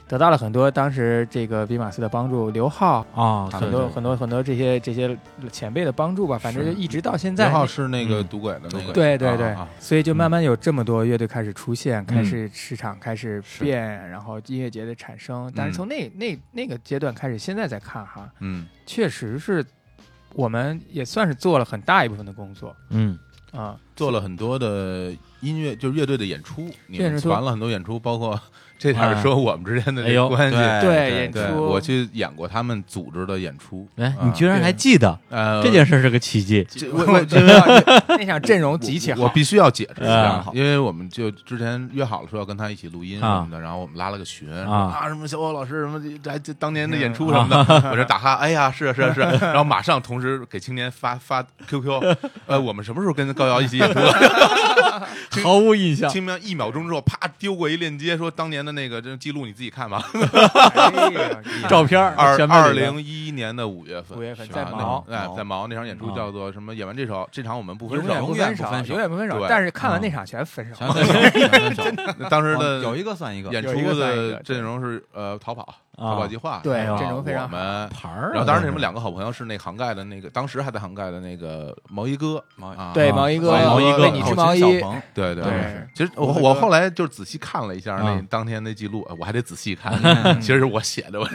[SPEAKER 5] 得到了很多当时这个兵马司的帮助，刘浩。
[SPEAKER 1] 哦，
[SPEAKER 5] 啊很多很多很多这些这些前辈的帮助吧，反正
[SPEAKER 2] 是
[SPEAKER 5] 就一直到现在
[SPEAKER 2] 刘，浩是那个
[SPEAKER 1] 嗯
[SPEAKER 2] 赌鬼的那个，
[SPEAKER 5] 对对对
[SPEAKER 2] 啊，
[SPEAKER 5] 所以就慢慢有这么多乐队开始出现，开始市场开始变，然后音乐节的产生。但是从那、那那个阶段开始，现在再看哈，
[SPEAKER 2] 嗯，
[SPEAKER 5] 确实是我们也算是做了很大一部分的工作
[SPEAKER 1] 嗯，
[SPEAKER 5] 啊、
[SPEAKER 2] 做了很多的音乐，就是乐队的演出，你
[SPEAKER 5] 演
[SPEAKER 2] 们
[SPEAKER 5] 出
[SPEAKER 2] 完了很多演出，包括 这点儿说我们之间的
[SPEAKER 1] 哎
[SPEAKER 2] 这
[SPEAKER 1] 呦
[SPEAKER 2] 个关系。
[SPEAKER 4] 对
[SPEAKER 5] 对演
[SPEAKER 2] 对，
[SPEAKER 5] 出，
[SPEAKER 2] 我去演过他们组织的演出。
[SPEAKER 1] 哎，
[SPEAKER 2] 啊
[SPEAKER 1] 你居然还记得
[SPEAKER 2] 呃
[SPEAKER 1] 这件事是个奇迹，
[SPEAKER 2] 这我我因为要
[SPEAKER 5] 那场阵容极其
[SPEAKER 2] 我我
[SPEAKER 5] 好，
[SPEAKER 2] 必须要解释一下
[SPEAKER 1] 啊，
[SPEAKER 2] 因为我们就之前约好了说要跟他一起录音什么的，然后我们拉了个群
[SPEAKER 1] 啊
[SPEAKER 2] 什么小欧老师什么这这这当年的演出什 么的，我就打哈，哎呀是啊是啊是啊，然后马上同时给青年发发 QQ，呃，我们什么时候跟高瑶一起演出？
[SPEAKER 1] 毫无印象。
[SPEAKER 2] 青明一秒钟之后啪丢过一链接，说当年的那个这记录你自己看吧。
[SPEAKER 5] 哎
[SPEAKER 1] 照片儿
[SPEAKER 2] 二
[SPEAKER 1] 全班
[SPEAKER 2] 二
[SPEAKER 1] 里边
[SPEAKER 2] 零一一年的五月份，
[SPEAKER 5] 五月份
[SPEAKER 2] 是
[SPEAKER 5] 在
[SPEAKER 2] 吧
[SPEAKER 5] 毛
[SPEAKER 2] 那哎
[SPEAKER 4] 毛
[SPEAKER 2] 在毛那场演出叫做什么？演完这首这场我们不分
[SPEAKER 5] 永远
[SPEAKER 2] 手，
[SPEAKER 5] 不分手，永远不分手。
[SPEAKER 2] 对
[SPEAKER 5] 但是看完那场全分手，
[SPEAKER 4] 全分手全分手，
[SPEAKER 2] 当时的
[SPEAKER 4] 有一个算一个，
[SPEAKER 2] 演
[SPEAKER 5] 有一个
[SPEAKER 2] 出
[SPEAKER 5] 算一个
[SPEAKER 2] 的
[SPEAKER 5] 对啊
[SPEAKER 2] 阵容是呃逃跑逃跑计划，
[SPEAKER 5] 对
[SPEAKER 2] 然后
[SPEAKER 5] 阵容非常嗯
[SPEAKER 2] 我们。
[SPEAKER 1] 牌儿啊，
[SPEAKER 2] 然后当时那什么两个好朋友是那杭盖的那个，当时还在杭盖的那个毛衣哥，
[SPEAKER 4] 毛衣
[SPEAKER 2] 啊
[SPEAKER 5] 对毛衣哥，
[SPEAKER 2] 毛衣哥
[SPEAKER 5] 为你织毛衣，
[SPEAKER 4] 小鹏
[SPEAKER 2] 对对
[SPEAKER 5] 对
[SPEAKER 2] 是其实我
[SPEAKER 4] 毛衣哥
[SPEAKER 2] 我后来就仔细看了一下那
[SPEAKER 5] 啊
[SPEAKER 1] 嗯
[SPEAKER 2] 当天那记录，我还得仔细看，
[SPEAKER 5] 嗯
[SPEAKER 4] 嗯
[SPEAKER 2] 其实是我写 的，我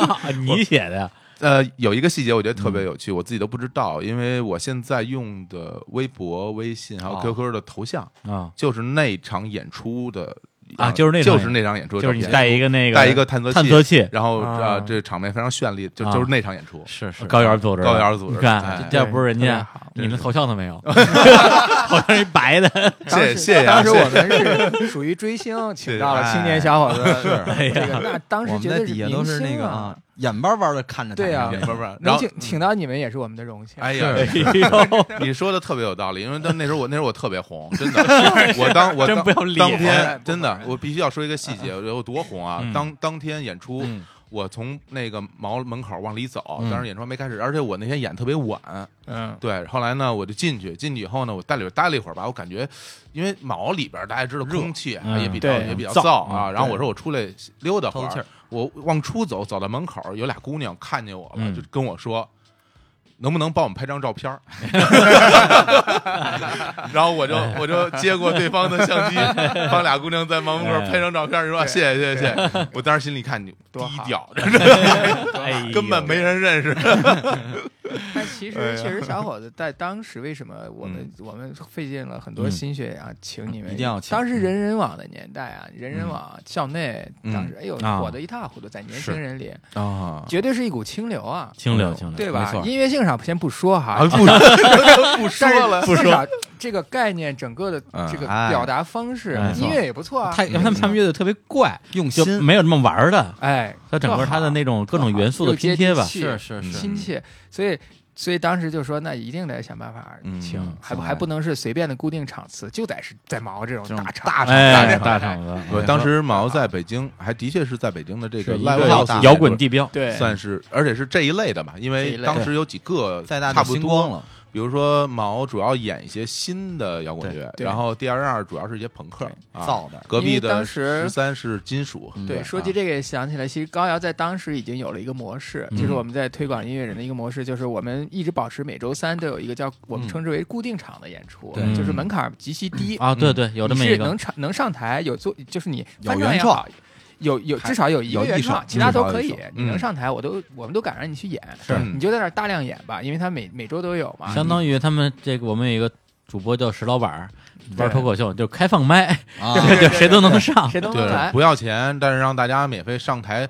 [SPEAKER 1] 啊你写的呀
[SPEAKER 2] 呃，有一个细节我觉得特
[SPEAKER 1] 嗯
[SPEAKER 2] 别有趣，我自己都不知道，因为我现在用的微博、微信还有
[SPEAKER 4] 哦
[SPEAKER 2] QQ 的头像，
[SPEAKER 1] 啊，
[SPEAKER 2] 就是那场演出的
[SPEAKER 1] 啊就是那场
[SPEAKER 2] 就是那场演出的
[SPEAKER 1] 就
[SPEAKER 2] 照
[SPEAKER 1] 是
[SPEAKER 2] 片，
[SPEAKER 1] 你带一个那个
[SPEAKER 2] 带一个探测
[SPEAKER 1] 探测器，
[SPEAKER 2] 然后
[SPEAKER 5] 啊
[SPEAKER 2] 呃，这场面非常绚丽，就
[SPEAKER 1] 啊
[SPEAKER 2] 就是那场演出，
[SPEAKER 4] 是是
[SPEAKER 1] 高原组织的，
[SPEAKER 2] 高原组织
[SPEAKER 1] 你
[SPEAKER 2] 哎
[SPEAKER 1] 看这要
[SPEAKER 5] 对
[SPEAKER 1] 不是人
[SPEAKER 5] 特别
[SPEAKER 1] 家
[SPEAKER 5] 好，
[SPEAKER 1] 你们头像都没有，好像一白的，
[SPEAKER 5] 当
[SPEAKER 2] 谢谢
[SPEAKER 5] 时
[SPEAKER 2] 谢谢啊
[SPEAKER 5] 当时
[SPEAKER 2] 谢谢
[SPEAKER 5] 我们是属于追星，请到了青年小伙子，
[SPEAKER 1] 哎
[SPEAKER 5] 这
[SPEAKER 1] 呀
[SPEAKER 5] 个那当时
[SPEAKER 4] 我们
[SPEAKER 5] 觉
[SPEAKER 4] 在
[SPEAKER 5] 得
[SPEAKER 4] 底下都是那
[SPEAKER 5] 明星
[SPEAKER 4] 个
[SPEAKER 5] 啊
[SPEAKER 4] 啊，，眼巴巴的看着他
[SPEAKER 5] 对啊
[SPEAKER 4] 们
[SPEAKER 2] 不是不是，然
[SPEAKER 5] 能
[SPEAKER 2] 后
[SPEAKER 5] 请请到你们也是我们的荣幸。
[SPEAKER 2] 哎呀，
[SPEAKER 1] 哎呦，
[SPEAKER 2] 你说的特别有道理，因为当那时候我那时候我特 别红，真的，我当我
[SPEAKER 1] 真
[SPEAKER 2] 当
[SPEAKER 1] 不要脸啊
[SPEAKER 2] 当
[SPEAKER 5] 不好意
[SPEAKER 2] 天
[SPEAKER 5] 思
[SPEAKER 2] 真的，我必须要说一个细节，我有多红啊！
[SPEAKER 1] 嗯
[SPEAKER 2] 当当天演出。
[SPEAKER 1] 嗯
[SPEAKER 2] 我从那个毛门口往里走
[SPEAKER 1] 嗯，
[SPEAKER 2] 当时演出还没开始，而且我那天演特别晚，
[SPEAKER 5] 嗯，
[SPEAKER 2] 对。后来呢，我就进去，进去以后呢，我在里边待了一会儿吧，我感觉，因为毛里边大家知道空气啊
[SPEAKER 1] 嗯
[SPEAKER 2] 也比较
[SPEAKER 5] 对
[SPEAKER 2] 也比较
[SPEAKER 1] 燥
[SPEAKER 2] 燥啊，
[SPEAKER 1] 嗯
[SPEAKER 2] 然后我说我出来溜达会
[SPEAKER 4] 透气
[SPEAKER 2] 儿
[SPEAKER 4] 儿，
[SPEAKER 2] 我往出走，走到门口，有俩姑娘看见我了，
[SPEAKER 1] 嗯
[SPEAKER 2] 就跟我说。能不能帮我们拍张照片儿？ 然后我就我就接过对方的相机，帮俩姑娘在毛门口拍张照片儿，说啊谢谢谢谢谢谢。我当时心里看你低
[SPEAKER 5] 多好
[SPEAKER 2] 调，
[SPEAKER 1] 哎呦
[SPEAKER 2] 根本没人认识。
[SPEAKER 5] 但其实确实，小伙子在当时为什么我们我们费尽了很多
[SPEAKER 1] 嗯
[SPEAKER 5] 心血啊，请你们
[SPEAKER 4] 一定要请
[SPEAKER 5] 当时人人网的年代啊，人人网校内
[SPEAKER 2] 嗯
[SPEAKER 5] 当时哎呦
[SPEAKER 1] 啊
[SPEAKER 5] 火的一塌糊涂，在年轻人里
[SPEAKER 2] 啊
[SPEAKER 5] 绝对是一股清流啊，
[SPEAKER 1] 清流清流，
[SPEAKER 5] 对
[SPEAKER 1] 没
[SPEAKER 5] 吧？
[SPEAKER 1] 错
[SPEAKER 5] 音乐性上先不说哈，
[SPEAKER 2] 不不说了，
[SPEAKER 5] 不说这个概念，整个的
[SPEAKER 2] 嗯
[SPEAKER 5] 这个
[SPEAKER 4] 哎
[SPEAKER 5] 表达方式
[SPEAKER 1] 没，
[SPEAKER 5] 音
[SPEAKER 1] 错
[SPEAKER 5] 乐也不错啊，
[SPEAKER 1] 他他们他们乐队特别怪，
[SPEAKER 4] 用
[SPEAKER 1] 就
[SPEAKER 5] 嗯
[SPEAKER 4] 心，
[SPEAKER 1] 没有这么玩儿的，
[SPEAKER 5] 哎，
[SPEAKER 1] 它整个它的那种各种元素的
[SPEAKER 5] 又接
[SPEAKER 1] 拼贴
[SPEAKER 5] 地
[SPEAKER 1] 吧，
[SPEAKER 5] 气
[SPEAKER 4] 是是是，
[SPEAKER 5] 亲
[SPEAKER 1] 嗯
[SPEAKER 5] 切，所以所以当时就说，那一定得想办法请，
[SPEAKER 1] 嗯
[SPEAKER 5] 还不
[SPEAKER 4] 是
[SPEAKER 5] 还不能是随便的固定场次，就得是在毛这种
[SPEAKER 4] 这种
[SPEAKER 5] 大场
[SPEAKER 4] 大
[SPEAKER 5] 哎
[SPEAKER 1] 哎，
[SPEAKER 5] 大
[SPEAKER 1] 大
[SPEAKER 5] 厂
[SPEAKER 1] 厂子，
[SPEAKER 2] 我当时毛在北京，还的确是在北京的这个
[SPEAKER 1] 是一
[SPEAKER 2] live
[SPEAKER 1] 个
[SPEAKER 2] house
[SPEAKER 1] 摇滚地标，
[SPEAKER 5] 对
[SPEAKER 2] 算是，而且是这一类的嘛，因
[SPEAKER 5] 这一
[SPEAKER 2] 为
[SPEAKER 5] 类
[SPEAKER 2] 当时有几个
[SPEAKER 4] 再大
[SPEAKER 2] 差
[SPEAKER 4] 就
[SPEAKER 2] 不
[SPEAKER 4] 星光
[SPEAKER 2] 多，
[SPEAKER 4] 了，
[SPEAKER 2] 比如说毛主要演一些新的摇滚乐，
[SPEAKER 5] 对对
[SPEAKER 2] 然后 D R R 主要是一些朋克啊
[SPEAKER 4] 造 的
[SPEAKER 2] 隔壁
[SPEAKER 5] 因为
[SPEAKER 2] 的
[SPEAKER 5] 当时
[SPEAKER 2] 十三是金属，
[SPEAKER 4] 嗯
[SPEAKER 5] 对，啊说起这个也想起来，其实高瑶在当时已经有了一个模式，
[SPEAKER 1] 嗯
[SPEAKER 5] 就是我们在推广音乐人的一个模式，就是我们一直保持每周三都有一个叫我们称之为固定场的演出，
[SPEAKER 1] 嗯对
[SPEAKER 5] 就是门槛极其低，
[SPEAKER 1] 啊，对对，有这么
[SPEAKER 5] 你
[SPEAKER 1] 一
[SPEAKER 5] 是
[SPEAKER 1] 个
[SPEAKER 5] 能唱能上台有做，就是你
[SPEAKER 4] 有
[SPEAKER 5] 翻唱
[SPEAKER 4] 原
[SPEAKER 5] 也好，有有至少有一个
[SPEAKER 4] 有
[SPEAKER 5] 原
[SPEAKER 4] 一
[SPEAKER 5] 创
[SPEAKER 4] 首，
[SPEAKER 5] 其他都
[SPEAKER 4] 至少
[SPEAKER 5] 可
[SPEAKER 4] 有一
[SPEAKER 5] 以
[SPEAKER 4] 首。
[SPEAKER 5] 你
[SPEAKER 2] 嗯
[SPEAKER 5] 能上台，我都我们都敢让你去演，
[SPEAKER 2] 是
[SPEAKER 4] 嗯
[SPEAKER 5] 你就在那儿大量演吧，因为他每每周都有嘛。
[SPEAKER 1] 相当于他们这个我们有一个主播叫石老板儿，玩
[SPEAKER 5] 对
[SPEAKER 1] 脱口秀就开放麦，
[SPEAKER 4] 啊，
[SPEAKER 1] 就谁都能上，
[SPEAKER 5] 谁都能
[SPEAKER 2] 对，
[SPEAKER 5] 来，
[SPEAKER 2] 不要钱，但是让大家免费上台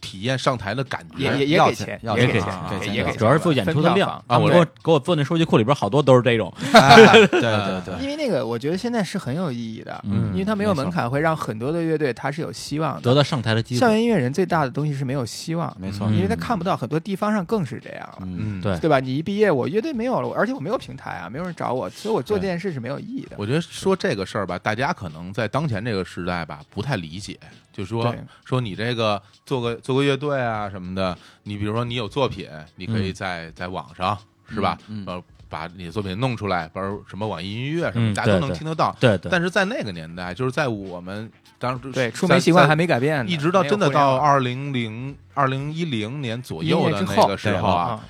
[SPEAKER 2] 体验上台的感
[SPEAKER 5] 也
[SPEAKER 2] 觉。
[SPEAKER 5] 也也
[SPEAKER 4] 要
[SPEAKER 5] 给
[SPEAKER 4] 钱
[SPEAKER 5] 钱，
[SPEAKER 4] 要
[SPEAKER 5] 也
[SPEAKER 1] 钱
[SPEAKER 5] 给
[SPEAKER 4] 啊
[SPEAKER 5] 给
[SPEAKER 4] 给钱
[SPEAKER 5] 钱也给
[SPEAKER 1] 主要是做演出的量
[SPEAKER 5] 分
[SPEAKER 1] 啊！
[SPEAKER 5] 票房
[SPEAKER 1] 我给我给我做那数据库里边好多都是这种，
[SPEAKER 4] 哎
[SPEAKER 2] 嗯
[SPEAKER 4] 对对对，
[SPEAKER 5] 因为那个我觉得现在是很有意义的，
[SPEAKER 1] 嗯
[SPEAKER 5] 因为它没有
[SPEAKER 4] 没错
[SPEAKER 5] 门槛，会让很多的乐队它是有希望的。
[SPEAKER 1] 得到上台的机
[SPEAKER 5] 校
[SPEAKER 1] 会，
[SPEAKER 5] 园音乐人最大的东西是没有希望，
[SPEAKER 4] 没错，
[SPEAKER 1] 嗯
[SPEAKER 5] 因为他看不到，很多地方上更是这样了。
[SPEAKER 4] 嗯，
[SPEAKER 2] 嗯，
[SPEAKER 1] 对
[SPEAKER 5] 对吧？你一毕业，我乐队没有了，而且我没有平台啊，没有人找我，所以我做这
[SPEAKER 2] 对
[SPEAKER 5] 件事是没有意义的。
[SPEAKER 2] 我觉得说这个事儿吧，大家可能在当前这个时代吧，不太理解，就说
[SPEAKER 5] 对
[SPEAKER 2] 说你这个做个做个乐队啊什么的，你比如说你有作品，你可以
[SPEAKER 1] 嗯
[SPEAKER 2] 在、在网上是吧？
[SPEAKER 4] 嗯嗯
[SPEAKER 2] 呃，把你的作品弄出来，包括什么网易音乐什么，
[SPEAKER 1] 嗯
[SPEAKER 2] 大家都
[SPEAKER 1] 对
[SPEAKER 2] 能
[SPEAKER 1] 对
[SPEAKER 2] 听得到。
[SPEAKER 1] 对对，
[SPEAKER 2] 但是在那个年代，就是在我们当时
[SPEAKER 5] 对，出门习惯还没改变呢，
[SPEAKER 2] 一直到真的
[SPEAKER 5] 没有
[SPEAKER 2] 到
[SPEAKER 5] 互联网
[SPEAKER 2] 二零零二零一零年左
[SPEAKER 5] 音
[SPEAKER 2] 右的
[SPEAKER 5] 乐之
[SPEAKER 2] 那
[SPEAKER 5] 后
[SPEAKER 2] 个时候啊，，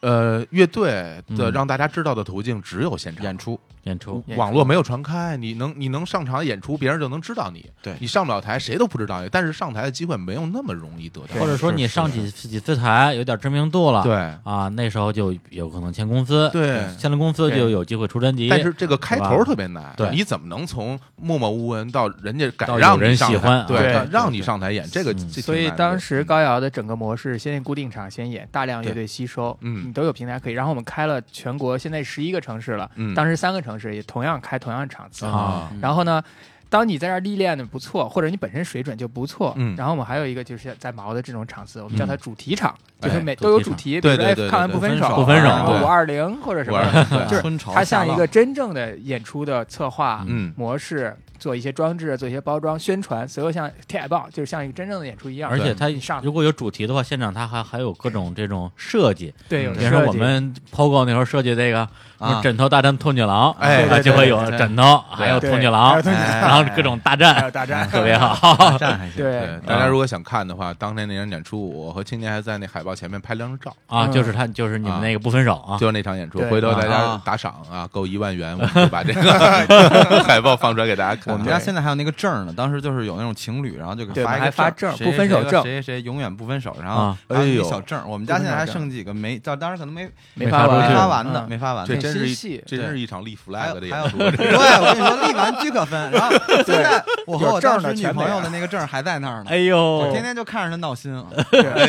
[SPEAKER 2] 呃，乐队的
[SPEAKER 1] 嗯
[SPEAKER 2] 让大家知道的途径只有现
[SPEAKER 5] 嗯
[SPEAKER 2] 场
[SPEAKER 4] 演出，
[SPEAKER 1] 演出，
[SPEAKER 5] 演
[SPEAKER 2] 网
[SPEAKER 5] 出
[SPEAKER 2] 络没有传开，你能你能上场演出，别人就能知道你。
[SPEAKER 4] 对
[SPEAKER 2] 你上不了台，谁都不知道你。但是上台的机会没有那么容易得到。
[SPEAKER 1] 或者说你上几几次台有点知名度了，
[SPEAKER 2] 对，
[SPEAKER 1] 啊，那时候就有可能签公司，
[SPEAKER 2] 对
[SPEAKER 1] 签了公司
[SPEAKER 5] 对
[SPEAKER 1] 就有机会出专辑，
[SPEAKER 2] 但是这个开头特别难。
[SPEAKER 1] 对
[SPEAKER 2] 你怎么能从默默无闻到人家
[SPEAKER 1] 到
[SPEAKER 2] 敢
[SPEAKER 1] 有
[SPEAKER 2] 让
[SPEAKER 1] 人
[SPEAKER 2] 你上
[SPEAKER 1] 喜
[SPEAKER 2] 台？
[SPEAKER 1] 欢啊
[SPEAKER 2] 对，
[SPEAKER 5] 对
[SPEAKER 2] 让让你上台演这个，
[SPEAKER 1] 嗯
[SPEAKER 2] 这挺
[SPEAKER 5] 所以
[SPEAKER 2] 难的
[SPEAKER 5] 当时高瑶的整个模式，先固定场先演，大量乐队吸收，
[SPEAKER 2] 嗯
[SPEAKER 5] 你都有平台可以。然后我们开了全国现在十一个城市了，
[SPEAKER 2] 嗯
[SPEAKER 5] 当时三个城市也同样开同样场次。
[SPEAKER 1] 啊，
[SPEAKER 5] 然后呢，当你在这儿历练的不错，或者你本身水准就不错，
[SPEAKER 2] 嗯
[SPEAKER 5] 然后我们还有一个就是在毛的这种场次，我们叫它
[SPEAKER 1] 嗯
[SPEAKER 5] 主题场，
[SPEAKER 2] 哎
[SPEAKER 5] 就是每
[SPEAKER 1] 主题
[SPEAKER 5] 都有主
[SPEAKER 1] 场
[SPEAKER 5] 题，比
[SPEAKER 2] 对
[SPEAKER 5] 如说
[SPEAKER 2] 对
[SPEAKER 5] 哎
[SPEAKER 2] 对对
[SPEAKER 5] 看完
[SPEAKER 2] 对
[SPEAKER 5] 不分
[SPEAKER 4] 分手
[SPEAKER 5] 手，
[SPEAKER 1] 不分手
[SPEAKER 5] 然后
[SPEAKER 1] 对
[SPEAKER 5] 五二零或者什
[SPEAKER 2] 我
[SPEAKER 5] 么，
[SPEAKER 2] 对
[SPEAKER 5] 就是
[SPEAKER 4] 春潮
[SPEAKER 5] 它像
[SPEAKER 4] 夏
[SPEAKER 5] 一
[SPEAKER 4] 浪
[SPEAKER 5] 个真正的演出的策划，
[SPEAKER 2] 嗯
[SPEAKER 5] 模式，做一些装置，做一些包装、宣传，所有像贴海报，就是像一个真正的演出一样。
[SPEAKER 1] 而且它
[SPEAKER 5] 你上
[SPEAKER 1] 如果有主题的话，现场它还还有各种这种设计，
[SPEAKER 5] 对，有
[SPEAKER 1] 比如说
[SPEAKER 5] 设
[SPEAKER 1] 我
[SPEAKER 5] 计
[SPEAKER 1] 们 POGO 那会儿设计这个什么
[SPEAKER 4] 啊，
[SPEAKER 1] 枕头大战兔女郎，
[SPEAKER 2] 哎
[SPEAKER 1] 啊
[SPEAKER 5] 对对
[SPEAKER 1] 就会有
[SPEAKER 5] 对
[SPEAKER 1] 枕头，还有
[SPEAKER 5] 对
[SPEAKER 1] 兔女
[SPEAKER 5] 还
[SPEAKER 1] 郎哎
[SPEAKER 5] 有，兔女郎
[SPEAKER 1] 然后各种大
[SPEAKER 5] 还
[SPEAKER 1] 战，啊
[SPEAKER 5] 有大战，
[SPEAKER 1] 特别好，
[SPEAKER 4] 站还行，
[SPEAKER 5] 对啊
[SPEAKER 2] 对，大家如果想看的话，当天那场演出，我和青年还在那海报前面拍了张照，
[SPEAKER 1] 啊，
[SPEAKER 5] 嗯
[SPEAKER 1] 就是他就是你们那个不分手啊，
[SPEAKER 2] 就是那场演出。
[SPEAKER 5] 对
[SPEAKER 2] 回头大家
[SPEAKER 4] 啊
[SPEAKER 2] 打赏啊，够一万元，我们就把这个 海报放出来给大家看。
[SPEAKER 4] 我们家现在还有那个证呢，当时就是有那种情侣，然后就给
[SPEAKER 5] 对
[SPEAKER 4] 发一
[SPEAKER 5] 还
[SPEAKER 4] 个
[SPEAKER 5] 发证
[SPEAKER 4] 证，
[SPEAKER 5] 不分手证
[SPEAKER 4] 证，谁谁谁永远不分手，然后
[SPEAKER 1] 啊
[SPEAKER 4] 还有
[SPEAKER 2] 哎
[SPEAKER 4] 一
[SPEAKER 2] 呦
[SPEAKER 4] 小证。我们家
[SPEAKER 5] 不
[SPEAKER 4] 现在
[SPEAKER 5] 分手
[SPEAKER 4] 还
[SPEAKER 5] 证
[SPEAKER 4] 剩几个没，到当时可能没
[SPEAKER 5] 没
[SPEAKER 1] 发
[SPEAKER 5] 发
[SPEAKER 1] 出
[SPEAKER 4] 没
[SPEAKER 1] 去
[SPEAKER 4] 发完呢，
[SPEAKER 5] 嗯
[SPEAKER 4] 没发完。
[SPEAKER 2] 这真
[SPEAKER 5] 很
[SPEAKER 2] 是
[SPEAKER 5] 心
[SPEAKER 2] 一
[SPEAKER 5] 细
[SPEAKER 2] 真是一场立
[SPEAKER 4] 还
[SPEAKER 2] flag
[SPEAKER 4] 有
[SPEAKER 2] 的
[SPEAKER 4] 还
[SPEAKER 2] 演
[SPEAKER 4] 有，
[SPEAKER 2] 出，
[SPEAKER 4] 对， 我跟你说，立完即可分。然后现在我和我当时女朋友的那个证还在那儿呢
[SPEAKER 1] 哎，呦
[SPEAKER 4] 我， 天天就看着她闹心啊。
[SPEAKER 2] 哎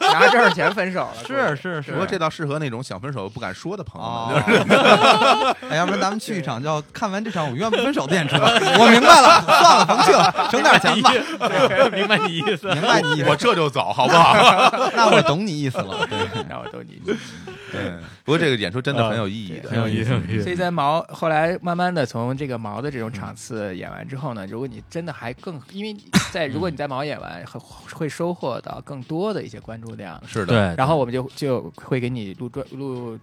[SPEAKER 5] 拿证儿钱分手 了，
[SPEAKER 4] 是是
[SPEAKER 2] 不过这倒适合那种想分手不敢说的朋友们
[SPEAKER 4] 哦，， 哎，要不然咱们去一场叫看完这场我永远不分手的演出吧。我明白了，算了，甭去了，省点钱吧。
[SPEAKER 1] 明白你意思
[SPEAKER 4] 明白你意
[SPEAKER 2] 我
[SPEAKER 4] 思，
[SPEAKER 2] 这就走，好不好？
[SPEAKER 4] 那我懂你意思 了。对，
[SPEAKER 5] 然后都你。
[SPEAKER 2] 不过这个演出真的很有意义
[SPEAKER 5] 对
[SPEAKER 2] 的，
[SPEAKER 1] 很有意思，很有意
[SPEAKER 5] 所以
[SPEAKER 1] 思
[SPEAKER 5] 在毛后来慢慢的从这个毛的这种场次演完之后呢，如果你真的还更，因为在如果你在毛演完，很会收获到更多的一些关注量。
[SPEAKER 2] 是的，
[SPEAKER 1] 对，
[SPEAKER 5] 然后我们就就会给你录专录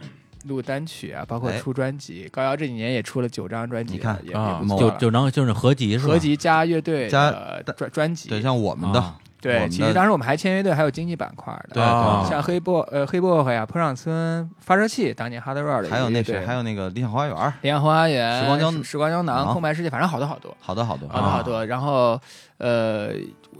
[SPEAKER 5] 录单曲啊，包括
[SPEAKER 4] 哎
[SPEAKER 5] 出专辑。高瑶这几年也出了九张专辑，
[SPEAKER 4] 你看
[SPEAKER 5] 也
[SPEAKER 1] 啊
[SPEAKER 5] 也不，
[SPEAKER 1] 就
[SPEAKER 5] 错了
[SPEAKER 1] 就能就是合集是吧
[SPEAKER 5] 合，集加乐队
[SPEAKER 4] 加
[SPEAKER 5] 的专专辑。
[SPEAKER 4] 对，像我们的
[SPEAKER 1] 啊，
[SPEAKER 4] 我
[SPEAKER 5] 对，
[SPEAKER 4] 们
[SPEAKER 5] 其
[SPEAKER 4] 的
[SPEAKER 5] 实当时我们还签乐队，还有经济板块的，
[SPEAKER 4] 对
[SPEAKER 1] 啊
[SPEAKER 5] 像黑薄呃黑薄荷呀、坡上村、发射器，当年 Hardware 的，
[SPEAKER 4] 还有那谁，还有那个理想花园，
[SPEAKER 5] 莲花花园、
[SPEAKER 4] 时光胶啊
[SPEAKER 5] 时光胶囊、
[SPEAKER 4] 囊
[SPEAKER 5] 空白世界，反正好多好多，
[SPEAKER 4] 好多好啊多
[SPEAKER 5] 啊好多好多。然后呃，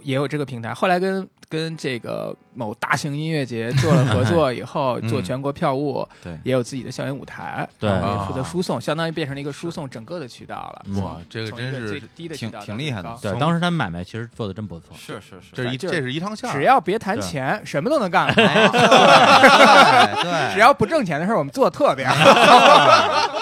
[SPEAKER 5] 也有这个平台。后来跟跟这个某大型音 乐节做了合作以后，做全国票务，
[SPEAKER 4] 嗯对啊
[SPEAKER 5] 也有自己的校园舞台，
[SPEAKER 1] 对
[SPEAKER 5] 然后也负责输送，相当于变成了一个输送整个的渠道了。
[SPEAKER 1] 嗯
[SPEAKER 2] 哇，啊这个
[SPEAKER 5] 从一
[SPEAKER 2] 真
[SPEAKER 5] 最
[SPEAKER 2] 是
[SPEAKER 5] 低的
[SPEAKER 4] 挺
[SPEAKER 5] 渠道
[SPEAKER 4] 挺
[SPEAKER 5] 到
[SPEAKER 4] 厉
[SPEAKER 5] 最
[SPEAKER 4] 害的
[SPEAKER 5] 高
[SPEAKER 1] 对，当时他买卖其实做的真不错，
[SPEAKER 4] 是是是，
[SPEAKER 2] 这是一
[SPEAKER 5] 就
[SPEAKER 2] 这是一趟线儿，
[SPEAKER 5] 只要别谈
[SPEAKER 1] 对
[SPEAKER 5] 钱，什么都能干。
[SPEAKER 4] 哎对对， 啊
[SPEAKER 5] 只要不挣钱的事儿，我们做得特别好。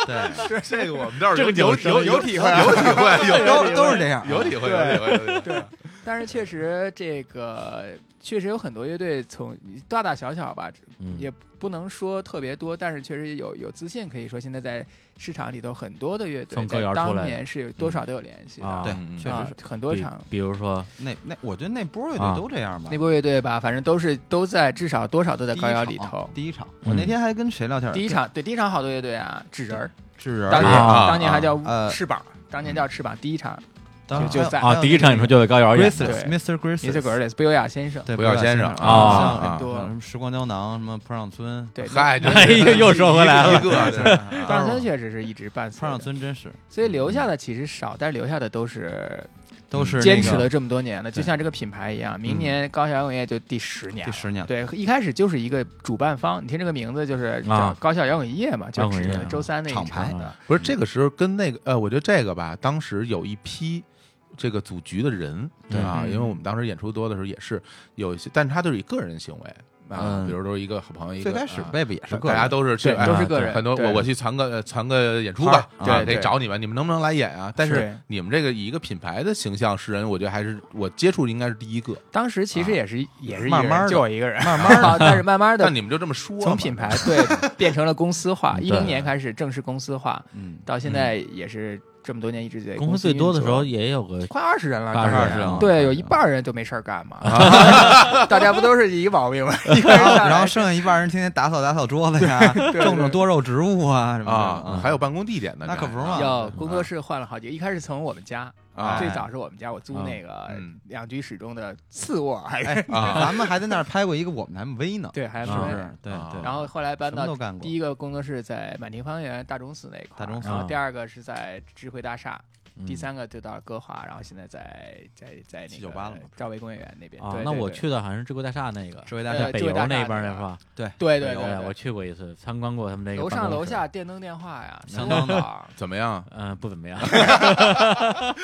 [SPEAKER 4] 对
[SPEAKER 2] 这个我们倒是
[SPEAKER 1] 这个
[SPEAKER 2] 有
[SPEAKER 1] 有
[SPEAKER 2] 有有体会，有体会，有
[SPEAKER 4] 都都是这样，
[SPEAKER 2] 有体会，有体会有体会，对，
[SPEAKER 5] 但是确实，这个确实有很多乐队从大大小小吧，
[SPEAKER 1] 嗯，
[SPEAKER 5] 也不能说特别多，但是确实有有自信，可以说现在在市场里头很多的乐队
[SPEAKER 1] 从歌
[SPEAKER 5] 在
[SPEAKER 1] 谣出来
[SPEAKER 5] 当
[SPEAKER 1] 的
[SPEAKER 5] 年是有多少都有联系的，
[SPEAKER 1] 啊
[SPEAKER 4] 对
[SPEAKER 2] 嗯，
[SPEAKER 4] 确
[SPEAKER 5] 啊
[SPEAKER 4] 实是
[SPEAKER 5] 很多
[SPEAKER 1] 比
[SPEAKER 5] 场。
[SPEAKER 1] 比如说
[SPEAKER 4] 那那我觉得那波乐
[SPEAKER 1] 啊
[SPEAKER 4] 队都这样吧
[SPEAKER 5] 那。波乐队吧，反正都是都在，至少多少都在
[SPEAKER 4] 第一
[SPEAKER 5] 高
[SPEAKER 4] 场啊
[SPEAKER 5] 谣里头。
[SPEAKER 4] 第一场，
[SPEAKER 1] 嗯
[SPEAKER 4] 我那天还跟谁聊天？
[SPEAKER 5] 第一场对第一场好多乐队啊，纸人儿，
[SPEAKER 4] 是
[SPEAKER 5] 当
[SPEAKER 1] 纸
[SPEAKER 5] 年
[SPEAKER 1] 人儿
[SPEAKER 5] 当年还叫
[SPEAKER 4] 呃
[SPEAKER 5] 翅膀，当年叫翅膀。第一场
[SPEAKER 4] 当
[SPEAKER 5] 就就在
[SPEAKER 1] 啊，第一场你说就在高窑演的，
[SPEAKER 5] 对
[SPEAKER 4] Mr.
[SPEAKER 5] 也是 g
[SPEAKER 4] Grace，
[SPEAKER 5] r 不优雅先生，
[SPEAKER 4] 对，
[SPEAKER 2] 不要先生
[SPEAKER 1] 啊
[SPEAKER 5] 啊
[SPEAKER 4] 像
[SPEAKER 5] 啊
[SPEAKER 4] 像什么时光胶囊，什么坡上村，
[SPEAKER 5] 对，
[SPEAKER 2] 嗨，这
[SPEAKER 1] 哎呦，又说回来
[SPEAKER 2] 一
[SPEAKER 1] 了，
[SPEAKER 2] 个啊
[SPEAKER 4] 对
[SPEAKER 2] 是
[SPEAKER 5] 坡上村确实是一直伴随
[SPEAKER 4] 坡上
[SPEAKER 5] 的，
[SPEAKER 4] 村真是
[SPEAKER 5] 所以留下的其实少，但是留下的都是
[SPEAKER 4] 都是
[SPEAKER 5] 坚持
[SPEAKER 4] 那
[SPEAKER 5] 了
[SPEAKER 4] 个
[SPEAKER 5] 这么多年的，就
[SPEAKER 4] 对
[SPEAKER 5] 像这个品牌一样，明年高校摇滚乐就第十年
[SPEAKER 4] 第
[SPEAKER 5] 了。
[SPEAKER 4] 十年了，
[SPEAKER 5] 对，一开始就是一个主办方，你听这个名字就是叫
[SPEAKER 1] 啊
[SPEAKER 5] 高校摇滚夜嘛，就
[SPEAKER 1] 摇滚
[SPEAKER 5] 是
[SPEAKER 1] 夜
[SPEAKER 5] 周三那一
[SPEAKER 4] 厂
[SPEAKER 5] 场
[SPEAKER 4] 牌
[SPEAKER 1] 嗯
[SPEAKER 5] 的。
[SPEAKER 2] 不是这个时候跟那个呃，我觉得这个吧，当时有一批。这个组局的人，
[SPEAKER 1] 对
[SPEAKER 2] 啊，因
[SPEAKER 5] 嗯
[SPEAKER 2] 为我们当时演出多的时候也是有一些，但是他就是以个人行为啊，
[SPEAKER 4] 嗯
[SPEAKER 2] 比如说一个好朋友，一个
[SPEAKER 4] 最开始
[SPEAKER 2] 啊
[SPEAKER 4] 贝贝也是个
[SPEAKER 2] 大家
[SPEAKER 4] 人
[SPEAKER 2] 都是去
[SPEAKER 5] 对，
[SPEAKER 2] 哎
[SPEAKER 5] 都是个人。
[SPEAKER 2] 很多
[SPEAKER 5] 对
[SPEAKER 2] 我我去攒个攒个演出吧，
[SPEAKER 4] 摊儿
[SPEAKER 2] 啊得
[SPEAKER 5] 对对
[SPEAKER 2] 找你们，你们能不能来演啊？但是
[SPEAKER 5] 是
[SPEAKER 2] 你们这个以一个品牌的形象示人，我觉得还是我接触的应该是第一个。
[SPEAKER 5] 当时其实也是也是一个人
[SPEAKER 4] 慢慢地
[SPEAKER 5] 就我一个人，
[SPEAKER 4] 慢慢
[SPEAKER 5] 啊但是慢慢的
[SPEAKER 2] 但你们就这么说嘛，
[SPEAKER 5] 从品牌对变成了公司化，一
[SPEAKER 1] 对
[SPEAKER 5] 零年开始正式公司化，
[SPEAKER 4] 嗯，
[SPEAKER 5] 到现在也是这么多年一直在
[SPEAKER 1] 公司最多的时候
[SPEAKER 5] 运作。
[SPEAKER 1] 也有个
[SPEAKER 5] 快二十人了，啊
[SPEAKER 1] 快
[SPEAKER 5] 当
[SPEAKER 1] 20
[SPEAKER 5] 然
[SPEAKER 4] 啊
[SPEAKER 1] 人了
[SPEAKER 5] 对，有一半人都没事儿干嘛， 大家不都是一个毛病吗？一个人
[SPEAKER 4] 然后
[SPEAKER 5] 干嘛
[SPEAKER 4] 然后剩下一半人天天打扫打扫桌子呀，种种多肉植物啊什么的
[SPEAKER 2] 啊，还
[SPEAKER 4] 有
[SPEAKER 2] 有办公地点呢，
[SPEAKER 4] 那可不是
[SPEAKER 1] 啊
[SPEAKER 2] 嘛，
[SPEAKER 4] 嘛
[SPEAKER 5] 要工作室换了好几个，一开始从我们家，
[SPEAKER 2] 啊
[SPEAKER 5] 最早是我们家我租那个
[SPEAKER 2] 嗯
[SPEAKER 5] 两居室中的次卧，还是
[SPEAKER 4] 哎，
[SPEAKER 2] 啊
[SPEAKER 4] 咱们还在那儿拍过一个我们的 MV 呢，
[SPEAKER 5] 对，还
[SPEAKER 4] 是
[SPEAKER 5] 是
[SPEAKER 4] 不是？对
[SPEAKER 2] 啊
[SPEAKER 4] 对。
[SPEAKER 5] 然后后来搬
[SPEAKER 4] 什么
[SPEAKER 5] 到
[SPEAKER 4] 都干过
[SPEAKER 5] 第一个工作室在满庭芳园大钟寺那一块儿，
[SPEAKER 4] 大钟寺
[SPEAKER 5] 然后
[SPEAKER 1] 啊
[SPEAKER 5] 第二个是在智慧大厦，
[SPEAKER 1] 嗯
[SPEAKER 5] 第三个就到了歌华，然后现在在在在那
[SPEAKER 4] 七九八了
[SPEAKER 5] 个
[SPEAKER 4] 嘛
[SPEAKER 5] 赵薇工业园那边。
[SPEAKER 1] 啊
[SPEAKER 5] 对，
[SPEAKER 1] 那
[SPEAKER 5] 对
[SPEAKER 1] 我
[SPEAKER 5] 对
[SPEAKER 1] 去的好像是智慧大厦那个，
[SPEAKER 4] 智慧大厦
[SPEAKER 1] 在
[SPEAKER 5] 呃
[SPEAKER 1] 北
[SPEAKER 5] 智
[SPEAKER 1] 邮
[SPEAKER 5] 慧大厦
[SPEAKER 1] 那边儿那
[SPEAKER 5] 那个
[SPEAKER 1] 是吧？
[SPEAKER 5] 对
[SPEAKER 1] 北
[SPEAKER 5] 对
[SPEAKER 1] 邮
[SPEAKER 5] 对，对
[SPEAKER 1] 我去过一次，参观过他们那个
[SPEAKER 5] 楼上
[SPEAKER 1] 办公
[SPEAKER 5] 楼
[SPEAKER 1] 室，
[SPEAKER 5] 下电灯电话呀，
[SPEAKER 4] 相
[SPEAKER 5] 多
[SPEAKER 4] 当的
[SPEAKER 5] 好。
[SPEAKER 2] 怎么样？
[SPEAKER 1] 嗯、不怎么 样，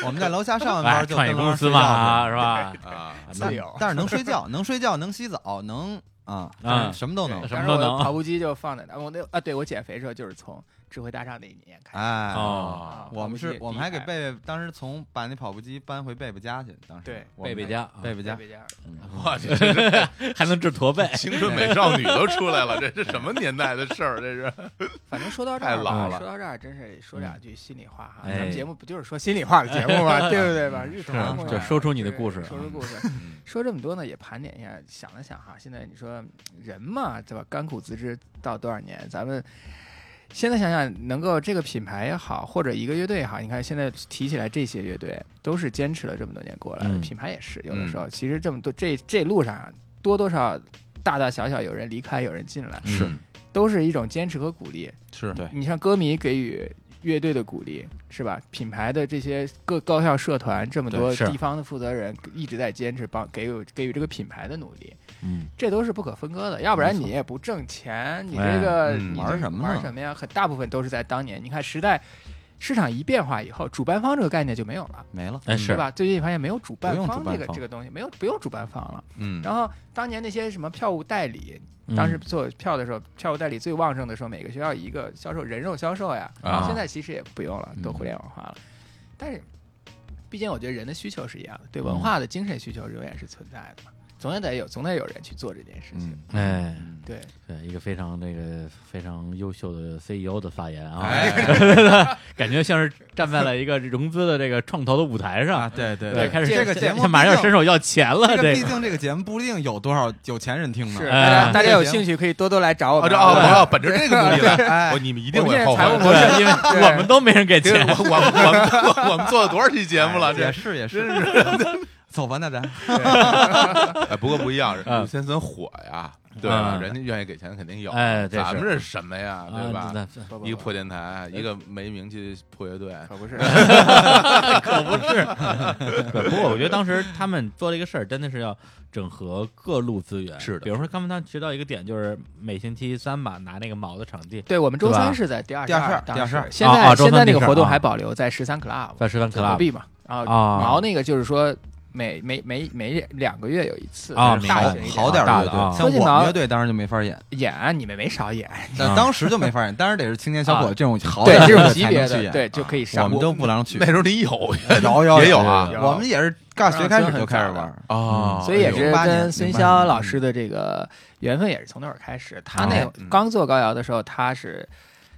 [SPEAKER 4] 我们在楼下上完
[SPEAKER 1] 哎，
[SPEAKER 4] 班就
[SPEAKER 1] 创业
[SPEAKER 4] 跟楼
[SPEAKER 1] 公
[SPEAKER 4] 上
[SPEAKER 1] 司
[SPEAKER 4] 睡
[SPEAKER 1] 嘛，
[SPEAKER 4] 觉
[SPEAKER 1] 啊是吧？
[SPEAKER 2] 啊，
[SPEAKER 5] 自由
[SPEAKER 4] 去，但是能睡觉，能睡觉，能洗澡，能啊
[SPEAKER 1] 嗯，
[SPEAKER 4] 什么都能
[SPEAKER 5] 对。
[SPEAKER 1] 什么
[SPEAKER 5] 当时
[SPEAKER 1] 都
[SPEAKER 5] 我
[SPEAKER 1] 能
[SPEAKER 5] 跑步机就放在那，我那啊，对我减肥的时候就是从智慧大厦那一年开始。
[SPEAKER 4] 哎，
[SPEAKER 1] 哦，
[SPEAKER 5] 啊
[SPEAKER 4] 我们
[SPEAKER 5] 跑步
[SPEAKER 4] 是
[SPEAKER 5] 机，
[SPEAKER 4] 我们还给
[SPEAKER 5] 第一排
[SPEAKER 4] 贝贝当时从把那跑步机搬回贝贝家去，当时
[SPEAKER 5] 对
[SPEAKER 4] 我
[SPEAKER 1] 贝
[SPEAKER 4] 们
[SPEAKER 1] 贝家，啊
[SPEAKER 4] 贝贝家嗯
[SPEAKER 5] 贝贝家
[SPEAKER 2] 我去，这是
[SPEAKER 1] 还能治驼背，
[SPEAKER 2] 青春美少女都出来了，这是什么年代的事儿？这是
[SPEAKER 5] 反正说到这
[SPEAKER 2] 太
[SPEAKER 5] 儿
[SPEAKER 2] 老
[SPEAKER 5] 吧，
[SPEAKER 2] 了
[SPEAKER 5] 说到这儿真是说两句心里话哈。
[SPEAKER 1] 哎
[SPEAKER 5] 咱们节目不就是说心里话的节 目吗？对不对吧？日
[SPEAKER 1] 啊
[SPEAKER 5] 常
[SPEAKER 1] 就说出你的故事嗯
[SPEAKER 5] 说出故事。 说这么多呢，也盘点一下，想了想哈，现在你说人嘛，对吧？甘苦自知到多少年？咱们现在想想，能够这个品牌也好，或者一个乐队也好，你看现在提起来这些乐队，都是坚持了这么多年过来的，
[SPEAKER 1] 嗯
[SPEAKER 5] 品牌也是有的时候，其实这么多这这路上啊多多少少大大小小有人离开，有人进来，
[SPEAKER 1] 是
[SPEAKER 5] 都是一种坚持和鼓励。
[SPEAKER 2] 是
[SPEAKER 4] 对
[SPEAKER 5] 你像歌迷给予乐队的鼓励，是吧？品牌的这些各高校社团这么多
[SPEAKER 1] 对是
[SPEAKER 5] 地方的负责人一直在坚持帮给予给予这个品牌的努力，
[SPEAKER 1] 嗯，
[SPEAKER 5] 这都是不可分割的。要不然你也不挣钱，你
[SPEAKER 1] 哎
[SPEAKER 5] 这个、
[SPEAKER 2] 嗯
[SPEAKER 5] 你
[SPEAKER 4] 玩什么呢
[SPEAKER 5] 玩什么呀？很大部分都是在当年，你看时代。市场一变化以后，主办方这个概念就没有了，
[SPEAKER 4] 没了。
[SPEAKER 1] 哎是
[SPEAKER 5] 对吧？最近发现没有主办
[SPEAKER 4] 嗯不用主
[SPEAKER 5] 方这个
[SPEAKER 4] 办方
[SPEAKER 5] 这个东西，没有不用主办方了。
[SPEAKER 2] 嗯
[SPEAKER 5] 然后当年那些什么票务代理，
[SPEAKER 1] 嗯
[SPEAKER 5] 当时做票的时候，票务代理最旺盛的时候，每个学校一个销售人肉销售呀。
[SPEAKER 2] 啊
[SPEAKER 5] 现在其实也不用了，
[SPEAKER 4] 嗯
[SPEAKER 5] 都互联网化了。但是，毕竟我觉得人的需求是一样的，对
[SPEAKER 1] 嗯
[SPEAKER 5] 文化的精神需求永远是存在的嘛，总也得有，总得有人去做这件事情。
[SPEAKER 4] 嗯，
[SPEAKER 1] 哎，
[SPEAKER 5] 对，
[SPEAKER 1] 对，一个非常这个非常优秀的 CEO 的发言啊，
[SPEAKER 2] 哎，
[SPEAKER 1] 感觉像是站在了一个融资的这个创投的舞台上，
[SPEAKER 4] 啊，对对
[SPEAKER 1] 对，开始
[SPEAKER 4] 这个节目
[SPEAKER 1] 像马上
[SPEAKER 4] 毕
[SPEAKER 1] 要
[SPEAKER 4] 竟
[SPEAKER 1] 伸手要钱了，
[SPEAKER 4] 这 个毕
[SPEAKER 1] 个
[SPEAKER 4] 竟这个节目不一定有多少有钱人听呢。
[SPEAKER 5] 是
[SPEAKER 1] 哎
[SPEAKER 5] 大家大家有
[SPEAKER 4] 这个节
[SPEAKER 5] 兴趣可以多多来找我
[SPEAKER 2] 哦，
[SPEAKER 5] 们
[SPEAKER 2] 这
[SPEAKER 5] 啊。
[SPEAKER 2] 哦，
[SPEAKER 5] 对
[SPEAKER 2] 我要本着这个目的来，
[SPEAKER 4] 哎
[SPEAKER 2] 哦你们一
[SPEAKER 5] 一
[SPEAKER 2] 定会后悔
[SPEAKER 5] 财务
[SPEAKER 2] 的。
[SPEAKER 5] 模式，
[SPEAKER 1] 对，因为
[SPEAKER 5] 对
[SPEAKER 1] 我们都没人给
[SPEAKER 2] 这个
[SPEAKER 1] 钱，
[SPEAKER 2] 我我我们我我们做了多少期节目了？这
[SPEAKER 4] 也是也是，走吧，那咱
[SPEAKER 2] 哎，不过不一样，
[SPEAKER 1] 嗯
[SPEAKER 2] 鲁先生火呀，对吧？
[SPEAKER 1] 嗯
[SPEAKER 2] 人家愿意给钱肯定有，
[SPEAKER 1] 哎这是
[SPEAKER 2] 咱们这什么呀，对
[SPEAKER 1] 啊
[SPEAKER 2] 吧？
[SPEAKER 1] 那
[SPEAKER 5] 不不
[SPEAKER 2] 一个
[SPEAKER 5] 不
[SPEAKER 2] 破电台，一个没名气破乐队，
[SPEAKER 5] 可不是，
[SPEAKER 1] 可不是。对不过我觉得当时他们做了一个事儿，真的是要整合各路资源。
[SPEAKER 2] 是的
[SPEAKER 1] 比如说他们当时提到一个点，就是每星期三吧，拿那个毛的场地，
[SPEAKER 5] 对我们周
[SPEAKER 1] 对吧
[SPEAKER 5] 三是在第二
[SPEAKER 4] 第二
[SPEAKER 5] 十
[SPEAKER 4] 十
[SPEAKER 5] 二
[SPEAKER 4] 二
[SPEAKER 5] 当
[SPEAKER 4] 第二十
[SPEAKER 5] 时
[SPEAKER 4] 二
[SPEAKER 5] 现
[SPEAKER 1] 啊
[SPEAKER 5] 在
[SPEAKER 1] 啊周
[SPEAKER 5] 现在
[SPEAKER 1] 三那
[SPEAKER 5] 那个
[SPEAKER 1] 个
[SPEAKER 5] 活动
[SPEAKER 1] 啊
[SPEAKER 5] 还保留在十三 club，
[SPEAKER 1] 在十三
[SPEAKER 5] 隔
[SPEAKER 1] club
[SPEAKER 5] 壁嘛，啊，
[SPEAKER 1] 啊
[SPEAKER 5] 毛那个就是说每每每每两个月有一次
[SPEAKER 1] 啊
[SPEAKER 5] 就是
[SPEAKER 1] 明白
[SPEAKER 5] 大
[SPEAKER 4] 好
[SPEAKER 5] 型一
[SPEAKER 4] 好
[SPEAKER 5] 点
[SPEAKER 4] 点
[SPEAKER 1] 大
[SPEAKER 4] 乐
[SPEAKER 1] 的啊
[SPEAKER 4] 队，像
[SPEAKER 5] 说起
[SPEAKER 4] 我
[SPEAKER 5] 毛
[SPEAKER 4] 们乐队当时就没法演，
[SPEAKER 5] 演啊，你们没少演，
[SPEAKER 4] 但
[SPEAKER 1] 啊
[SPEAKER 4] 当时就没法演，当时得是青年小伙
[SPEAKER 1] 啊
[SPEAKER 4] 这种好
[SPEAKER 5] 对
[SPEAKER 4] 点
[SPEAKER 5] 这
[SPEAKER 4] 乐
[SPEAKER 5] 种
[SPEAKER 4] 队
[SPEAKER 5] 级
[SPEAKER 4] 哦才
[SPEAKER 5] 别
[SPEAKER 4] 能去
[SPEAKER 5] 的，
[SPEAKER 4] 演，啊
[SPEAKER 5] 对就可以上。
[SPEAKER 4] 我们都不让去
[SPEAKER 2] 那。时候你有
[SPEAKER 4] 有有
[SPEAKER 2] 也有啊
[SPEAKER 5] 有
[SPEAKER 4] 我们也是大学开始就开始
[SPEAKER 5] 有
[SPEAKER 4] 玩，
[SPEAKER 2] 啊
[SPEAKER 5] 所以也
[SPEAKER 4] 有
[SPEAKER 5] 是
[SPEAKER 4] 08
[SPEAKER 5] 跟
[SPEAKER 4] 年
[SPEAKER 5] 孙
[SPEAKER 4] 08
[SPEAKER 5] 骁
[SPEAKER 4] 年嗯啊
[SPEAKER 5] 老师的这个缘分也是从那会儿开始。他那
[SPEAKER 1] 哦
[SPEAKER 2] 嗯
[SPEAKER 5] 刚做高瑶的时候，他是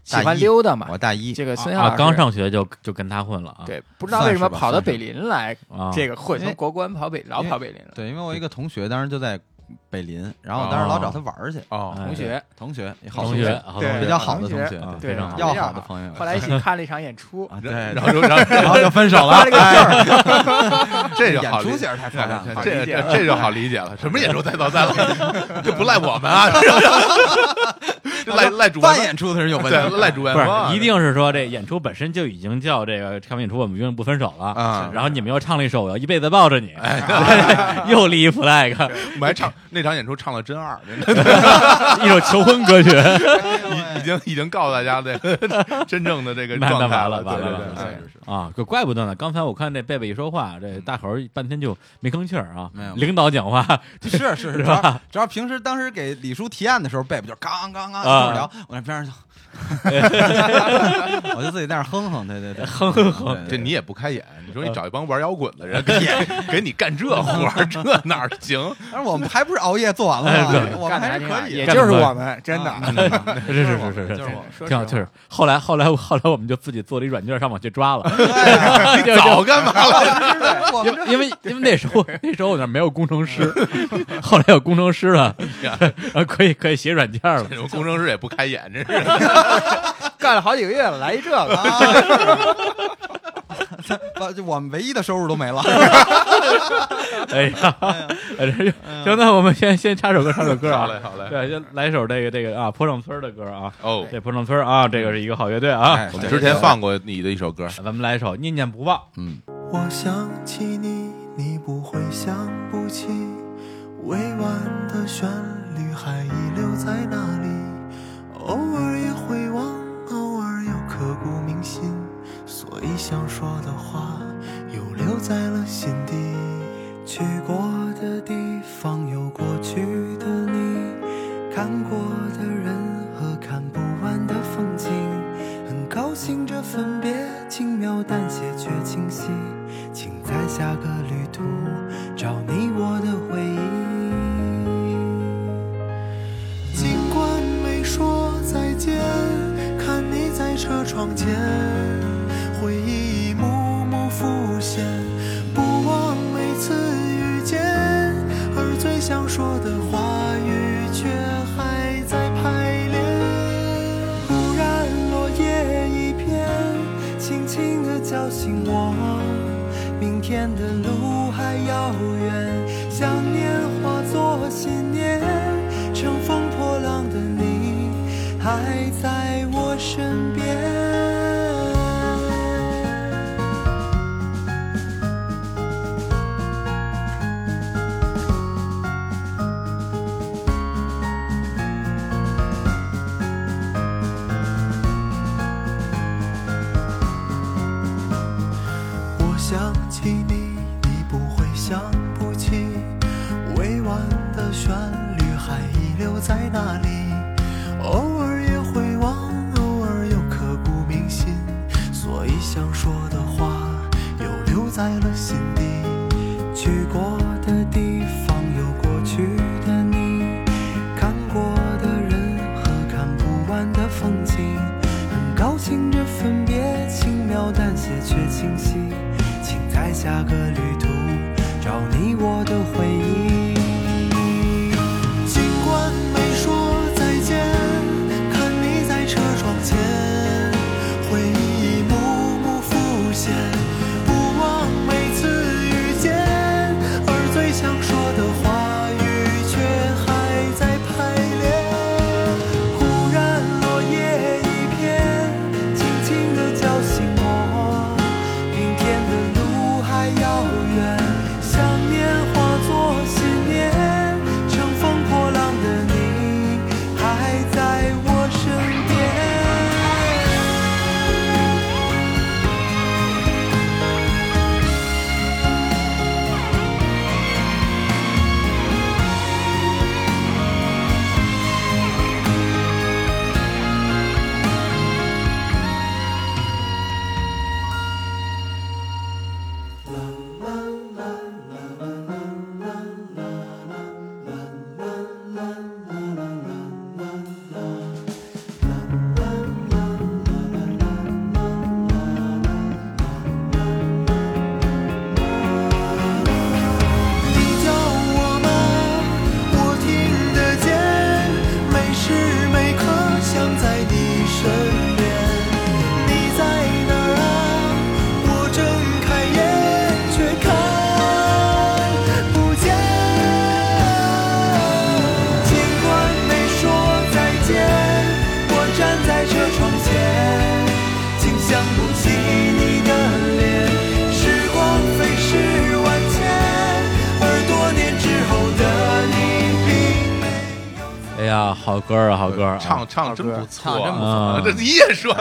[SPEAKER 5] 喜
[SPEAKER 4] 大
[SPEAKER 5] 欢
[SPEAKER 4] 一
[SPEAKER 5] 溜达嘛
[SPEAKER 4] 我。大一
[SPEAKER 5] 这个孙骁老
[SPEAKER 1] 啊，
[SPEAKER 5] 师
[SPEAKER 1] 刚上学就就跟他混了啊。
[SPEAKER 5] 对，不知道
[SPEAKER 4] 算
[SPEAKER 5] 为什么
[SPEAKER 4] 是吧
[SPEAKER 5] 跑到
[SPEAKER 4] 算是
[SPEAKER 5] 北林来
[SPEAKER 1] 啊，
[SPEAKER 5] 这个混，
[SPEAKER 4] 因
[SPEAKER 5] 从
[SPEAKER 4] 为
[SPEAKER 5] 国关跑北老
[SPEAKER 4] 因为
[SPEAKER 5] 跑北林了。
[SPEAKER 4] 对，因为我一个同学当时就在北林，然后我当时老找他玩儿去，
[SPEAKER 2] 哦，
[SPEAKER 1] 哎
[SPEAKER 5] 同学，
[SPEAKER 4] 同学也好
[SPEAKER 1] 同
[SPEAKER 4] 学
[SPEAKER 1] 学，好同
[SPEAKER 5] 对
[SPEAKER 4] 比较好的
[SPEAKER 5] 同
[SPEAKER 4] 同
[SPEAKER 5] 学
[SPEAKER 4] 学，
[SPEAKER 1] 啊
[SPEAKER 5] 对
[SPEAKER 1] 非常好
[SPEAKER 4] 要好的朋友，
[SPEAKER 5] 后来 一起看了一场演出，
[SPEAKER 4] 啊，对，
[SPEAKER 2] 然
[SPEAKER 4] 然
[SPEAKER 2] 后然后
[SPEAKER 4] 后就分手了哎
[SPEAKER 5] 发了，个信儿，
[SPEAKER 2] 这就
[SPEAKER 4] 演
[SPEAKER 2] 好理
[SPEAKER 4] 出型太操蛋了，
[SPEAKER 2] 这这这 这就好理解了，什么演出带到蛋了，这不赖我们 啊，这赖赖主
[SPEAKER 4] 办
[SPEAKER 2] 办
[SPEAKER 4] 演出的人有问
[SPEAKER 2] 对
[SPEAKER 4] 题，
[SPEAKER 2] 赖主办
[SPEAKER 1] 不
[SPEAKER 2] 方啊
[SPEAKER 1] 是，一定是说这演出本身就已经叫这个唱演出，我们永远不分手了。
[SPEAKER 2] 啊，
[SPEAKER 1] 然后你们又唱了一首《我要一辈子抱着你》， 又立一 flag，
[SPEAKER 2] 我们还唱那场演出唱了真 二，真的。
[SPEAKER 1] 一首求婚歌曲，
[SPEAKER 2] 已已经已经告诉大家这个真正的这个
[SPEAKER 1] 那那
[SPEAKER 2] 状态
[SPEAKER 1] 完了完
[SPEAKER 2] 对
[SPEAKER 1] 了
[SPEAKER 2] 对哎
[SPEAKER 1] 完
[SPEAKER 2] 对
[SPEAKER 5] 了
[SPEAKER 2] 是是
[SPEAKER 1] 啊，可怪不得呢！刚才我看这贝贝一说话，这大猴儿半天就没吭气儿啊。
[SPEAKER 4] 没有
[SPEAKER 1] 领导讲话，
[SPEAKER 4] 是是是，主要主要平时当时给李叔提案的时候，贝贝就刚刚刚
[SPEAKER 1] 啊
[SPEAKER 4] 跟我聊，我 在边上就，我就自己在那儿哼哼，对对对，
[SPEAKER 1] 哼哼哼
[SPEAKER 4] 对，
[SPEAKER 2] 这
[SPEAKER 4] 对
[SPEAKER 2] 你也不开眼，
[SPEAKER 1] 嗯
[SPEAKER 2] 你说你找一帮玩摇滚的人给 你给你干这活儿，这哪儿行？
[SPEAKER 4] 但是我们还不是熬夜做完了
[SPEAKER 1] 哎对
[SPEAKER 4] 吗？我们
[SPEAKER 5] 干得
[SPEAKER 4] 还是
[SPEAKER 5] 还挺
[SPEAKER 4] 可
[SPEAKER 5] 好，
[SPEAKER 4] 以
[SPEAKER 5] 也
[SPEAKER 1] 干
[SPEAKER 4] 的，
[SPEAKER 5] 就是
[SPEAKER 1] 得
[SPEAKER 5] 我们真的
[SPEAKER 4] 啊。
[SPEAKER 1] 是是是是
[SPEAKER 4] 就是
[SPEAKER 1] 是，
[SPEAKER 4] 我们，
[SPEAKER 5] 说
[SPEAKER 1] 挺有
[SPEAKER 5] 实
[SPEAKER 1] 趣
[SPEAKER 5] 话
[SPEAKER 1] 儿。后来后来后来我们就自己做了一软件上网去抓了，
[SPEAKER 2] 你 早干嘛了？
[SPEAKER 4] 我
[SPEAKER 1] 因
[SPEAKER 4] 们
[SPEAKER 1] 为因为因为那时候那时候我那儿没有工程师，后来有工程师了， 呃可以可以写软件了
[SPEAKER 2] 这。种工程师也不开眼，真是
[SPEAKER 5] 干了好几个月了，来一这个，
[SPEAKER 4] 把就我们唯一的收入都 没了。
[SPEAKER 1] 哎呀，哎这行，那我们先先插首歌，唱首歌
[SPEAKER 2] 好
[SPEAKER 1] 啊
[SPEAKER 2] 嘞，。好嘞，
[SPEAKER 1] 对，先来一首这个这个啊，坡上村的歌啊，
[SPEAKER 2] 哦，
[SPEAKER 1] 这坡上村啊，这个是一个好乐队啊
[SPEAKER 4] 哎。
[SPEAKER 2] 我们
[SPEAKER 4] 对
[SPEAKER 2] 之前放过你的一首歌，
[SPEAKER 1] 咱们来一首《念念不忘》，
[SPEAKER 6] 我想起你，你不会想不起，委婉的旋律还遗留在那里，偶尔也会忘，偶尔又刻骨铭心，所以想说的话又留在了心底。去过的地方有过去的你，看过的人和看不完的风景，很高兴这分别轻描淡写却清晰，请在下个旅途找你我的回忆。尽管没说再见，看你在车窗前，回忆一幕幕浮现，不忘每次遇见，而最想说的话语却还在排练。忽然落叶一片，轻轻地叫醒我。明天的路还遥远，想念化作信念，乘风破浪的你还在我身边。我想起你，你不会想不起，委婉的旋律还遗留在那里。偶尔也会忘，偶尔又刻骨铭心，所以想说的话又留在了心底。去过的地方有过去的你，看过的人和看不完的风景。很高兴这分别轻描淡写却清晰，请在下个旅途找你我的回忆。尽管没说再见，看你在车窗前，回忆一幕幕浮现，不忘每次遇见，而最想说的话语却还在排练。忽然落叶一片，轻轻地叫醒我。明天的路还遥远，想念化作信念，乘风破浪的你还在我身边。你叫我吗？我听得见，每时每刻想在你身边。你在哪儿啊？我睁开眼却看不见。尽管没说再见，我站在车窗前，竟想不起你的脸。时光飞逝万千，而多年之后的你并没。
[SPEAKER 1] 哎呀，好歌啊，好歌啊！
[SPEAKER 2] 唱唱得真不错，
[SPEAKER 4] 唱得真不
[SPEAKER 1] 错
[SPEAKER 2] 啊 这你也说，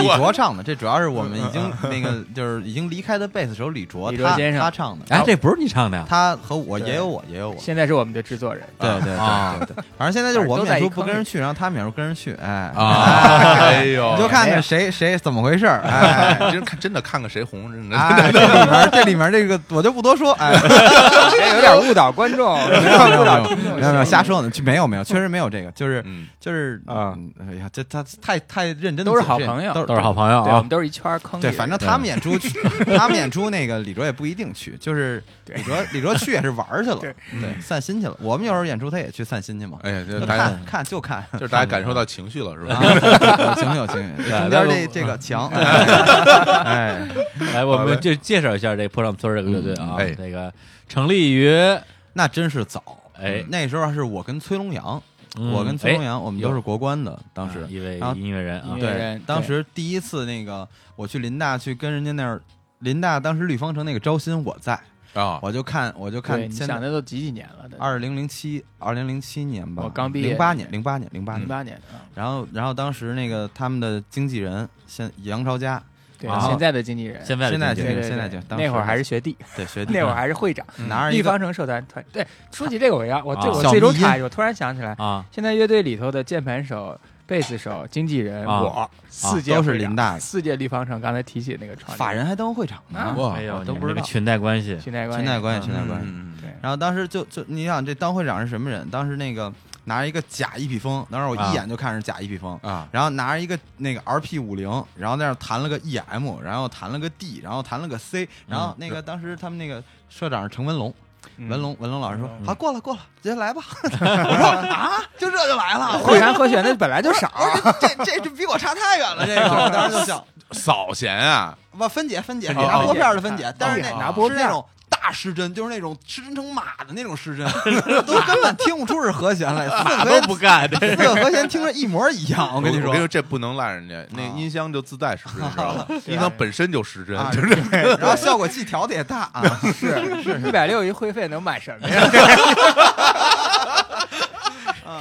[SPEAKER 4] 李
[SPEAKER 2] 我
[SPEAKER 4] 卓唱的，这主要是我们已经
[SPEAKER 1] 嗯
[SPEAKER 4] 那个就是已经离开的贝斯手李卓，
[SPEAKER 5] 李卓
[SPEAKER 4] 他
[SPEAKER 5] 先生
[SPEAKER 4] 他唱的，
[SPEAKER 1] 哎，这不是你唱的呀？
[SPEAKER 4] 他和我
[SPEAKER 5] 对
[SPEAKER 4] 也有我也有我，
[SPEAKER 5] 现在是我们的制作人，
[SPEAKER 4] 对对
[SPEAKER 1] 啊
[SPEAKER 4] 对对对，反正现在就是我们
[SPEAKER 5] 都在
[SPEAKER 4] 演
[SPEAKER 5] 一
[SPEAKER 4] 出
[SPEAKER 5] 坑
[SPEAKER 4] 不跟人去，然后他们演出跟人去，哎，
[SPEAKER 1] 啊，
[SPEAKER 2] 哎呦
[SPEAKER 4] 你就，看看谁谁怎么回事儿，哎。
[SPEAKER 2] 哎真看真的看看谁红，真的。
[SPEAKER 4] 哎，这里面这里面这个我就不多说，哎，
[SPEAKER 5] 有点误导观众，
[SPEAKER 4] 没有没有没有没有没有瞎说呢，就没有没有，确实实没有这个，就是
[SPEAKER 2] 嗯，
[SPEAKER 4] 就是
[SPEAKER 5] 啊
[SPEAKER 4] 嗯哎呀，这他太太认真地
[SPEAKER 5] 都是好
[SPEAKER 4] 解释
[SPEAKER 5] 朋友
[SPEAKER 4] 都
[SPEAKER 1] 都是好朋友
[SPEAKER 5] 对，我
[SPEAKER 1] 啊
[SPEAKER 5] 们，都是一圈儿坑里
[SPEAKER 4] 对，
[SPEAKER 5] 人。
[SPEAKER 4] 反正他们演出，他们演出那个李卓也不一定去，就是李卓李卓去也是玩儿去了，
[SPEAKER 5] 对
[SPEAKER 4] 对，散心去了。我们有时候演出他也去散心去嘛，
[SPEAKER 2] 哎呀，这
[SPEAKER 4] 就
[SPEAKER 2] 大家
[SPEAKER 4] 看看就看，
[SPEAKER 2] 就是大家感受到情绪了，是吧？
[SPEAKER 4] 有情绪有情绪，
[SPEAKER 1] 对来
[SPEAKER 4] 中间
[SPEAKER 1] 吧
[SPEAKER 4] 这这个强，哎，
[SPEAKER 1] 来我们就介绍一下这破浪村这个乐队啊
[SPEAKER 2] 嗯，哎
[SPEAKER 1] 这个成立于
[SPEAKER 4] 那真是早，
[SPEAKER 1] 哎
[SPEAKER 4] 那时候是我跟崔龙阳，
[SPEAKER 1] 嗯
[SPEAKER 4] 我跟崔龙
[SPEAKER 1] 哎
[SPEAKER 4] 阳我们都是国关的，当
[SPEAKER 1] 啊
[SPEAKER 4] 时
[SPEAKER 1] 一位
[SPEAKER 4] 然后
[SPEAKER 1] 音乐人啊
[SPEAKER 5] 音，乐
[SPEAKER 4] 对
[SPEAKER 5] 人，
[SPEAKER 4] 当时第一次那个我去林大去跟人家那儿，林大当时绿方城那个招新我在，
[SPEAKER 2] 啊，
[SPEAKER 4] 我就看我就
[SPEAKER 5] 对，
[SPEAKER 4] 看
[SPEAKER 5] 你
[SPEAKER 4] 现
[SPEAKER 5] 想
[SPEAKER 4] 在
[SPEAKER 5] 的都几几年了？都
[SPEAKER 4] 二零零七二零零七年吧，
[SPEAKER 5] 我刚毕业
[SPEAKER 4] 零八年零八年零八
[SPEAKER 5] 零
[SPEAKER 4] 年，
[SPEAKER 5] 八年啊，
[SPEAKER 4] 然后然后当时那个他们的经纪人现杨朝佳，
[SPEAKER 5] 对，
[SPEAKER 4] 啊
[SPEAKER 5] 现在的经纪人，
[SPEAKER 1] 现在的
[SPEAKER 4] 现在
[SPEAKER 1] 经纪
[SPEAKER 5] 对
[SPEAKER 1] 人
[SPEAKER 5] 对对
[SPEAKER 4] 现在就当时
[SPEAKER 5] 那会儿还是学弟，
[SPEAKER 4] 对学弟
[SPEAKER 5] 那会儿还是会长，
[SPEAKER 4] 拿着一
[SPEAKER 5] 立
[SPEAKER 4] 个
[SPEAKER 5] 方城社团团。对，说起这个我要我最
[SPEAKER 1] 啊
[SPEAKER 5] 我
[SPEAKER 4] 小
[SPEAKER 5] 最终
[SPEAKER 4] 迷
[SPEAKER 5] 插一句，我突然想起来，
[SPEAKER 1] 啊，
[SPEAKER 5] 现在乐队里头的键盘手、贝斯手、经纪人，
[SPEAKER 1] 啊
[SPEAKER 5] 我四届
[SPEAKER 4] 都是
[SPEAKER 5] 会长
[SPEAKER 4] 林大的，
[SPEAKER 5] 四届立方城刚才提起那个创立
[SPEAKER 4] 法人还当会长呢
[SPEAKER 5] 啊，
[SPEAKER 4] 哇
[SPEAKER 1] 哎呦，
[SPEAKER 4] 我都
[SPEAKER 1] 你
[SPEAKER 4] 不
[SPEAKER 1] 这
[SPEAKER 4] 知
[SPEAKER 1] 个
[SPEAKER 4] 道。
[SPEAKER 1] 裙带关系，
[SPEAKER 5] 裙带关
[SPEAKER 4] 裙带关系，裙带
[SPEAKER 5] 嗯
[SPEAKER 4] 关系。
[SPEAKER 2] 嗯，
[SPEAKER 5] 对
[SPEAKER 4] 然后当时就就你想这当会长是什么人？当时那个拿着一个假一匹风，当时我
[SPEAKER 1] 啊
[SPEAKER 4] 一眼就看是假一匹风，
[SPEAKER 2] 啊，
[SPEAKER 4] 然后拿着一个那个 RP 五零，然后在那儿弹了个 EM，然后弹了个 D，然后弹了个 C，然后那个当时他们那个社长是程文龙，文龙文龙老师说
[SPEAKER 5] 嗯
[SPEAKER 4] 啊过了过了，直接来吧，我说啊就这就来了，
[SPEAKER 5] 会弹和弦的本来就少，
[SPEAKER 4] 这这这比我差太远了，这个我当时就想，
[SPEAKER 2] 扫弦啊，
[SPEAKER 4] 不分解分解
[SPEAKER 5] 分解
[SPEAKER 4] 拿拨
[SPEAKER 5] 分解
[SPEAKER 4] 片儿的分解，但是那
[SPEAKER 5] 拿拨
[SPEAKER 4] 是
[SPEAKER 5] 片
[SPEAKER 4] 那
[SPEAKER 5] 儿
[SPEAKER 4] 种大失真，就是那种失真成马的那种失真，都根本听不出是和弦来，四
[SPEAKER 1] 哪啊
[SPEAKER 4] 个和
[SPEAKER 1] 都
[SPEAKER 4] 弦
[SPEAKER 1] 不干，这
[SPEAKER 4] 四个和弦听着一模一样，我跟你
[SPEAKER 2] 我
[SPEAKER 4] 说
[SPEAKER 2] 跟你。说，这不能赖人家，那
[SPEAKER 4] 啊
[SPEAKER 2] 音箱就自带失真，你知道 吗？音箱本身就失真，
[SPEAKER 4] 啊，
[SPEAKER 2] 就是
[SPEAKER 4] 对然后效果器调的也大啊，
[SPEAKER 5] 是是，一百六一会费能买什么呀？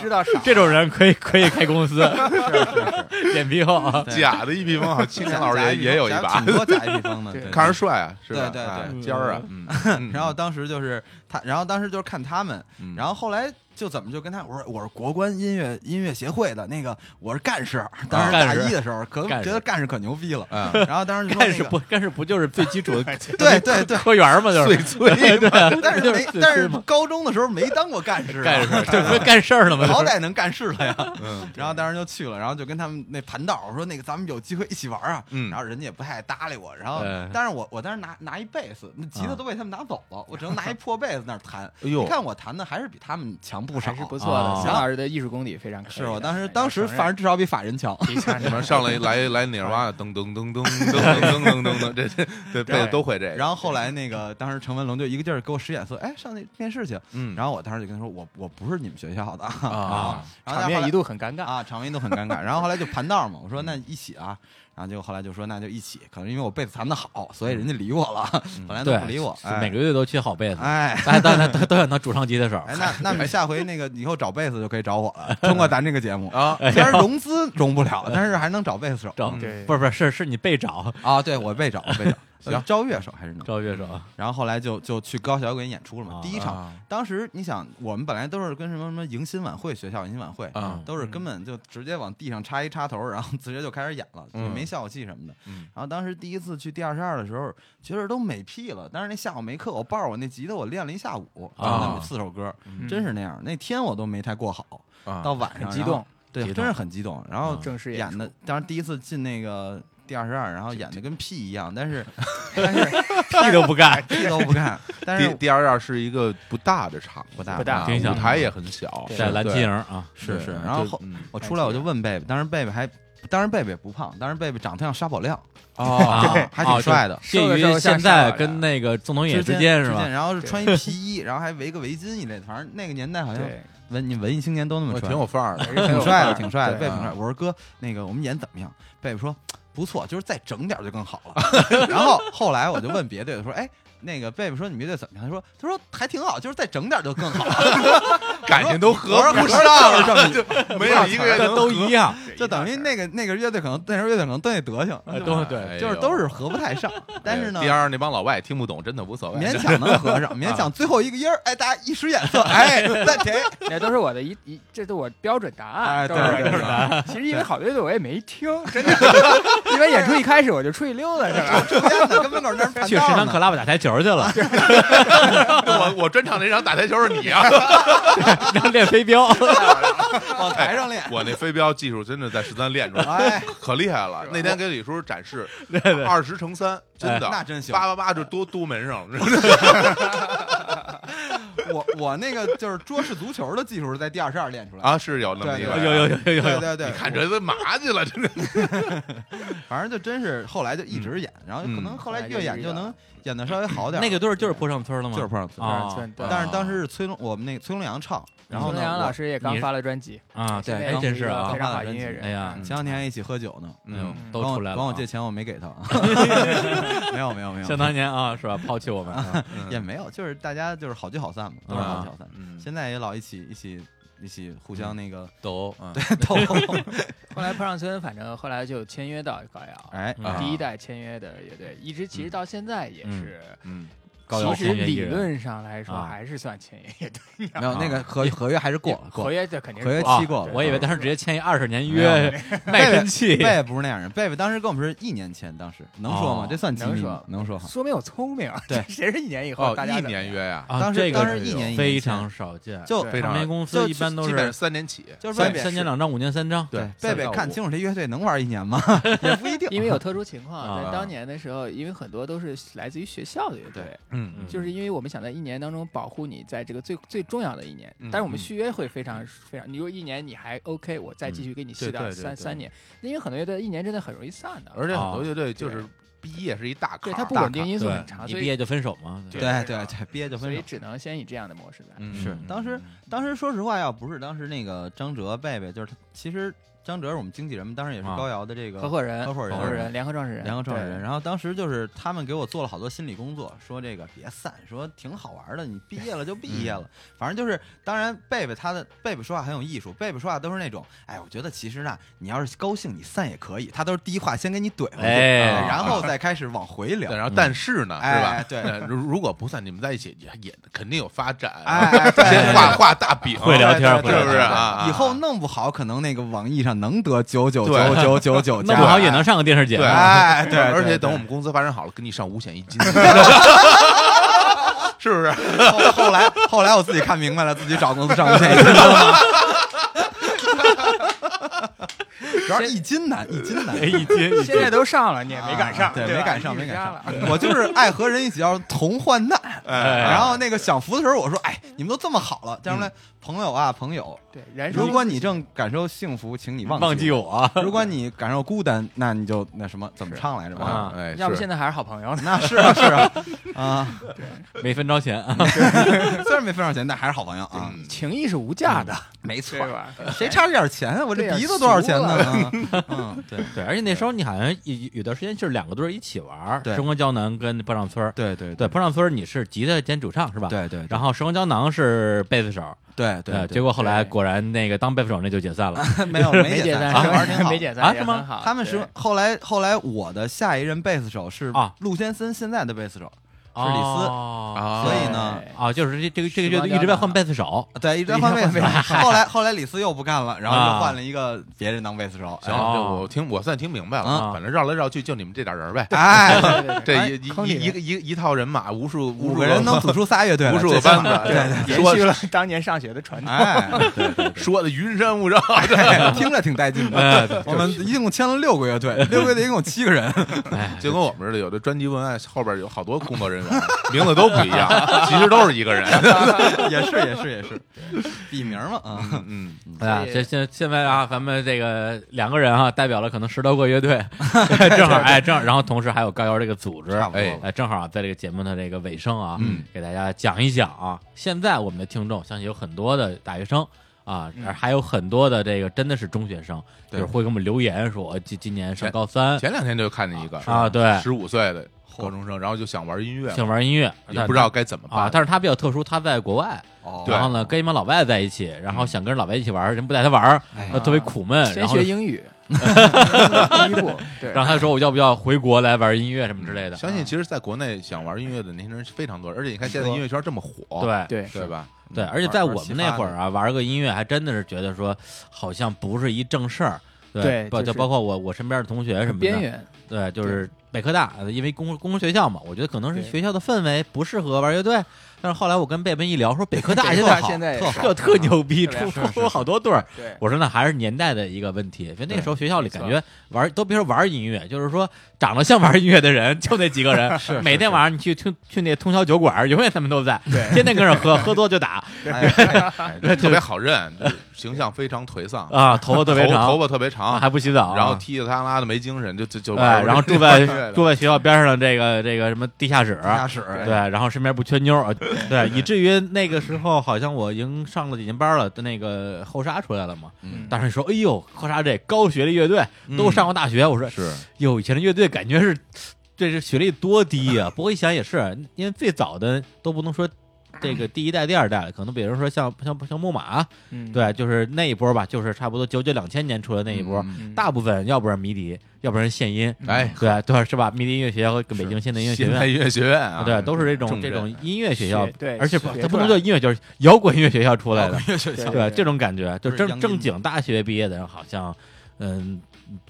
[SPEAKER 5] 知道少，
[SPEAKER 1] 这种人可以可以开公 司，脸皮厚啊，
[SPEAKER 2] 假的一匹风，好像青年老师也也有一把
[SPEAKER 4] 挺，多假一匹风 的。
[SPEAKER 5] 对
[SPEAKER 2] 看着帅啊，是
[SPEAKER 4] 对
[SPEAKER 2] 吧？
[SPEAKER 4] 对对
[SPEAKER 2] 啊
[SPEAKER 4] 嗯
[SPEAKER 2] 尖儿啊，嗯，
[SPEAKER 4] 然后当时就是他，然后当时就是看他们，
[SPEAKER 2] 嗯
[SPEAKER 4] 然后后来就怎么就跟他我说我是国关音乐音乐协会的那个我是干事，当时
[SPEAKER 1] 啊干
[SPEAKER 4] 大
[SPEAKER 1] 事
[SPEAKER 4] 一的时候可
[SPEAKER 1] 干事
[SPEAKER 4] 觉得干事可牛 逼了，
[SPEAKER 2] 啊
[SPEAKER 4] 然后当时就说
[SPEAKER 1] 干
[SPEAKER 4] 那
[SPEAKER 1] 是
[SPEAKER 4] 个
[SPEAKER 1] 不干是不就是最基础的
[SPEAKER 4] 对对对，
[SPEAKER 1] 科员嘛，就是
[SPEAKER 2] 碎
[SPEAKER 1] 对对，
[SPEAKER 4] 但是
[SPEAKER 1] 就是
[SPEAKER 4] 没
[SPEAKER 1] 碎
[SPEAKER 4] 但
[SPEAKER 1] 催
[SPEAKER 4] 是
[SPEAKER 1] 嘛
[SPEAKER 4] 高中的时候没当过干事啊，
[SPEAKER 1] 干事儿，这不是干事儿了吗？
[SPEAKER 4] 好歹能干事 了呀。
[SPEAKER 2] 嗯
[SPEAKER 4] 然后当时就去了，然后就跟他们那盘道我说那个咱们有机会一起玩啊，
[SPEAKER 2] 嗯
[SPEAKER 4] 然后人家也不太搭理我，然后
[SPEAKER 1] 嗯
[SPEAKER 4] 但是我我当时拿拿一贝斯，那吉他
[SPEAKER 1] 啊
[SPEAKER 4] 都被他们拿走了，我只能拿一破贝斯那儿弹。
[SPEAKER 2] 哎呦
[SPEAKER 4] 你看我弹的还是比他们强不少，啊
[SPEAKER 5] 还是不错
[SPEAKER 1] 哦
[SPEAKER 5] 的。邢老师的艺术功底非常可以的，哎
[SPEAKER 4] 是我当时当时反正至少比法人强。
[SPEAKER 5] 正
[SPEAKER 2] 你们上来来来哪哇，噔噔噔噔噔噔噔噔噔，这这这辈子都会这个。
[SPEAKER 4] 然后后来那个当时程文龙就一个劲儿给我使眼色，哎，上那面试去。
[SPEAKER 2] 嗯，
[SPEAKER 4] 然后我当时就跟他说，我我不是你们学校的
[SPEAKER 1] 啊，
[SPEAKER 4] 然后
[SPEAKER 5] 场
[SPEAKER 4] 他后
[SPEAKER 5] 面
[SPEAKER 4] 来
[SPEAKER 5] 一度很尴尬。
[SPEAKER 4] 啊，场面都很尴尬。然后后来就盘道嘛，我说那一起啊，然后结果后来就说那就一起，可能因为我贝斯弹的好，所以人家理我了，本来都
[SPEAKER 1] 嗯对，
[SPEAKER 4] 不理我。
[SPEAKER 1] 是
[SPEAKER 4] 哎
[SPEAKER 1] 每个乐队都缺好贝斯，
[SPEAKER 4] 哎
[SPEAKER 1] 大家当然都都想当主唱吉他手，
[SPEAKER 4] 哎，那那你下回那个以后找贝斯就可以找我 了，通过咱这个节目，
[SPEAKER 2] 啊，
[SPEAKER 4] 虽然融资融不了，但是还能找贝斯手
[SPEAKER 1] 哎
[SPEAKER 4] 嗯
[SPEAKER 1] 找
[SPEAKER 5] 对
[SPEAKER 1] 不是不是是是你被找
[SPEAKER 4] 啊。对我被找，我被找。 行，招乐手还是能。
[SPEAKER 1] 招乐手，
[SPEAKER 4] 然后后来就就去高校摇滚演出了嘛
[SPEAKER 1] 啊。
[SPEAKER 4] 第一场，当时你想，我们本来都是跟什么什么迎新晚会、学校迎新晚会
[SPEAKER 1] 嗯
[SPEAKER 2] 啊，
[SPEAKER 4] 都是根本就直接往地上插一插头，然后直接就开始演了，也没效果器什么的。
[SPEAKER 2] 嗯
[SPEAKER 4] 然后当时第一次去第二十二的时候，觉得都美屁了。但是那下午没课，我抱着我那吉他，我练了一下午，
[SPEAKER 1] 啊
[SPEAKER 4] 就那么四首歌，
[SPEAKER 5] 嗯
[SPEAKER 4] 真是那样。那天我都没太过好，
[SPEAKER 1] 嗯
[SPEAKER 2] 啊
[SPEAKER 4] 到晚上
[SPEAKER 5] 很激，
[SPEAKER 4] 然
[SPEAKER 5] 动啊
[SPEAKER 4] 后，对，
[SPEAKER 1] 激动
[SPEAKER 4] 真是很激动。然后
[SPEAKER 5] 正式演
[SPEAKER 4] 演
[SPEAKER 5] 出
[SPEAKER 4] 的，当时第一次进那个第二十二，然后演的跟屁一样，但是
[SPEAKER 1] 屁都不干，
[SPEAKER 4] 屁都不干。但
[SPEAKER 2] 第
[SPEAKER 4] 是
[SPEAKER 2] 第二二是一个不大的场，
[SPEAKER 4] 不大
[SPEAKER 5] 不大
[SPEAKER 2] 啊
[SPEAKER 1] 挺小
[SPEAKER 2] 舞台也很小，
[SPEAKER 5] 对
[SPEAKER 1] 在蓝旗
[SPEAKER 2] 对
[SPEAKER 1] 营啊，
[SPEAKER 4] 是
[SPEAKER 2] 对
[SPEAKER 4] 是，
[SPEAKER 2] 就
[SPEAKER 4] 然后后
[SPEAKER 2] 嗯
[SPEAKER 4] 我出来我就问贝贝，当时贝贝还，当时贝贝也不胖，当时贝贝长得像沙宝亮，
[SPEAKER 2] 哦，
[SPEAKER 1] 啊
[SPEAKER 4] 还挺帅的
[SPEAKER 1] 啊就介于现在跟那个郑东野之间是
[SPEAKER 4] 之
[SPEAKER 1] 吧？
[SPEAKER 4] 然后是穿一皮 衣，然后还围个围巾一类的，反正那个年代好像
[SPEAKER 5] 对，
[SPEAKER 4] 文你文艺青年都那么
[SPEAKER 2] 我
[SPEAKER 4] 穿，
[SPEAKER 2] 挺有范儿的，
[SPEAKER 4] 哎 挺
[SPEAKER 5] 挺
[SPEAKER 4] 帅的，挺帅的，贝
[SPEAKER 5] 对
[SPEAKER 4] 贝
[SPEAKER 2] 啊
[SPEAKER 4] 挺帅。我说哥，那个我们演怎么样？贝贝说不错，就是再整点就更好 了。然后后来我就问别队的说，哎。那个贝贝说你们乐队怎么样？他说他说还挺好，就是再整点就更好了。
[SPEAKER 2] 感情都合
[SPEAKER 4] 我说
[SPEAKER 2] 不
[SPEAKER 4] 合
[SPEAKER 2] 上
[SPEAKER 4] 上了
[SPEAKER 2] 了，就没有一个人
[SPEAKER 1] 都一样，
[SPEAKER 2] 对
[SPEAKER 4] 就等于那个那个乐队可能那时候乐队可能都那德行，
[SPEAKER 5] 呃都对，
[SPEAKER 2] 哎
[SPEAKER 4] 就是
[SPEAKER 2] 呦
[SPEAKER 4] 都是合不太上，但是呢
[SPEAKER 2] 第。二那帮老外听不懂，真的无所谓。
[SPEAKER 4] 勉强能合上，勉强最后一个音儿，哎，大家一使眼色，哎，暂停，
[SPEAKER 5] 那都是我的一一，这都我标准答案，
[SPEAKER 4] 哎
[SPEAKER 5] 都
[SPEAKER 4] 对
[SPEAKER 5] 是我的
[SPEAKER 4] 对
[SPEAKER 5] 标准答案。其实因为好乐队我也没听，真的，因为演出一开始我就出去溜达去 了。
[SPEAKER 4] 抽烟呢，跟门口那儿盘
[SPEAKER 1] 去食
[SPEAKER 4] 道
[SPEAKER 1] 堂
[SPEAKER 4] 呢
[SPEAKER 1] 克拉布打台球去了，
[SPEAKER 2] 我我专场那场打台球是你啊！
[SPEAKER 1] 然后练飞镖。
[SPEAKER 4] 往啊台上练，
[SPEAKER 2] 我那飞镖技术真的在十三练出来，
[SPEAKER 4] 哎，
[SPEAKER 2] 可厉害了。那天给李叔展示
[SPEAKER 1] 对对，
[SPEAKER 2] 二十乘三，真的，
[SPEAKER 4] 哎那真行
[SPEAKER 2] 八八八就多多门上，
[SPEAKER 4] 我我那个就是桌式足球的技术是在第二十二练出来的，
[SPEAKER 2] 啊，是有那么一 个，
[SPEAKER 1] 有有有有有
[SPEAKER 4] 对
[SPEAKER 1] 有，
[SPEAKER 4] 对对，
[SPEAKER 2] 你看这都麻去了，真的。
[SPEAKER 4] 反正就真是后来就一直演，然后可能后来越演就能演的稍微好点儿。
[SPEAKER 1] 那个队儿就是坡上村了吗？
[SPEAKER 4] 就是碰上村，
[SPEAKER 1] 啊
[SPEAKER 5] 对对
[SPEAKER 4] 但是当时是崔龙，我们那崔龙阳唱，然后
[SPEAKER 5] 孙
[SPEAKER 4] 呢，
[SPEAKER 5] 杨老
[SPEAKER 4] 我
[SPEAKER 5] 师也刚发了专辑，
[SPEAKER 1] 啊，
[SPEAKER 4] 对
[SPEAKER 1] 哎，真是啊
[SPEAKER 5] 非，常好的音乐人。
[SPEAKER 1] 哎呀，
[SPEAKER 4] 前两天还一起喝酒呢，
[SPEAKER 1] 哎呦
[SPEAKER 5] 嗯
[SPEAKER 1] 都
[SPEAKER 4] 管我
[SPEAKER 1] 出来了啊，
[SPEAKER 4] 管我借钱我没给他，没有没有没有，
[SPEAKER 1] 想当年啊，是吧？抛弃我们啊，
[SPEAKER 4] 也没有，就是大家就是好聚好散嘛，都是好聚好
[SPEAKER 2] 嗯
[SPEAKER 4] 散。现在也老一起一起一起互相那个
[SPEAKER 1] 都啊，
[SPEAKER 4] 斗，
[SPEAKER 5] 后来坡上村，反正后来就签约到高瑶，
[SPEAKER 4] 哎，
[SPEAKER 1] 啊
[SPEAKER 5] 第一代签约的乐队，一直其
[SPEAKER 1] 嗯
[SPEAKER 5] 实到现在也是。
[SPEAKER 2] 嗯，
[SPEAKER 1] 高瑶
[SPEAKER 5] 其实
[SPEAKER 1] 签约艺
[SPEAKER 5] 理
[SPEAKER 1] 人
[SPEAKER 5] 论上来说
[SPEAKER 1] 啊
[SPEAKER 5] 还是算签约乐
[SPEAKER 2] 啊
[SPEAKER 5] 队，
[SPEAKER 4] 没有那个合合约还是过了，过
[SPEAKER 5] 合
[SPEAKER 4] 了
[SPEAKER 5] 约这肯定是
[SPEAKER 4] 合约
[SPEAKER 5] 过
[SPEAKER 4] 期过
[SPEAKER 5] 对
[SPEAKER 4] 了
[SPEAKER 1] 我以为当时直接签一二十年
[SPEAKER 4] 没
[SPEAKER 1] 约， 卖身契
[SPEAKER 4] 贝贝不是那样人，贝贝当时跟我们是一年前，当时能说吗
[SPEAKER 1] 哦？
[SPEAKER 4] 这算机
[SPEAKER 5] 能
[SPEAKER 4] 密
[SPEAKER 5] 说
[SPEAKER 4] 吗？能说哈？
[SPEAKER 5] 说明我聪明，啊
[SPEAKER 4] 对
[SPEAKER 5] 谁是一年以后
[SPEAKER 2] 哦
[SPEAKER 5] 大，家
[SPEAKER 2] 一
[SPEAKER 5] 怎么样
[SPEAKER 2] 年 约呀，
[SPEAKER 1] 啊
[SPEAKER 4] 当时
[SPEAKER 1] 这个
[SPEAKER 4] 当时一年一年
[SPEAKER 1] 非
[SPEAKER 4] 签
[SPEAKER 1] 常少见，
[SPEAKER 4] 就
[SPEAKER 5] 对
[SPEAKER 2] 非
[SPEAKER 1] 唱
[SPEAKER 2] 常
[SPEAKER 1] 片公司一般都
[SPEAKER 2] 基本
[SPEAKER 1] 是
[SPEAKER 2] 上三年起，
[SPEAKER 4] 就是贝
[SPEAKER 1] 三
[SPEAKER 4] 贝
[SPEAKER 1] 三年两张，五年三张，
[SPEAKER 4] 对，
[SPEAKER 2] 三
[SPEAKER 4] 贝
[SPEAKER 2] 到
[SPEAKER 4] 贝
[SPEAKER 2] 五
[SPEAKER 4] 看清楚这乐队能玩一年吗？也不一 定，
[SPEAKER 5] 因为有特殊情况，
[SPEAKER 1] 啊
[SPEAKER 5] 在当年的时候，因为很多都是来自于学校的乐队，
[SPEAKER 2] 嗯
[SPEAKER 1] 嗯
[SPEAKER 5] 就是因为我们想在一年当中保护你在这个最最重要的一年
[SPEAKER 2] 嗯，
[SPEAKER 5] 但是我们续约会非常非常，你如果一年你还 OK，我再继续给你
[SPEAKER 2] 嗯
[SPEAKER 5] 续
[SPEAKER 2] 对
[SPEAKER 5] 到
[SPEAKER 2] 对对对
[SPEAKER 5] 三三年，那因为很多乐队一年真的很容易散的，
[SPEAKER 2] 而且很多乐队就是毕业是一大
[SPEAKER 5] 对
[SPEAKER 2] 坎儿，
[SPEAKER 5] 它不稳定因素
[SPEAKER 1] 对
[SPEAKER 5] 很，长，
[SPEAKER 1] 一
[SPEAKER 5] 所
[SPEAKER 1] 毕
[SPEAKER 5] 以
[SPEAKER 1] 业就分手嘛，
[SPEAKER 4] 对
[SPEAKER 2] 对
[SPEAKER 4] 对对，憋就
[SPEAKER 5] 所
[SPEAKER 4] 分
[SPEAKER 5] 以
[SPEAKER 4] 手。
[SPEAKER 5] 只能先以这样的模式来。
[SPEAKER 2] 嗯
[SPEAKER 4] 是当时当时说实话，要不是当时那个张哲贝贝，就是他，其实张哲是我们经纪人嘛，当时也是
[SPEAKER 1] 啊
[SPEAKER 4] 高瑶的这个
[SPEAKER 5] 合伙人，
[SPEAKER 4] 合伙人
[SPEAKER 5] 合伙人，联合创始人，
[SPEAKER 4] 联合创始人。
[SPEAKER 5] 对。
[SPEAKER 4] 然后当时就是他们给我做了好多心理工作，说这个别散，说挺好玩的，你毕业了就毕业了。反正就是，当然贝贝他的贝贝说话很有艺术，贝贝说话都是那种，哎，我觉得其实呢，你要是高兴你散也可以，他都是第一话先给你怼回去，
[SPEAKER 1] 哎
[SPEAKER 4] 啊然后再开始往回聊
[SPEAKER 2] 对，。然后但是呢，
[SPEAKER 4] 哎
[SPEAKER 2] 是吧
[SPEAKER 4] 嗯哎？对
[SPEAKER 2] 那如如果不算你们在一起，也也肯定有发展。啊
[SPEAKER 4] 哎，哎对
[SPEAKER 2] 先画画大饼，
[SPEAKER 1] 会聊天
[SPEAKER 2] 是
[SPEAKER 1] 会聊
[SPEAKER 2] 不是
[SPEAKER 1] 天
[SPEAKER 2] 啊？
[SPEAKER 4] 以后弄不好，可能那个网易上能得九九九
[SPEAKER 2] 对
[SPEAKER 4] 九九九
[SPEAKER 1] 弄
[SPEAKER 4] 加，
[SPEAKER 1] 不好也能上个电视节目
[SPEAKER 2] 对，
[SPEAKER 4] 哎对对
[SPEAKER 2] 而且
[SPEAKER 4] 对
[SPEAKER 2] 等我们公司发展好了，给你上五险一金，是不是？
[SPEAKER 4] 后 后来后来我自己看明白了，自己找公司上五险一金。 主要是一斤难，一斤 难。啊
[SPEAKER 1] 哎，一斤一
[SPEAKER 5] 现在
[SPEAKER 1] 斤，
[SPEAKER 5] 都上了，你也没赶上，
[SPEAKER 4] 对，
[SPEAKER 5] 吧
[SPEAKER 4] 没赶上，
[SPEAKER 5] 你
[SPEAKER 4] 没赶
[SPEAKER 5] 加
[SPEAKER 4] 上
[SPEAKER 5] 了。
[SPEAKER 4] 我就是爱和人一起要同患难。然后那个享福的时候，我说：“哎，你们都这么好了，将来朋友啊，朋友，
[SPEAKER 5] 对，燃烧
[SPEAKER 4] 如果你正感受幸福，请你忘
[SPEAKER 1] 忘记
[SPEAKER 4] 我；
[SPEAKER 1] 我，啊
[SPEAKER 4] 如果你感受孤单，那你就那什么，怎么唱来着？忘了
[SPEAKER 1] 啊
[SPEAKER 2] 哎，
[SPEAKER 5] 要不
[SPEAKER 2] 是
[SPEAKER 5] 现在还是好朋友呢。
[SPEAKER 4] 那是啊，是啊，啊，
[SPEAKER 1] 没分着钱啊，
[SPEAKER 4] 虽然没分上钱，但还是好朋友啊。
[SPEAKER 2] 嗯
[SPEAKER 5] 情谊是无价的，
[SPEAKER 4] 没错
[SPEAKER 5] 嗯对，吧？
[SPEAKER 4] 谁差这点钱啊？我
[SPEAKER 5] 这
[SPEAKER 4] 这
[SPEAKER 5] 也
[SPEAKER 4] 鼻子多少
[SPEAKER 5] 俗
[SPEAKER 4] 钱呢
[SPEAKER 5] 了？
[SPEAKER 4] 啊嗯，对
[SPEAKER 1] 对，而且那时候你好像有有段时间就是两个队儿一起玩儿，
[SPEAKER 4] 对
[SPEAKER 1] 生活胶囊跟坡上村儿，
[SPEAKER 4] 对对
[SPEAKER 1] 对，坡上村儿你是吉他兼主唱是吧？。
[SPEAKER 4] 对对
[SPEAKER 1] 然后生活胶囊是贝斯手，
[SPEAKER 4] 对
[SPEAKER 1] 呃
[SPEAKER 4] 对，
[SPEAKER 1] 结果后来果然那个当贝斯手那就解散 了，
[SPEAKER 4] 没有
[SPEAKER 5] 没
[SPEAKER 4] 解
[SPEAKER 5] 散，
[SPEAKER 4] 散， 玩儿挺好。
[SPEAKER 5] 没解散
[SPEAKER 1] 啊
[SPEAKER 5] 也
[SPEAKER 1] 是吗
[SPEAKER 5] 很好
[SPEAKER 4] 他们是
[SPEAKER 5] 对
[SPEAKER 4] 后来后来我的下一任贝斯手是
[SPEAKER 1] 啊
[SPEAKER 4] 陆先森现在的贝斯手，
[SPEAKER 1] 是
[SPEAKER 4] 李斯
[SPEAKER 1] 啊
[SPEAKER 2] 啊，
[SPEAKER 4] 所以呢，
[SPEAKER 1] 啊，就是这这个这个
[SPEAKER 5] 时
[SPEAKER 1] 乐
[SPEAKER 5] 髦
[SPEAKER 1] 队一直
[SPEAKER 5] 胶
[SPEAKER 1] 在
[SPEAKER 5] 囊
[SPEAKER 1] 换贝斯手，
[SPEAKER 4] 呃对，一直在换贝斯手。后来后来李斯又不干了，然后
[SPEAKER 1] 啊
[SPEAKER 4] 又换了一个别人当贝斯手。
[SPEAKER 2] 行
[SPEAKER 1] 啊
[SPEAKER 2] 了，这我听我算听明白了
[SPEAKER 1] 啊，
[SPEAKER 2] 反正绕来绕去就你们这点人儿呗。
[SPEAKER 4] 哎， 哎
[SPEAKER 5] 对对对
[SPEAKER 2] 这一一
[SPEAKER 5] 坑里
[SPEAKER 2] 一一个一一套人马，无数
[SPEAKER 4] 五
[SPEAKER 2] 数
[SPEAKER 4] 个人能组出仨乐队来，
[SPEAKER 2] 无数
[SPEAKER 4] 最
[SPEAKER 2] 个
[SPEAKER 4] 起码
[SPEAKER 2] 班子，
[SPEAKER 4] 对，
[SPEAKER 2] 对
[SPEAKER 5] 延续了 当年上学的传统。
[SPEAKER 4] 哎，
[SPEAKER 2] 说的云山雾罩，
[SPEAKER 4] 对听着挺带劲
[SPEAKER 1] 哎
[SPEAKER 4] 的。我们一共签了六个乐队，六个乐队一共有七个人。
[SPEAKER 1] 哎，
[SPEAKER 2] 就跟我们似的，有的专辑文案后边有好多工作人员，名字都不一样， 其实都是一个人。
[SPEAKER 4] 也是也是也是，笔名嘛啊，
[SPEAKER 2] 嗯，
[SPEAKER 1] 啊，
[SPEAKER 5] 所以
[SPEAKER 1] 这现现在啊，咱们这个两个人啊，代表了可能十多个乐 队， 正好哎，正好然后同时还有高瑶这个组织，
[SPEAKER 4] 差不多
[SPEAKER 1] 哎
[SPEAKER 4] 了，
[SPEAKER 1] 哎，正好在这个节目的这个尾声啊，
[SPEAKER 4] 嗯，
[SPEAKER 1] 给大家讲一讲啊，现在我们的听众相信有很多的大学生。啊，
[SPEAKER 2] 嗯
[SPEAKER 1] 而还有很多的这个真的是中学生，就
[SPEAKER 4] 对
[SPEAKER 1] 是会给我们留言说，今今年上高三
[SPEAKER 2] 前两天就看见一个
[SPEAKER 1] 啊，对，
[SPEAKER 2] 十五岁的高中生，然后就想玩音乐，
[SPEAKER 1] 想玩音乐，
[SPEAKER 2] 也
[SPEAKER 1] 但
[SPEAKER 2] 不知道该怎么
[SPEAKER 1] 啊，
[SPEAKER 2] 办。
[SPEAKER 1] 但是他比较特殊，他在国外，
[SPEAKER 4] 哦
[SPEAKER 2] 对嗯
[SPEAKER 1] 然后呢跟一帮老外在一起，然后想跟老外一起玩，人不带他玩，
[SPEAKER 4] 哎
[SPEAKER 1] 他特别苦闷，
[SPEAKER 5] 先
[SPEAKER 1] 然后
[SPEAKER 5] 学英语，第一 步，对，
[SPEAKER 1] 然后他说我要不要回国来玩音乐什么之类的，啊
[SPEAKER 2] 相信其实，在国内想玩音乐的年轻人是非常多，而且你看现在音乐圈这么火，
[SPEAKER 1] 对
[SPEAKER 5] 对
[SPEAKER 2] 对吧？
[SPEAKER 5] 嗯
[SPEAKER 1] 对，而且在我们那会儿啊，玩个音乐还真的是觉得说好像不是一正事儿。
[SPEAKER 5] 对
[SPEAKER 1] 包
[SPEAKER 5] 就
[SPEAKER 1] 就是包括我我身边的同学什么
[SPEAKER 5] 边
[SPEAKER 1] 的，
[SPEAKER 5] 缘，
[SPEAKER 1] 对，就是北科大，呃因为工工科学校嘛，我觉得可能是
[SPEAKER 5] 对
[SPEAKER 1] 学校的氛围不适合玩乐队。但是后来我跟贝贝一聊，说 北科大
[SPEAKER 5] 北
[SPEAKER 1] 现
[SPEAKER 5] 科
[SPEAKER 1] 在
[SPEAKER 5] 大
[SPEAKER 1] 好
[SPEAKER 5] 现在也
[SPEAKER 1] 特
[SPEAKER 5] 是啊
[SPEAKER 1] 好特牛逼，
[SPEAKER 5] 特别
[SPEAKER 1] 出
[SPEAKER 5] 是
[SPEAKER 1] 出好多对儿。
[SPEAKER 5] 对，
[SPEAKER 1] 我说那还是年代的一个问题，就那时候学校里
[SPEAKER 5] 没错
[SPEAKER 1] 感觉玩都别说玩音乐，就是说长得像玩音乐的人就那几个 人，每天晚上你去去去那通宵酒馆，永远他们都在，天天跟着喝，喝多就打
[SPEAKER 4] 哎哎
[SPEAKER 2] 哎这特别好认，就是形象非常颓丧，
[SPEAKER 1] 啊，头发特别
[SPEAKER 2] 头
[SPEAKER 1] 长，
[SPEAKER 2] 头发特别
[SPEAKER 1] 啊
[SPEAKER 2] 长，
[SPEAKER 1] 还不洗澡，
[SPEAKER 2] 然后踢踢踏拉的没精神，就就就
[SPEAKER 1] 哎，
[SPEAKER 2] 玩
[SPEAKER 1] 然后住
[SPEAKER 2] 玩
[SPEAKER 1] 在
[SPEAKER 2] 音乐
[SPEAKER 1] 住
[SPEAKER 2] 的
[SPEAKER 1] 在学校边上的这个这个什么地下室，
[SPEAKER 4] 下屎，
[SPEAKER 1] 对，然后身边不缺妞儿，呃对，以至于那个时候好像我已经上了几年班了，的那个后沙出来了嘛，
[SPEAKER 5] 嗯
[SPEAKER 1] 当时说，哎呦，后沙这高学历乐队都上过大学，我说
[SPEAKER 2] 嗯是
[SPEAKER 1] 哟，以前的乐队感觉是这是学历多低呀、不过一想也是，因为最早的都不能说。这个第一代、第二代，可能比如说像像像木马，啊
[SPEAKER 5] 嗯，
[SPEAKER 1] 对，就是那一波吧，就是差不多九九两千年出的那一波，
[SPEAKER 5] 嗯
[SPEAKER 1] 大部分要不然迷笛，要不然现音，
[SPEAKER 2] 哎，
[SPEAKER 1] 对对是吧？迷笛音乐学校和北京现代音乐学
[SPEAKER 2] 现代
[SPEAKER 1] 院，
[SPEAKER 2] 音乐学院啊，
[SPEAKER 1] 对，都是这种
[SPEAKER 2] 重
[SPEAKER 1] 这
[SPEAKER 2] 镇
[SPEAKER 1] 种音乐学校
[SPEAKER 5] 学，对
[SPEAKER 1] 而且不
[SPEAKER 5] 学
[SPEAKER 1] 它不
[SPEAKER 5] 出
[SPEAKER 1] 能
[SPEAKER 5] 来
[SPEAKER 1] 叫音乐，就是摇滚乐学校出来的，
[SPEAKER 5] 对
[SPEAKER 1] 对这种感觉，就
[SPEAKER 4] 不是
[SPEAKER 1] 正
[SPEAKER 4] 洋
[SPEAKER 1] 正
[SPEAKER 4] 音
[SPEAKER 1] 经大学毕业的人，好像嗯，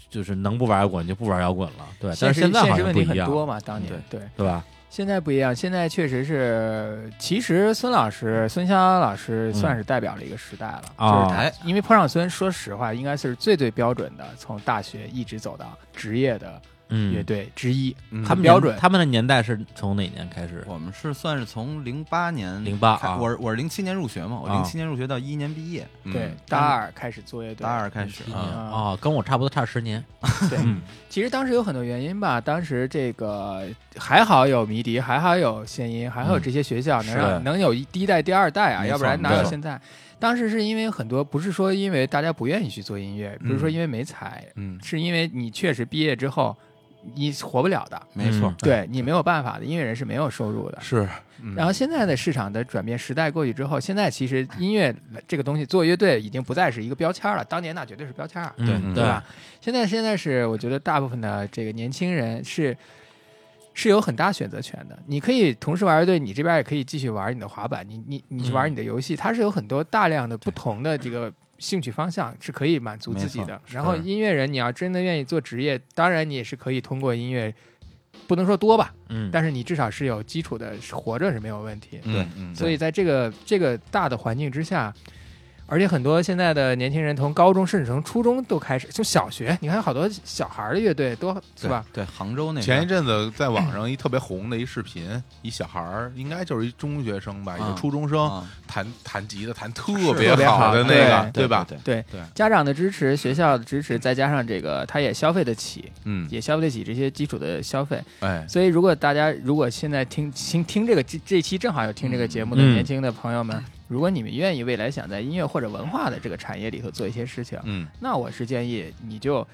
[SPEAKER 1] 就是能不玩摇滚就不玩摇滚了，对。但是
[SPEAKER 5] 现实
[SPEAKER 1] 现在
[SPEAKER 5] 现
[SPEAKER 1] 好
[SPEAKER 5] 实
[SPEAKER 1] 像
[SPEAKER 5] 问
[SPEAKER 1] 不
[SPEAKER 5] 题
[SPEAKER 1] 一
[SPEAKER 5] 很
[SPEAKER 1] 样，
[SPEAKER 5] 多嘛，当年
[SPEAKER 4] 嗯
[SPEAKER 5] 对。
[SPEAKER 1] 对吧？
[SPEAKER 5] 现在不一样，现在确实是，其实孙老师、孙湘湘老师算是代表了一个时代了，
[SPEAKER 1] 啊
[SPEAKER 5] 就是他，因为坡上孙，说实话，应该是最最标准的，从大学一直走到职业的乐
[SPEAKER 1] 嗯，
[SPEAKER 5] 队之一，
[SPEAKER 2] 嗯
[SPEAKER 1] 他们
[SPEAKER 5] 标
[SPEAKER 1] 年
[SPEAKER 5] 准
[SPEAKER 1] 他们的年代是从哪年开始？
[SPEAKER 4] 我们是算是从零八年
[SPEAKER 1] 08
[SPEAKER 4] 开
[SPEAKER 1] 啊
[SPEAKER 4] 我是我是零七年入学嘛，我
[SPEAKER 1] 啊
[SPEAKER 4] 零七年入学到一一年毕业，
[SPEAKER 2] 嗯
[SPEAKER 5] 对，大二开始做乐队，
[SPEAKER 4] 大二开始
[SPEAKER 5] 嗯
[SPEAKER 1] 啊
[SPEAKER 5] 啊
[SPEAKER 1] 哦，跟我差不多差十年。
[SPEAKER 5] 对
[SPEAKER 1] 嗯
[SPEAKER 5] 其实当时有很多原因吧，当时这个还好有迷笛，还好有现音，还好有这些学校能
[SPEAKER 1] 是
[SPEAKER 5] 让、能有一第一代、第二代啊，
[SPEAKER 4] 没错
[SPEAKER 5] 要不然哪
[SPEAKER 1] 没
[SPEAKER 5] 有
[SPEAKER 1] 错
[SPEAKER 5] 现在？当时是因为很多，不是说因为大家不愿意去做音乐，不是说因为没才，
[SPEAKER 2] 嗯
[SPEAKER 5] 是因为你确实毕业之后你活不了的，
[SPEAKER 4] 没错
[SPEAKER 1] 嗯，
[SPEAKER 5] 对你没有办法的，音乐人是没有收入的。
[SPEAKER 2] 是，嗯
[SPEAKER 5] 然后现在的市场的转变，时代过去之后，现在其实音乐这个东西做乐队已经不再是一个标签了，当年那绝对是标签儿。啊
[SPEAKER 1] 嗯
[SPEAKER 5] 对吧？？现在现在是我觉得大部分的这个年轻人是是有很大选择权的。你可以同时玩乐队，你这边也可以继续玩你的滑板，你你你去玩你的游
[SPEAKER 1] 嗯
[SPEAKER 5] 戏，它是有很多大量的不同的这个。兴趣方向是可以满足自己的。然后音乐人，你要真的愿意做职业，当然你也是可以通过音乐，不能说多吧，
[SPEAKER 1] 嗯，
[SPEAKER 5] 但是你至少是有基础的，活着是没有问题。
[SPEAKER 2] 对，嗯
[SPEAKER 5] 所以在这个这个大的环境之下，而且很多现在的年轻人从高中甚至从初中都开始，就小学，你看好多小孩儿的乐队都是吧？
[SPEAKER 4] 对杭州那边
[SPEAKER 2] 前一阵子在网上一特别红的一视频，一小孩儿应该就是一中学生吧，也是
[SPEAKER 4] 啊
[SPEAKER 2] 初中生，
[SPEAKER 4] 啊
[SPEAKER 2] 弹弹吉他弹嗯特
[SPEAKER 5] 特别
[SPEAKER 2] 好
[SPEAKER 5] 好
[SPEAKER 2] 的那
[SPEAKER 5] 对
[SPEAKER 2] 个，
[SPEAKER 4] 对
[SPEAKER 2] 吧？
[SPEAKER 4] 对，
[SPEAKER 5] 对
[SPEAKER 2] 对
[SPEAKER 5] 家长的支持、学校的支持，再加上这个，他也消费得起，
[SPEAKER 2] 嗯，
[SPEAKER 5] 也消费得起这些基础的消费。
[SPEAKER 2] 哎，
[SPEAKER 5] 所以，如果大家如果现在听听听这个这这期正好有听这个节目的
[SPEAKER 1] 嗯
[SPEAKER 5] 年轻的朋友们，如果你们愿意未来想在音乐或者文化的这个产业里头做一些事情，
[SPEAKER 2] 嗯，
[SPEAKER 5] 那我是建议你就。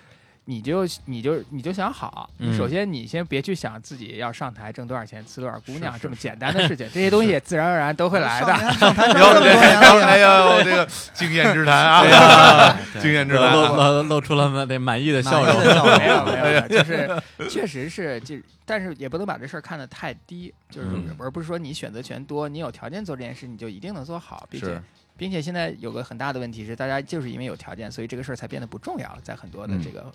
[SPEAKER 5] 你就你就你就想好，
[SPEAKER 1] 嗯
[SPEAKER 5] 首先你先别去想自己要上台挣多少钱、娶多少姑娘
[SPEAKER 2] 是
[SPEAKER 5] 这么简单的事情，这些东西也自然而然都会来的。
[SPEAKER 4] 上台上
[SPEAKER 2] 要
[SPEAKER 4] 这
[SPEAKER 2] 不
[SPEAKER 4] 么
[SPEAKER 2] 这
[SPEAKER 4] 多年
[SPEAKER 2] 当然
[SPEAKER 4] 了，
[SPEAKER 2] 要我这 个经验之谈啊， 经验之
[SPEAKER 1] 露
[SPEAKER 2] 谈啊，
[SPEAKER 1] 露露露出了那满意的笑
[SPEAKER 4] 满意
[SPEAKER 1] 容
[SPEAKER 4] 的。笑容
[SPEAKER 5] 没有没有，没有就是确实是，就但是也不能把这事儿看得太低，就是
[SPEAKER 1] 嗯
[SPEAKER 5] 而不是说你选择权多，你有条件做这件事，你就一定能做好，并且
[SPEAKER 2] 是
[SPEAKER 5] 并且现在有个很大的问题是，大家就是因为有条件，所以这个事儿才变得不重要了，在很多的
[SPEAKER 2] 嗯
[SPEAKER 5] 这个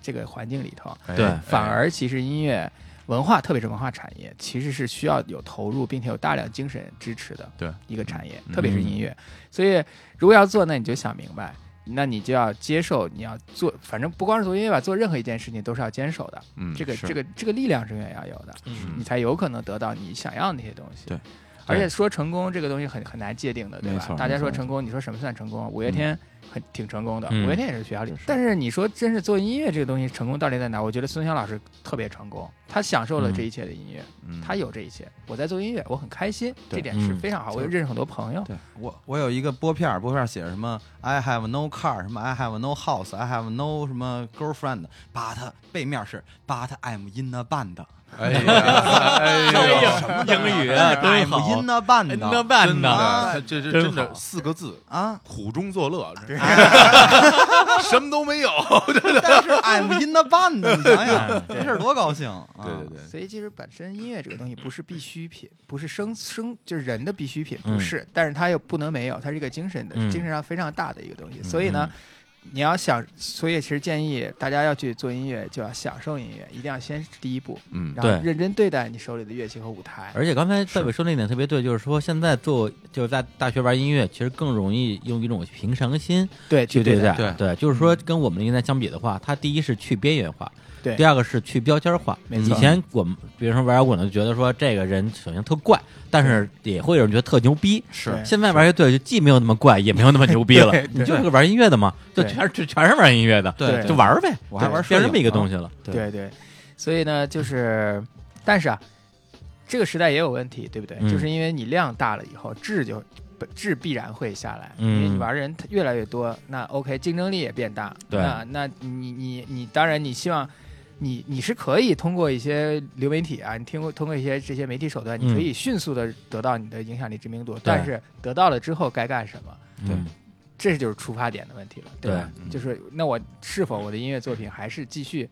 [SPEAKER 5] 这个环境里头。
[SPEAKER 2] 哎
[SPEAKER 1] 对
[SPEAKER 2] 哎
[SPEAKER 5] 反而其实音乐文化，特别是文化产业，其实是需要有投入，并且有大量精神支持的
[SPEAKER 2] 对
[SPEAKER 5] 一个产业，
[SPEAKER 2] 嗯
[SPEAKER 5] 特别是音乐。所以如果要做，那你就想明白。那你就要接受，你要做，反正不光是做音乐吧，做任何一件事情都是要坚守的。
[SPEAKER 2] 嗯
[SPEAKER 5] 这个
[SPEAKER 4] 是
[SPEAKER 5] 这个这个力量是永远要有的，
[SPEAKER 1] 嗯
[SPEAKER 5] 你才有可能得到你想要的那些东西。
[SPEAKER 4] 对，
[SPEAKER 5] 而且说成功这个东西很很难界定的，对
[SPEAKER 4] 没
[SPEAKER 5] 吧
[SPEAKER 4] 错？
[SPEAKER 5] 大家说
[SPEAKER 4] 没错嗯
[SPEAKER 5] 成功，你说什么算成功？五月天很挺成功的，
[SPEAKER 1] 嗯
[SPEAKER 5] 五月天也是学校里。但是你说真是做音乐这个东西成功到底在哪？我觉得孙湘老师特别成功，他享受了
[SPEAKER 4] 嗯
[SPEAKER 5] 这一切的音乐，他有这一切。我在做音乐，我很开心，这
[SPEAKER 4] 对
[SPEAKER 5] 点是
[SPEAKER 1] 嗯
[SPEAKER 5] 非常好。我也认识很多朋 友，
[SPEAKER 4] 对我，我有一个拨片儿，拨片儿写着什么 “I have no car”，什么 “I have no house”，“I have no 什么 girlfriend”，but 背面是 “but I'm in a band”，
[SPEAKER 2] 哎呀，哎呀，
[SPEAKER 1] 哎呦，英语啊，真好，
[SPEAKER 4] 音那办的
[SPEAKER 1] 那办
[SPEAKER 2] 真的
[SPEAKER 1] 呢，，
[SPEAKER 2] 他这这
[SPEAKER 1] 真
[SPEAKER 2] 啊真的
[SPEAKER 1] 好
[SPEAKER 2] 四个字，
[SPEAKER 4] 啊，
[SPEAKER 2] 苦中作乐， 什么都没有。
[SPEAKER 4] 但是 I'm in the band，你想想 这事儿多高兴啊！
[SPEAKER 2] 对对对，
[SPEAKER 5] 所以其实本身音乐这个东西不是必需品，不是生生就是人的必需品，
[SPEAKER 1] 嗯
[SPEAKER 5] 不是，但是它又不能没有，它是一个精神的、
[SPEAKER 1] 嗯
[SPEAKER 5] 精神上非常大的一个东西。所以呢，你要想，所以其实建议大家要去做音乐，就要享受音乐，一定要先第一步，
[SPEAKER 2] 嗯
[SPEAKER 5] 然后
[SPEAKER 1] 对
[SPEAKER 5] 认真对待你手里的乐器和舞台。
[SPEAKER 1] 而且刚才戴伟说那点特别对，就是说现在做就是在大学玩音乐，其实更容易用一种平常心
[SPEAKER 5] 对，
[SPEAKER 1] 去
[SPEAKER 5] 去对
[SPEAKER 1] 待。
[SPEAKER 5] 待，
[SPEAKER 1] 对就是说跟我们的年代相比的话，它第一是去边缘化，
[SPEAKER 5] 对
[SPEAKER 1] 第二个是去标签化。
[SPEAKER 5] 没
[SPEAKER 1] 以
[SPEAKER 5] 错
[SPEAKER 1] 前我们比如说玩摇滚的，觉得说这个人首先特怪，但是也会有人觉得特牛逼。
[SPEAKER 5] 是
[SPEAKER 1] 现在玩乐队就既没有那么怪，也没有那么牛逼了
[SPEAKER 5] 对，
[SPEAKER 1] 你就是个玩音乐的嘛，就
[SPEAKER 5] 对
[SPEAKER 1] 全是全是玩音乐的，
[SPEAKER 5] 对
[SPEAKER 1] 就玩儿呗，
[SPEAKER 4] 我还玩
[SPEAKER 1] 变
[SPEAKER 4] 摄
[SPEAKER 1] 这么一个
[SPEAKER 4] 影呢
[SPEAKER 1] 东西了。
[SPEAKER 5] 对对，所以 呢，就是，但是啊，这个时代也有问题，对不对？
[SPEAKER 1] 嗯
[SPEAKER 5] 就是因为你量大了以后，质就本质必然会下来，
[SPEAKER 1] 嗯
[SPEAKER 5] 因为你玩的人越来越多，那 OK，竞争力也变大。
[SPEAKER 1] 对
[SPEAKER 5] 那那你你你，当然你希望。你你是可以通过一些流媒体啊，你听过通过一些这些媒体手段，你
[SPEAKER 1] 嗯
[SPEAKER 5] 可以迅速的得到你的影响力、知名度。但是得到了之后该干什么？
[SPEAKER 1] 对
[SPEAKER 5] 这就是出发点的问题了，吧？
[SPEAKER 2] 对嗯
[SPEAKER 5] 就是那我是否我的音乐作品还是继续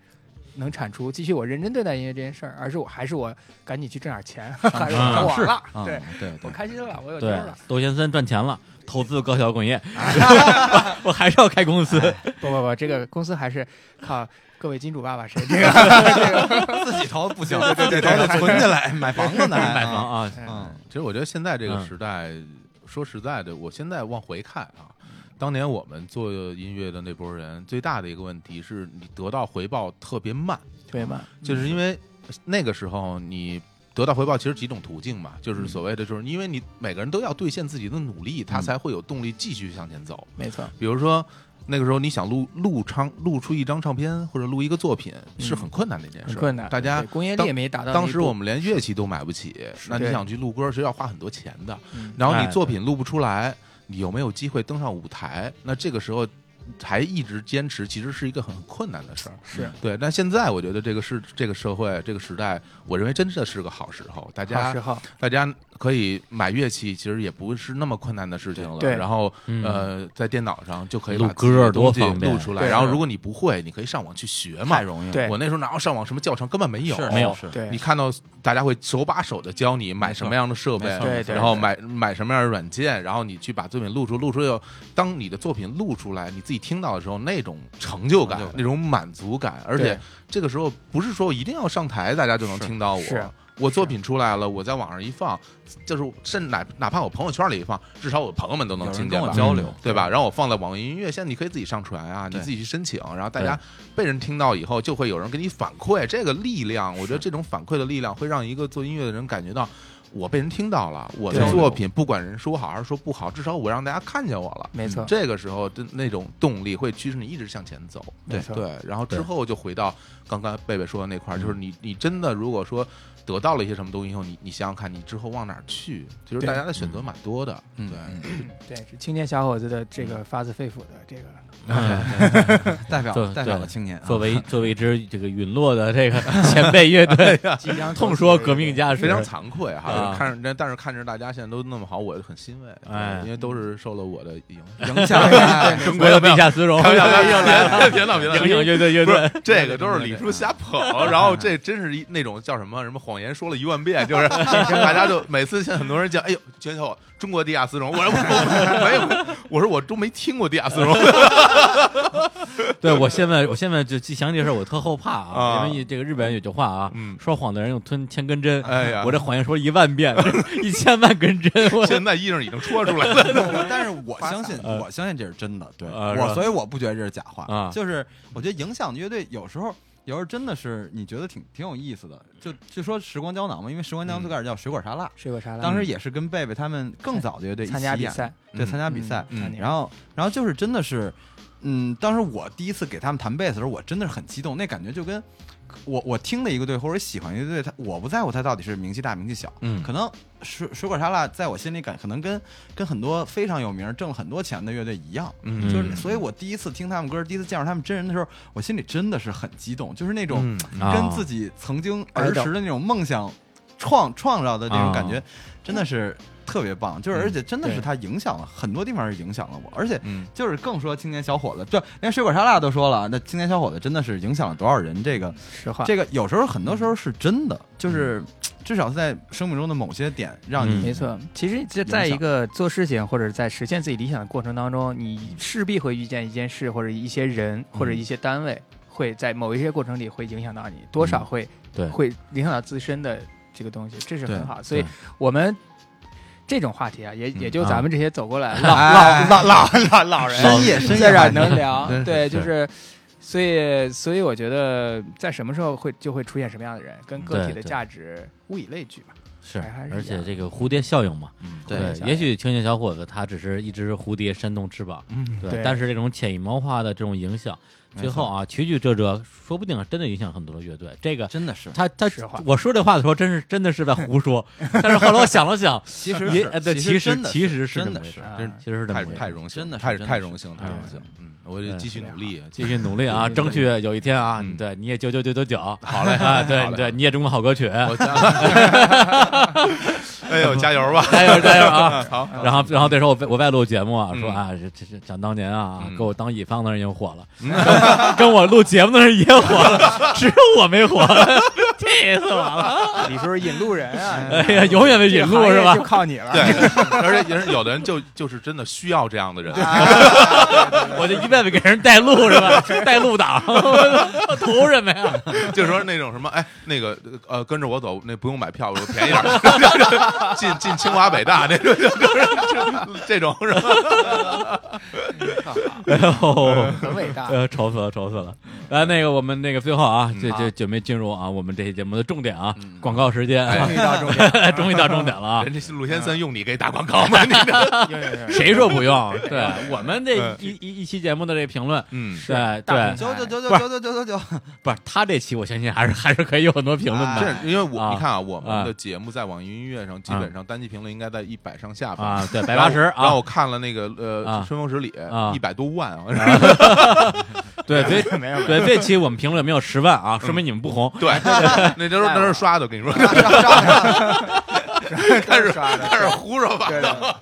[SPEAKER 5] 能产出，继续我认真对待音乐这件事儿，而是我还是我赶紧去挣点钱，还是我上网了，
[SPEAKER 4] 啊
[SPEAKER 5] 对
[SPEAKER 4] 对
[SPEAKER 5] 我
[SPEAKER 4] 对，
[SPEAKER 5] 开心了，我有妞
[SPEAKER 1] 对
[SPEAKER 5] 了，，
[SPEAKER 1] 窦先生赚钱了，投资高桥滚 业，我还是要开公司。
[SPEAKER 5] 不不不，这个公司还是靠各位金主爸爸谁 这个这个
[SPEAKER 4] 自己投不行，对对对，得存起来买房子呢，
[SPEAKER 5] 哎
[SPEAKER 1] 买房啊，
[SPEAKER 5] 嗯
[SPEAKER 4] 啊，
[SPEAKER 2] 其实我觉得现在这个
[SPEAKER 1] 嗯
[SPEAKER 2] 时代，说实在的，我现在往回看啊，当年我们做音乐的那波人，最大的一个问题是你得到回报特别慢，
[SPEAKER 5] 特别慢，
[SPEAKER 2] 就是因为那个时候你。得到回报其实几种途径嘛，
[SPEAKER 5] 嗯
[SPEAKER 2] 就是所谓的，就是因为你每个人都要兑现自己的努力，他才会有动力继续向前走。
[SPEAKER 5] 没错，
[SPEAKER 2] 比如说那个时候你想录录唱录出一张唱片或者录一个作品是很困难的一件事，
[SPEAKER 5] 嗯很困难。
[SPEAKER 2] 大家
[SPEAKER 5] 对工业力
[SPEAKER 2] 当
[SPEAKER 5] 也没达到那一步。
[SPEAKER 2] 当时我们连乐器都买不起，那你
[SPEAKER 5] 对
[SPEAKER 2] 想去录歌是要花很多钱的。
[SPEAKER 5] 嗯
[SPEAKER 2] 然后
[SPEAKER 1] 哎
[SPEAKER 2] 你作品录不出来，你有没有机会登上舞台？那这个时候还一直坚持，其实是一个很困难的事儿。
[SPEAKER 5] 是
[SPEAKER 2] 对，但现在我觉得这个是这个社会这个时代，我认为真的是个好时候，大
[SPEAKER 5] 好
[SPEAKER 2] 家
[SPEAKER 5] 时候，
[SPEAKER 2] 大家可以买乐器，其实也不是那么困难的事情了。
[SPEAKER 5] 对
[SPEAKER 2] 然后、
[SPEAKER 1] 嗯
[SPEAKER 2] 呃，在电脑上就可以
[SPEAKER 1] 录
[SPEAKER 2] 把自己的
[SPEAKER 1] 歌儿多
[SPEAKER 2] 东西
[SPEAKER 1] 方便
[SPEAKER 2] 录出来。
[SPEAKER 5] 对
[SPEAKER 2] 然后如果你不会，你可以上网去学嘛。
[SPEAKER 4] 太容易了，
[SPEAKER 5] 对
[SPEAKER 2] 我那时候哪有上网什么教程，根本没有，
[SPEAKER 1] 没有
[SPEAKER 4] 是
[SPEAKER 5] 对
[SPEAKER 2] 你看到大家会手把手的教你买什么样的设备
[SPEAKER 4] 没，错
[SPEAKER 5] 哎对对
[SPEAKER 2] 然后买买什么样的软件，然后你去把作品录出，录出又当你的作品录出来，你自己听到的时候，那种成就感
[SPEAKER 4] 成就，感
[SPEAKER 2] 那种满足感，而且这个时候不是说我一定要上台，大家就能听到我
[SPEAKER 5] 是。
[SPEAKER 2] 我作品出来了，我在网上一放，就是甚至哪哪怕我朋友圈里一放，至少我朋友们都能
[SPEAKER 4] 有
[SPEAKER 2] 听
[SPEAKER 4] 人跟
[SPEAKER 2] 见
[SPEAKER 4] 我
[SPEAKER 2] 吧，
[SPEAKER 4] 交流，
[SPEAKER 2] 对吧？然后我放在网易音乐，现在你可以自己上传啊，你
[SPEAKER 4] 对
[SPEAKER 2] 自己去申请，然后大家被人听到以后，就会有人给你反馈。这个力量，我觉得这种反馈的力量会让一个做音乐的人感觉到。我被人听到了，我的
[SPEAKER 5] 对
[SPEAKER 2] 作品不管人说好还是说不好，至少我让大家看见我了。
[SPEAKER 5] 没错，
[SPEAKER 2] 这个时候的那种动力会驱使你一直向前走。
[SPEAKER 5] 没错
[SPEAKER 2] 对，然后之
[SPEAKER 1] 对
[SPEAKER 2] 后就回到刚刚贝贝说的那块儿，就是你你真的如果说得到了一些什么东西以后，你你想想看，你之后往哪儿去？其实
[SPEAKER 5] 对
[SPEAKER 2] 大家的选择蛮多的。
[SPEAKER 4] 嗯
[SPEAKER 2] 对，
[SPEAKER 5] 对，是青年小伙子的这个发自肺腑的这个，
[SPEAKER 4] 代表
[SPEAKER 1] 对
[SPEAKER 4] 代表
[SPEAKER 1] 对
[SPEAKER 4] 了青年啊，
[SPEAKER 1] 嗯作为作为一支这个陨落的这个前辈乐 队，
[SPEAKER 5] 即将
[SPEAKER 1] 痛说革命家是
[SPEAKER 2] 非常惭愧哈
[SPEAKER 1] 啊，
[SPEAKER 2] 看着但是看着大家现在都那么好，我很欣慰，
[SPEAKER 1] 哎
[SPEAKER 2] 对因为都是受了我的影 响。
[SPEAKER 4] 影响哎
[SPEAKER 1] 中国的地下丝绒，
[SPEAKER 2] 开玩笑，开玩笑别闹别闹，
[SPEAKER 1] 影响乐队乐
[SPEAKER 2] 不是
[SPEAKER 1] 队，
[SPEAKER 2] 这个都是李叔瞎捧，然后这真是一那种叫什么什么谎言说了一万遍，就是大家就每次现在很多人讲，哎呦，全球中国地下丝绒，我说我我没有，我说我都没听过地下丝绒，
[SPEAKER 1] 对我现在我现在就记想起这事儿，我特后怕啊，
[SPEAKER 2] 啊
[SPEAKER 1] 因为这个日本人有句话啊
[SPEAKER 2] 嗯，
[SPEAKER 1] 说谎的人用吞千根针，
[SPEAKER 2] 哎呀
[SPEAKER 1] 我这谎言说了一万 遍，一千万根针，我
[SPEAKER 2] 现在衣裳已经戳出来了，
[SPEAKER 4] 但是我相信，我相信这是真的。对
[SPEAKER 1] 啊是吧
[SPEAKER 4] 我，所以我不觉得这是假话。
[SPEAKER 1] 啊
[SPEAKER 4] 就是我觉得影响乐队有时候，有时候真的是你觉得挺挺有意思的。就就说时光胶囊嘛，因为时光胶囊
[SPEAKER 2] 嗯
[SPEAKER 4] 最开始叫水果沙拉，
[SPEAKER 5] 水果沙拉，
[SPEAKER 4] 当时也是跟贝贝他们更早的乐队一起
[SPEAKER 5] 嗯参加比
[SPEAKER 4] 演，
[SPEAKER 5] 赛，
[SPEAKER 4] 对，参加比赛。
[SPEAKER 2] 嗯
[SPEAKER 5] 嗯
[SPEAKER 4] 然后，然后就是真的是，嗯，当时我第一次给他们弹贝斯的时候，我真的是很激动，那感觉就跟我我听的一个队或者喜欢一个队，他我不在乎他到底是名气大名气小，
[SPEAKER 2] 嗯
[SPEAKER 4] 可能水水果沙拉在我心里感可能跟跟很多非常有名、挣了很多钱的乐队一样，
[SPEAKER 2] 嗯
[SPEAKER 4] 就是所以我第一次听他们歌，第一次见着他们真人的时候，我心里真的是很激动，就是那种
[SPEAKER 2] 嗯
[SPEAKER 4] 跟自己曾经儿时的那种梦想创创造的那种感觉，真的是特别棒。就是而且真的是
[SPEAKER 5] 对
[SPEAKER 4] 它影响了很多地方，是影响了我，而且
[SPEAKER 2] 嗯
[SPEAKER 4] 就是更说青年小伙子，就连水果沙拉都说了，那青年小伙子真的是影响了多少人？这个
[SPEAKER 5] 实话，
[SPEAKER 4] 这个有时候很多时候是真的，就是至少在生命中的某些点让你
[SPEAKER 5] 没错，嗯其实这在一个做事情或者在实现自己理想的过程当中，你势必会遇见一件事或者一些人或者一些单位，会在某一些过程里会影响到你，多少会、
[SPEAKER 1] 嗯对
[SPEAKER 5] 会影响到自身的这个东西，这是很好。所以
[SPEAKER 1] 对
[SPEAKER 5] 我们这种话题啊，也也就
[SPEAKER 1] 啊
[SPEAKER 5] 咱们这些走过来、
[SPEAKER 4] 哎
[SPEAKER 5] 老老老老老人
[SPEAKER 4] 深夜深
[SPEAKER 5] 在
[SPEAKER 4] 夜
[SPEAKER 5] 这
[SPEAKER 4] 吧
[SPEAKER 5] 儿 能聊，
[SPEAKER 4] 对
[SPEAKER 5] 对，就是。所以，所以我觉得，在什么时候会就会出现什么样的人，跟个
[SPEAKER 1] 对
[SPEAKER 5] 体
[SPEAKER 1] 对
[SPEAKER 5] 的价值物以类聚吧。
[SPEAKER 1] 是
[SPEAKER 5] 哎还还是
[SPEAKER 1] 而
[SPEAKER 5] 一
[SPEAKER 1] 且
[SPEAKER 5] 样
[SPEAKER 1] 这个蝴蝶效应嘛，
[SPEAKER 4] 对
[SPEAKER 5] 蝴蝶效应
[SPEAKER 1] 也许青年小伙子他只是一只蝴蝶扇动翅膀，对
[SPEAKER 5] 对，
[SPEAKER 1] 但是这种潜移默化的这种影响，最后啊曲曲折折，说不定啊真的影响很多的乐队。这个
[SPEAKER 4] 真的是。
[SPEAKER 1] 他他
[SPEAKER 5] 实话
[SPEAKER 1] 我说这话的时候，真是真的是在胡说，但是后来我想了想，
[SPEAKER 4] 其实
[SPEAKER 1] 也
[SPEAKER 4] 是
[SPEAKER 1] 哎对，其
[SPEAKER 4] 其实
[SPEAKER 1] 实
[SPEAKER 4] 真的
[SPEAKER 1] 其实是这
[SPEAKER 4] 真
[SPEAKER 1] 么
[SPEAKER 4] 的
[SPEAKER 1] 回
[SPEAKER 4] 是
[SPEAKER 1] 事，
[SPEAKER 5] 啊
[SPEAKER 2] 真
[SPEAKER 1] 其实是这么
[SPEAKER 2] 太
[SPEAKER 1] 回事
[SPEAKER 2] 太荣幸，
[SPEAKER 4] 真的是
[SPEAKER 2] 太
[SPEAKER 4] 真的
[SPEAKER 2] 太
[SPEAKER 4] 是
[SPEAKER 2] 荣幸，太
[SPEAKER 1] 哎
[SPEAKER 2] 荣幸。嗯，我就
[SPEAKER 1] 对
[SPEAKER 2] 继续努力，
[SPEAKER 1] 继续努力啊，争取有一天啊，
[SPEAKER 2] 嗯
[SPEAKER 1] 对你也九九九九九，好嘞啊，
[SPEAKER 2] 好
[SPEAKER 1] 对
[SPEAKER 2] 嘞
[SPEAKER 1] 对，你也中国好歌曲，
[SPEAKER 2] 我加，哎呦，加油吧！
[SPEAKER 1] 加油加油啊！
[SPEAKER 2] 好，
[SPEAKER 1] 然后，然后这时候我在我在录节目啊，
[SPEAKER 2] 嗯
[SPEAKER 1] 说啊，这这这想当年啊，
[SPEAKER 2] 嗯
[SPEAKER 1] 给我当乙方的人也火了，跟我录节目的人也火了，只有我没 火，气死我了！
[SPEAKER 5] 李叔是引路人啊，
[SPEAKER 1] 哎呀，永远的
[SPEAKER 5] 这
[SPEAKER 1] 引
[SPEAKER 5] 行
[SPEAKER 1] 路
[SPEAKER 5] 业
[SPEAKER 1] 是吧
[SPEAKER 5] 就？靠你了。
[SPEAKER 2] 对， 而且人有的人就就是真的需要这样的人，
[SPEAKER 1] 我就一辈子给人带路是吧？ 带路党，我图什么 呀？
[SPEAKER 2] 就说那种什么，哎，那个呃，跟着我走，那不用买票，我便宜点儿， 进进清华北大那种， 就是就是这种是吧？
[SPEAKER 1] 哎呦，
[SPEAKER 5] 啊 很伟大。
[SPEAKER 1] 呃，愁死了，愁死了。来，那个我们那个最后啊，
[SPEAKER 2] 嗯
[SPEAKER 1] 这这准备进入啊我们这期节目的重点啊，广告时间啊，
[SPEAKER 2] 哎
[SPEAKER 5] 终于到重 点，
[SPEAKER 1] 终于到重点了啊
[SPEAKER 2] 人。家陆先生用你给打广告吗？你这，
[SPEAKER 1] 谁说不 用？对我们这一一一期节目的这评论，
[SPEAKER 2] 嗯，
[SPEAKER 1] 对
[SPEAKER 5] 嗯大
[SPEAKER 1] 对
[SPEAKER 5] 部，分
[SPEAKER 4] 九九九
[SPEAKER 1] 不
[SPEAKER 4] 九
[SPEAKER 1] 是
[SPEAKER 4] 九九九九九，
[SPEAKER 1] 不是他这期，我相信还是 还是可以有很多评论的
[SPEAKER 2] 这因为我
[SPEAKER 1] 啊
[SPEAKER 2] 你看啊，啊我
[SPEAKER 1] 啊
[SPEAKER 2] 们的节目在网易云音乐上基本上单期评论应该在一百上下吧，
[SPEAKER 1] 啊。对，百八十
[SPEAKER 2] 然后
[SPEAKER 1] 啊
[SPEAKER 2] 我，看了那个呃
[SPEAKER 1] 啊
[SPEAKER 2] 《春风十里
[SPEAKER 1] 啊》，
[SPEAKER 2] 一百多万啊，
[SPEAKER 1] 对，所 以对这期我们评论没有十万
[SPEAKER 5] 嗯
[SPEAKER 1] 啊，说明你们不 红。
[SPEAKER 2] 对，那都是那是刷的，我跟你说， 开始开始胡说八道，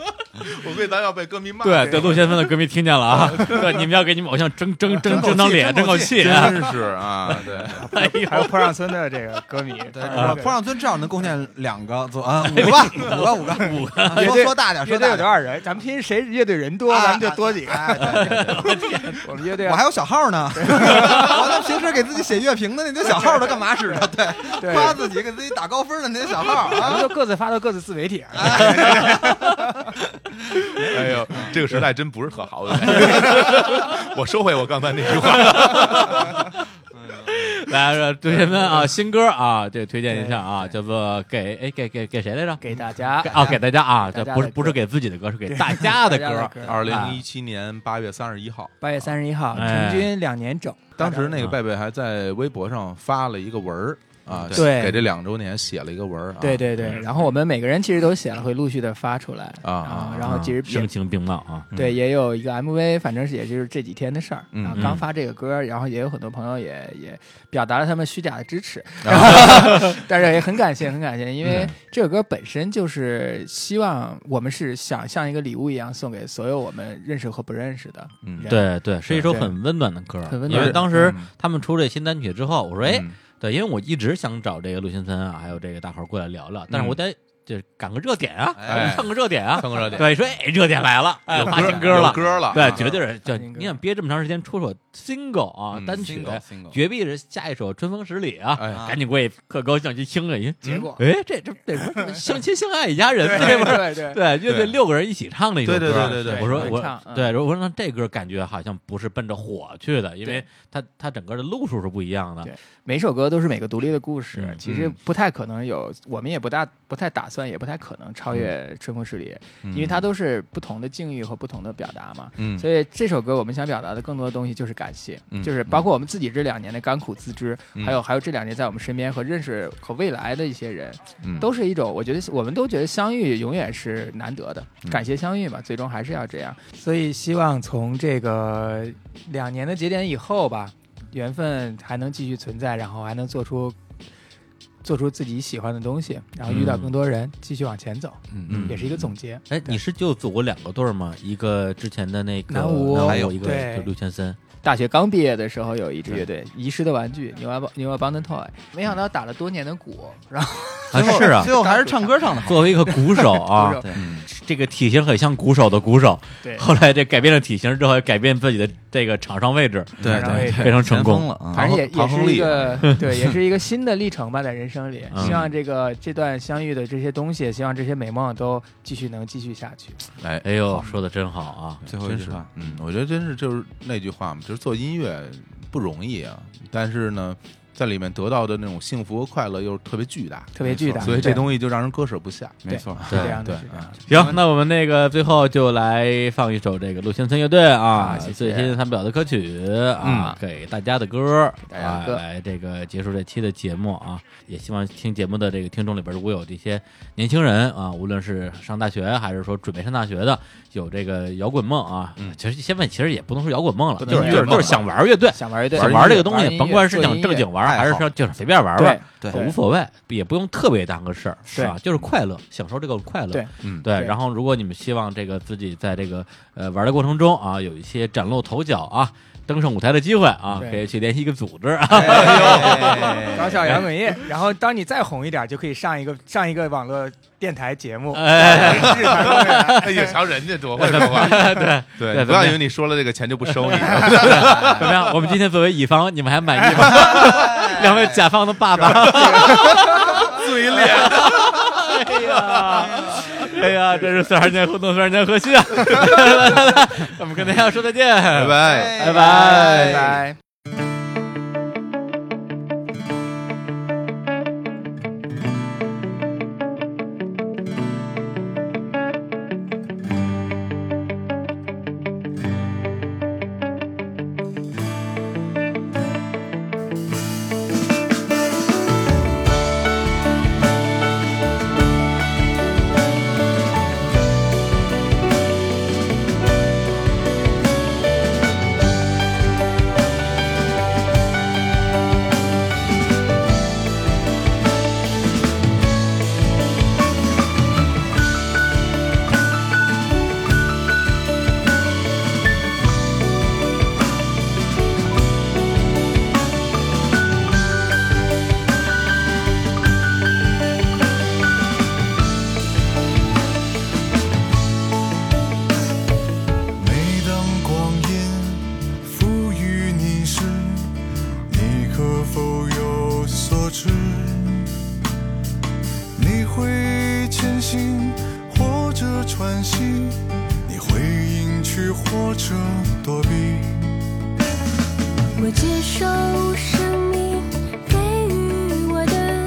[SPEAKER 2] 我估计咱要被歌迷骂。
[SPEAKER 1] 对对，陆先生的歌迷听见了 啊！对，你们要给你们偶像争争争争张脸，争口气。哎
[SPEAKER 2] 真是啊，对，
[SPEAKER 1] 呦，
[SPEAKER 5] 还有坡上村的这个歌迷，
[SPEAKER 4] 对，
[SPEAKER 5] 啊
[SPEAKER 4] 坡上村至少能贡献两个左啊，五个吧，五个五个五个，
[SPEAKER 5] 乐
[SPEAKER 4] 说
[SPEAKER 5] 队
[SPEAKER 4] 说大点，
[SPEAKER 5] 乐
[SPEAKER 4] 说
[SPEAKER 5] 队
[SPEAKER 4] 大
[SPEAKER 5] 有多
[SPEAKER 4] 点。
[SPEAKER 5] 少人？咱们拼谁乐队人多，
[SPEAKER 4] 啊
[SPEAKER 5] 咱们就多几个。
[SPEAKER 4] 哎，对对对
[SPEAKER 5] 我们乐队
[SPEAKER 4] 我还有小号呢，我那平时给自己写乐评的那堆小号都干嘛使的？对，
[SPEAKER 5] 对，
[SPEAKER 4] 夸自己给自己打高分的那些小号
[SPEAKER 5] 咱
[SPEAKER 4] 啊，
[SPEAKER 5] 们就各自发到各自自媒体啊。
[SPEAKER 2] 哎呦，这个时代真不是特好 的。我收回我刚才那句 话。
[SPEAKER 1] 啊来，说杜先生啊，新歌啊，这推荐一下啊，叫做给哎给给给谁来着？
[SPEAKER 5] 给大家
[SPEAKER 1] 啊，给大家啊，这
[SPEAKER 5] 大家
[SPEAKER 1] 不是
[SPEAKER 5] 的歌
[SPEAKER 1] 不是给自己的歌，是给大家的
[SPEAKER 5] 大家的
[SPEAKER 1] 歌。
[SPEAKER 5] 歌
[SPEAKER 2] 二零一七年八月三十一号，
[SPEAKER 5] 八月三十一号，
[SPEAKER 1] 哎
[SPEAKER 5] 平均两年整。
[SPEAKER 2] 当时那个贝贝还在微博上发了一个文儿啊，
[SPEAKER 5] 对
[SPEAKER 2] 给这两周年写了一个文儿啊，
[SPEAKER 5] 对对对，然后我们每个人其实都写了，会陆续的发出来
[SPEAKER 2] 啊
[SPEAKER 5] 啊。然后其实也
[SPEAKER 1] 声情并茂啊，
[SPEAKER 5] 对，也有一个 MV，反正是也就是这几天的事儿。
[SPEAKER 2] 嗯
[SPEAKER 5] 然后
[SPEAKER 1] 嗯
[SPEAKER 5] 刚发这个歌，然后也有很多朋友也也表达了他们虚假的支持，
[SPEAKER 1] 啊
[SPEAKER 5] 但是也很感谢，很感谢，因为
[SPEAKER 1] 嗯
[SPEAKER 5] 这个歌本身就是希望我们是想像一个礼物一样送给所有我们认识和不认识的
[SPEAKER 2] 嗯
[SPEAKER 5] 人。，
[SPEAKER 1] 对对，是一首
[SPEAKER 5] 对
[SPEAKER 1] 很温暖的歌，
[SPEAKER 5] 很温
[SPEAKER 1] 因为
[SPEAKER 5] 暖
[SPEAKER 1] 当时
[SPEAKER 2] 嗯
[SPEAKER 1] 他们出这新单曲之后，我说哎，
[SPEAKER 2] 嗯
[SPEAKER 1] 对，因为我一直想找这个陆先森啊，还有这个大伙儿过来聊聊，
[SPEAKER 5] 嗯
[SPEAKER 1] 但是我得就是赶个热点啊，
[SPEAKER 2] 哎
[SPEAKER 1] 蹭个热点啊，
[SPEAKER 2] 蹭个热点
[SPEAKER 1] 对，说哎，热点来了，哎，发新
[SPEAKER 2] 有
[SPEAKER 1] 歌了，
[SPEAKER 2] 歌了，
[SPEAKER 1] 对
[SPEAKER 2] 啊，
[SPEAKER 1] 绝对是，就
[SPEAKER 5] 发新歌
[SPEAKER 1] 你想憋这么长时间出首 single 啊
[SPEAKER 2] 嗯
[SPEAKER 1] 单曲，
[SPEAKER 4] single，
[SPEAKER 1] 绝壁是下一首《春风十里》啊，
[SPEAKER 2] 哎
[SPEAKER 4] 啊
[SPEAKER 1] 赶紧过去特高兴去听了，一
[SPEAKER 5] 结果，
[SPEAKER 1] 哎，这这这不是相亲相爱一家人，这
[SPEAKER 5] 对
[SPEAKER 1] 不是
[SPEAKER 5] 对 对，
[SPEAKER 1] 对乐队
[SPEAKER 2] 对
[SPEAKER 1] 六个人一起唱的一首歌，
[SPEAKER 2] 对对对对对
[SPEAKER 1] 我说
[SPEAKER 5] 对唱
[SPEAKER 1] 我
[SPEAKER 5] 嗯
[SPEAKER 1] 对，我说那这歌感觉好像不是奔着火去的，因为
[SPEAKER 5] 对
[SPEAKER 1] 它它整个的路数是不一样的
[SPEAKER 5] 对，每首歌都是每个独立的故事
[SPEAKER 1] 嗯，
[SPEAKER 5] 其实不太可能有，我们也不大不太打算，也不太可能超越春风十里，
[SPEAKER 1] 嗯
[SPEAKER 5] 因为它都是不同的境遇和不同的表达嘛。
[SPEAKER 2] 嗯
[SPEAKER 5] 所以这首歌我们想表达的更多的东西就是感谢，
[SPEAKER 2] 嗯
[SPEAKER 5] 就是包括我们自己这两年的甘苦自知，
[SPEAKER 2] 嗯
[SPEAKER 5] 还有还有这两年在我们身边和认识和未来的一些人，
[SPEAKER 2] 嗯
[SPEAKER 5] 都是一种我觉得我们都觉得相遇永远是难得的，
[SPEAKER 2] 嗯
[SPEAKER 5] 感谢相遇嘛，最终还是要这样。所以希望从这个两年的节点以后吧，缘分还能继续存在，然后还能做出。做出自己喜欢的东西，然后遇到
[SPEAKER 1] 嗯
[SPEAKER 5] 更多人，继续往前走，
[SPEAKER 1] 嗯
[SPEAKER 5] 也是一个总结。
[SPEAKER 1] 哎，你是就组过两个队儿吗？一个之前的那个
[SPEAKER 5] 南无
[SPEAKER 1] 南
[SPEAKER 5] 还
[SPEAKER 1] 有
[SPEAKER 5] 有
[SPEAKER 1] 一个
[SPEAKER 5] 对
[SPEAKER 1] 就刘千森，
[SPEAKER 5] 大学刚毕业的时候有一支乐队《遗失的玩具》牛蛙牛蛙 b o n d Toy，没想到打了多年的鼓，然后
[SPEAKER 1] 啊是啊
[SPEAKER 4] 最，后还是唱歌唱的好。
[SPEAKER 1] 作为一个鼓手
[SPEAKER 5] 鼓
[SPEAKER 1] 啊
[SPEAKER 5] 手，
[SPEAKER 4] 对，
[SPEAKER 1] 这个体型很像鼓手的鼓手，
[SPEAKER 5] 对
[SPEAKER 1] 后来这改变了体型之后，也改变自己的这个场上位置，
[SPEAKER 4] 对
[SPEAKER 5] 然后
[SPEAKER 4] 对，
[SPEAKER 5] 也
[SPEAKER 1] 非常成功
[SPEAKER 4] 前锋了。啊
[SPEAKER 5] 反正也
[SPEAKER 2] 唐
[SPEAKER 5] 也
[SPEAKER 2] 唐亨
[SPEAKER 5] 是
[SPEAKER 2] 利
[SPEAKER 5] 一个对，也是一个新的历程吧，在人生里，
[SPEAKER 1] 嗯
[SPEAKER 5] 希望这个这段相遇的这些东西，希望这些美梦都继续能继续下去。
[SPEAKER 2] 哎，
[SPEAKER 1] 哎呦，说的真好啊！
[SPEAKER 4] 最后一
[SPEAKER 2] 真
[SPEAKER 4] 句
[SPEAKER 2] 是
[SPEAKER 4] 话，
[SPEAKER 2] 嗯，我觉得真是就是那句话嘛，就是做音乐不容易啊，但是呢，在里面得到的那种幸福和快乐又是特别巨大，
[SPEAKER 5] 特别巨大
[SPEAKER 2] 所以这
[SPEAKER 5] 对
[SPEAKER 2] 东西就让人割舍不下。
[SPEAKER 4] 没错，
[SPEAKER 5] 是这样
[SPEAKER 2] 对啊
[SPEAKER 5] 的，是这样的。
[SPEAKER 1] 行，那我们那个最后就来放一首这个陆先森乐队啊，
[SPEAKER 5] 啊谢谢
[SPEAKER 1] 最新他们表的歌曲啊，给大家的歌，
[SPEAKER 5] 大家的
[SPEAKER 1] 啊
[SPEAKER 5] 歌
[SPEAKER 1] 来这个结束这期的节目啊。也希望听节目的这个听众里边，如果有这些年轻人啊，无论是上大学还是说准备上大学的，有这个摇滚梦啊，
[SPEAKER 2] 嗯
[SPEAKER 1] 其实现在其实也不能说摇滚梦了，
[SPEAKER 5] 不能
[SPEAKER 1] 就是
[SPEAKER 5] 摇
[SPEAKER 1] 就是
[SPEAKER 5] 滚梦
[SPEAKER 1] 就是想玩乐队。
[SPEAKER 5] 想玩乐队，
[SPEAKER 1] 嗯想玩这个东
[SPEAKER 5] 玩
[SPEAKER 1] 西，
[SPEAKER 5] 音乐
[SPEAKER 1] 甭管是想正，经玩，
[SPEAKER 4] 爱好
[SPEAKER 1] 还是说就是随便玩
[SPEAKER 5] 做音乐
[SPEAKER 1] 玩
[SPEAKER 5] 对，
[SPEAKER 4] 对
[SPEAKER 1] 无所谓，也不用特别当个事儿，是
[SPEAKER 5] 对
[SPEAKER 1] 吧？就是快乐，享受这个快乐。
[SPEAKER 5] 对
[SPEAKER 2] 嗯
[SPEAKER 1] 对。
[SPEAKER 5] 对
[SPEAKER 1] 然后，如果你们希望这个自己在这个呃玩的过程中啊，有一些崭露头角啊，登上舞台的机会啊，
[SPEAKER 5] 对
[SPEAKER 1] 可以去联系一个组织啊。
[SPEAKER 4] 哎
[SPEAKER 5] 搞小摇滚乐，然后当你再红一点，就可以上一个上一个网络电台节目。
[SPEAKER 1] 哎，
[SPEAKER 2] 哎呀，瞧人家多会说 话，对
[SPEAKER 1] 对
[SPEAKER 2] 对，不要以为你说了这个钱就不收你。
[SPEAKER 1] 怎么样？我们今天作为乙方，你们还满意吗？ 两位甲方的爸 爸，
[SPEAKER 2] 嘴脸，
[SPEAKER 1] 哎呀， 哎呀，这是四十年互动，四十年核心啊！ 我们跟大家说再见，
[SPEAKER 2] 拜拜。
[SPEAKER 1] 拜拜
[SPEAKER 5] 拜拜。
[SPEAKER 6] 每当光阴赋予你时，你可否有所知？你会前行，或者喘息；你会隐去，或者躲避。
[SPEAKER 7] 我接受生命给予我的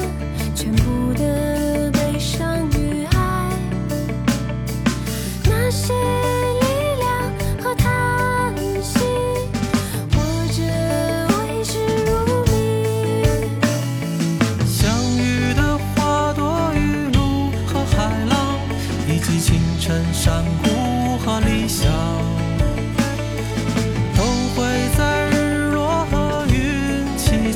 [SPEAKER 7] 全部的悲伤与爱，那些力量和叹息，或者为之入迷。
[SPEAKER 8] 相遇的花朵与路和海浪，以及清晨山谷和理想，都会在日落和云起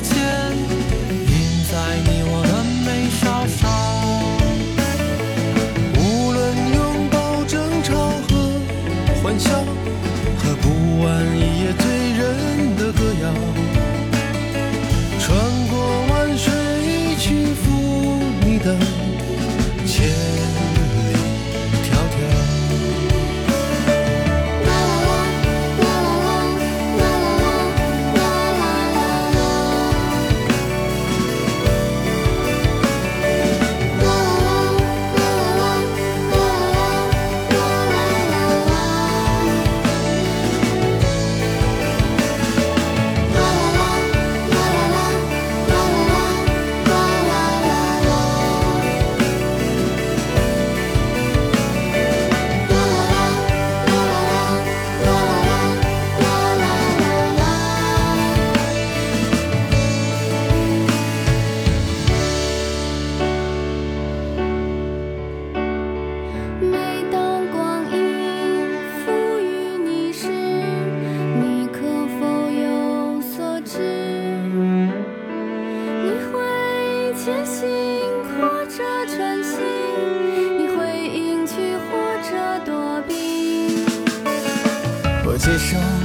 [SPEAKER 6] 街上。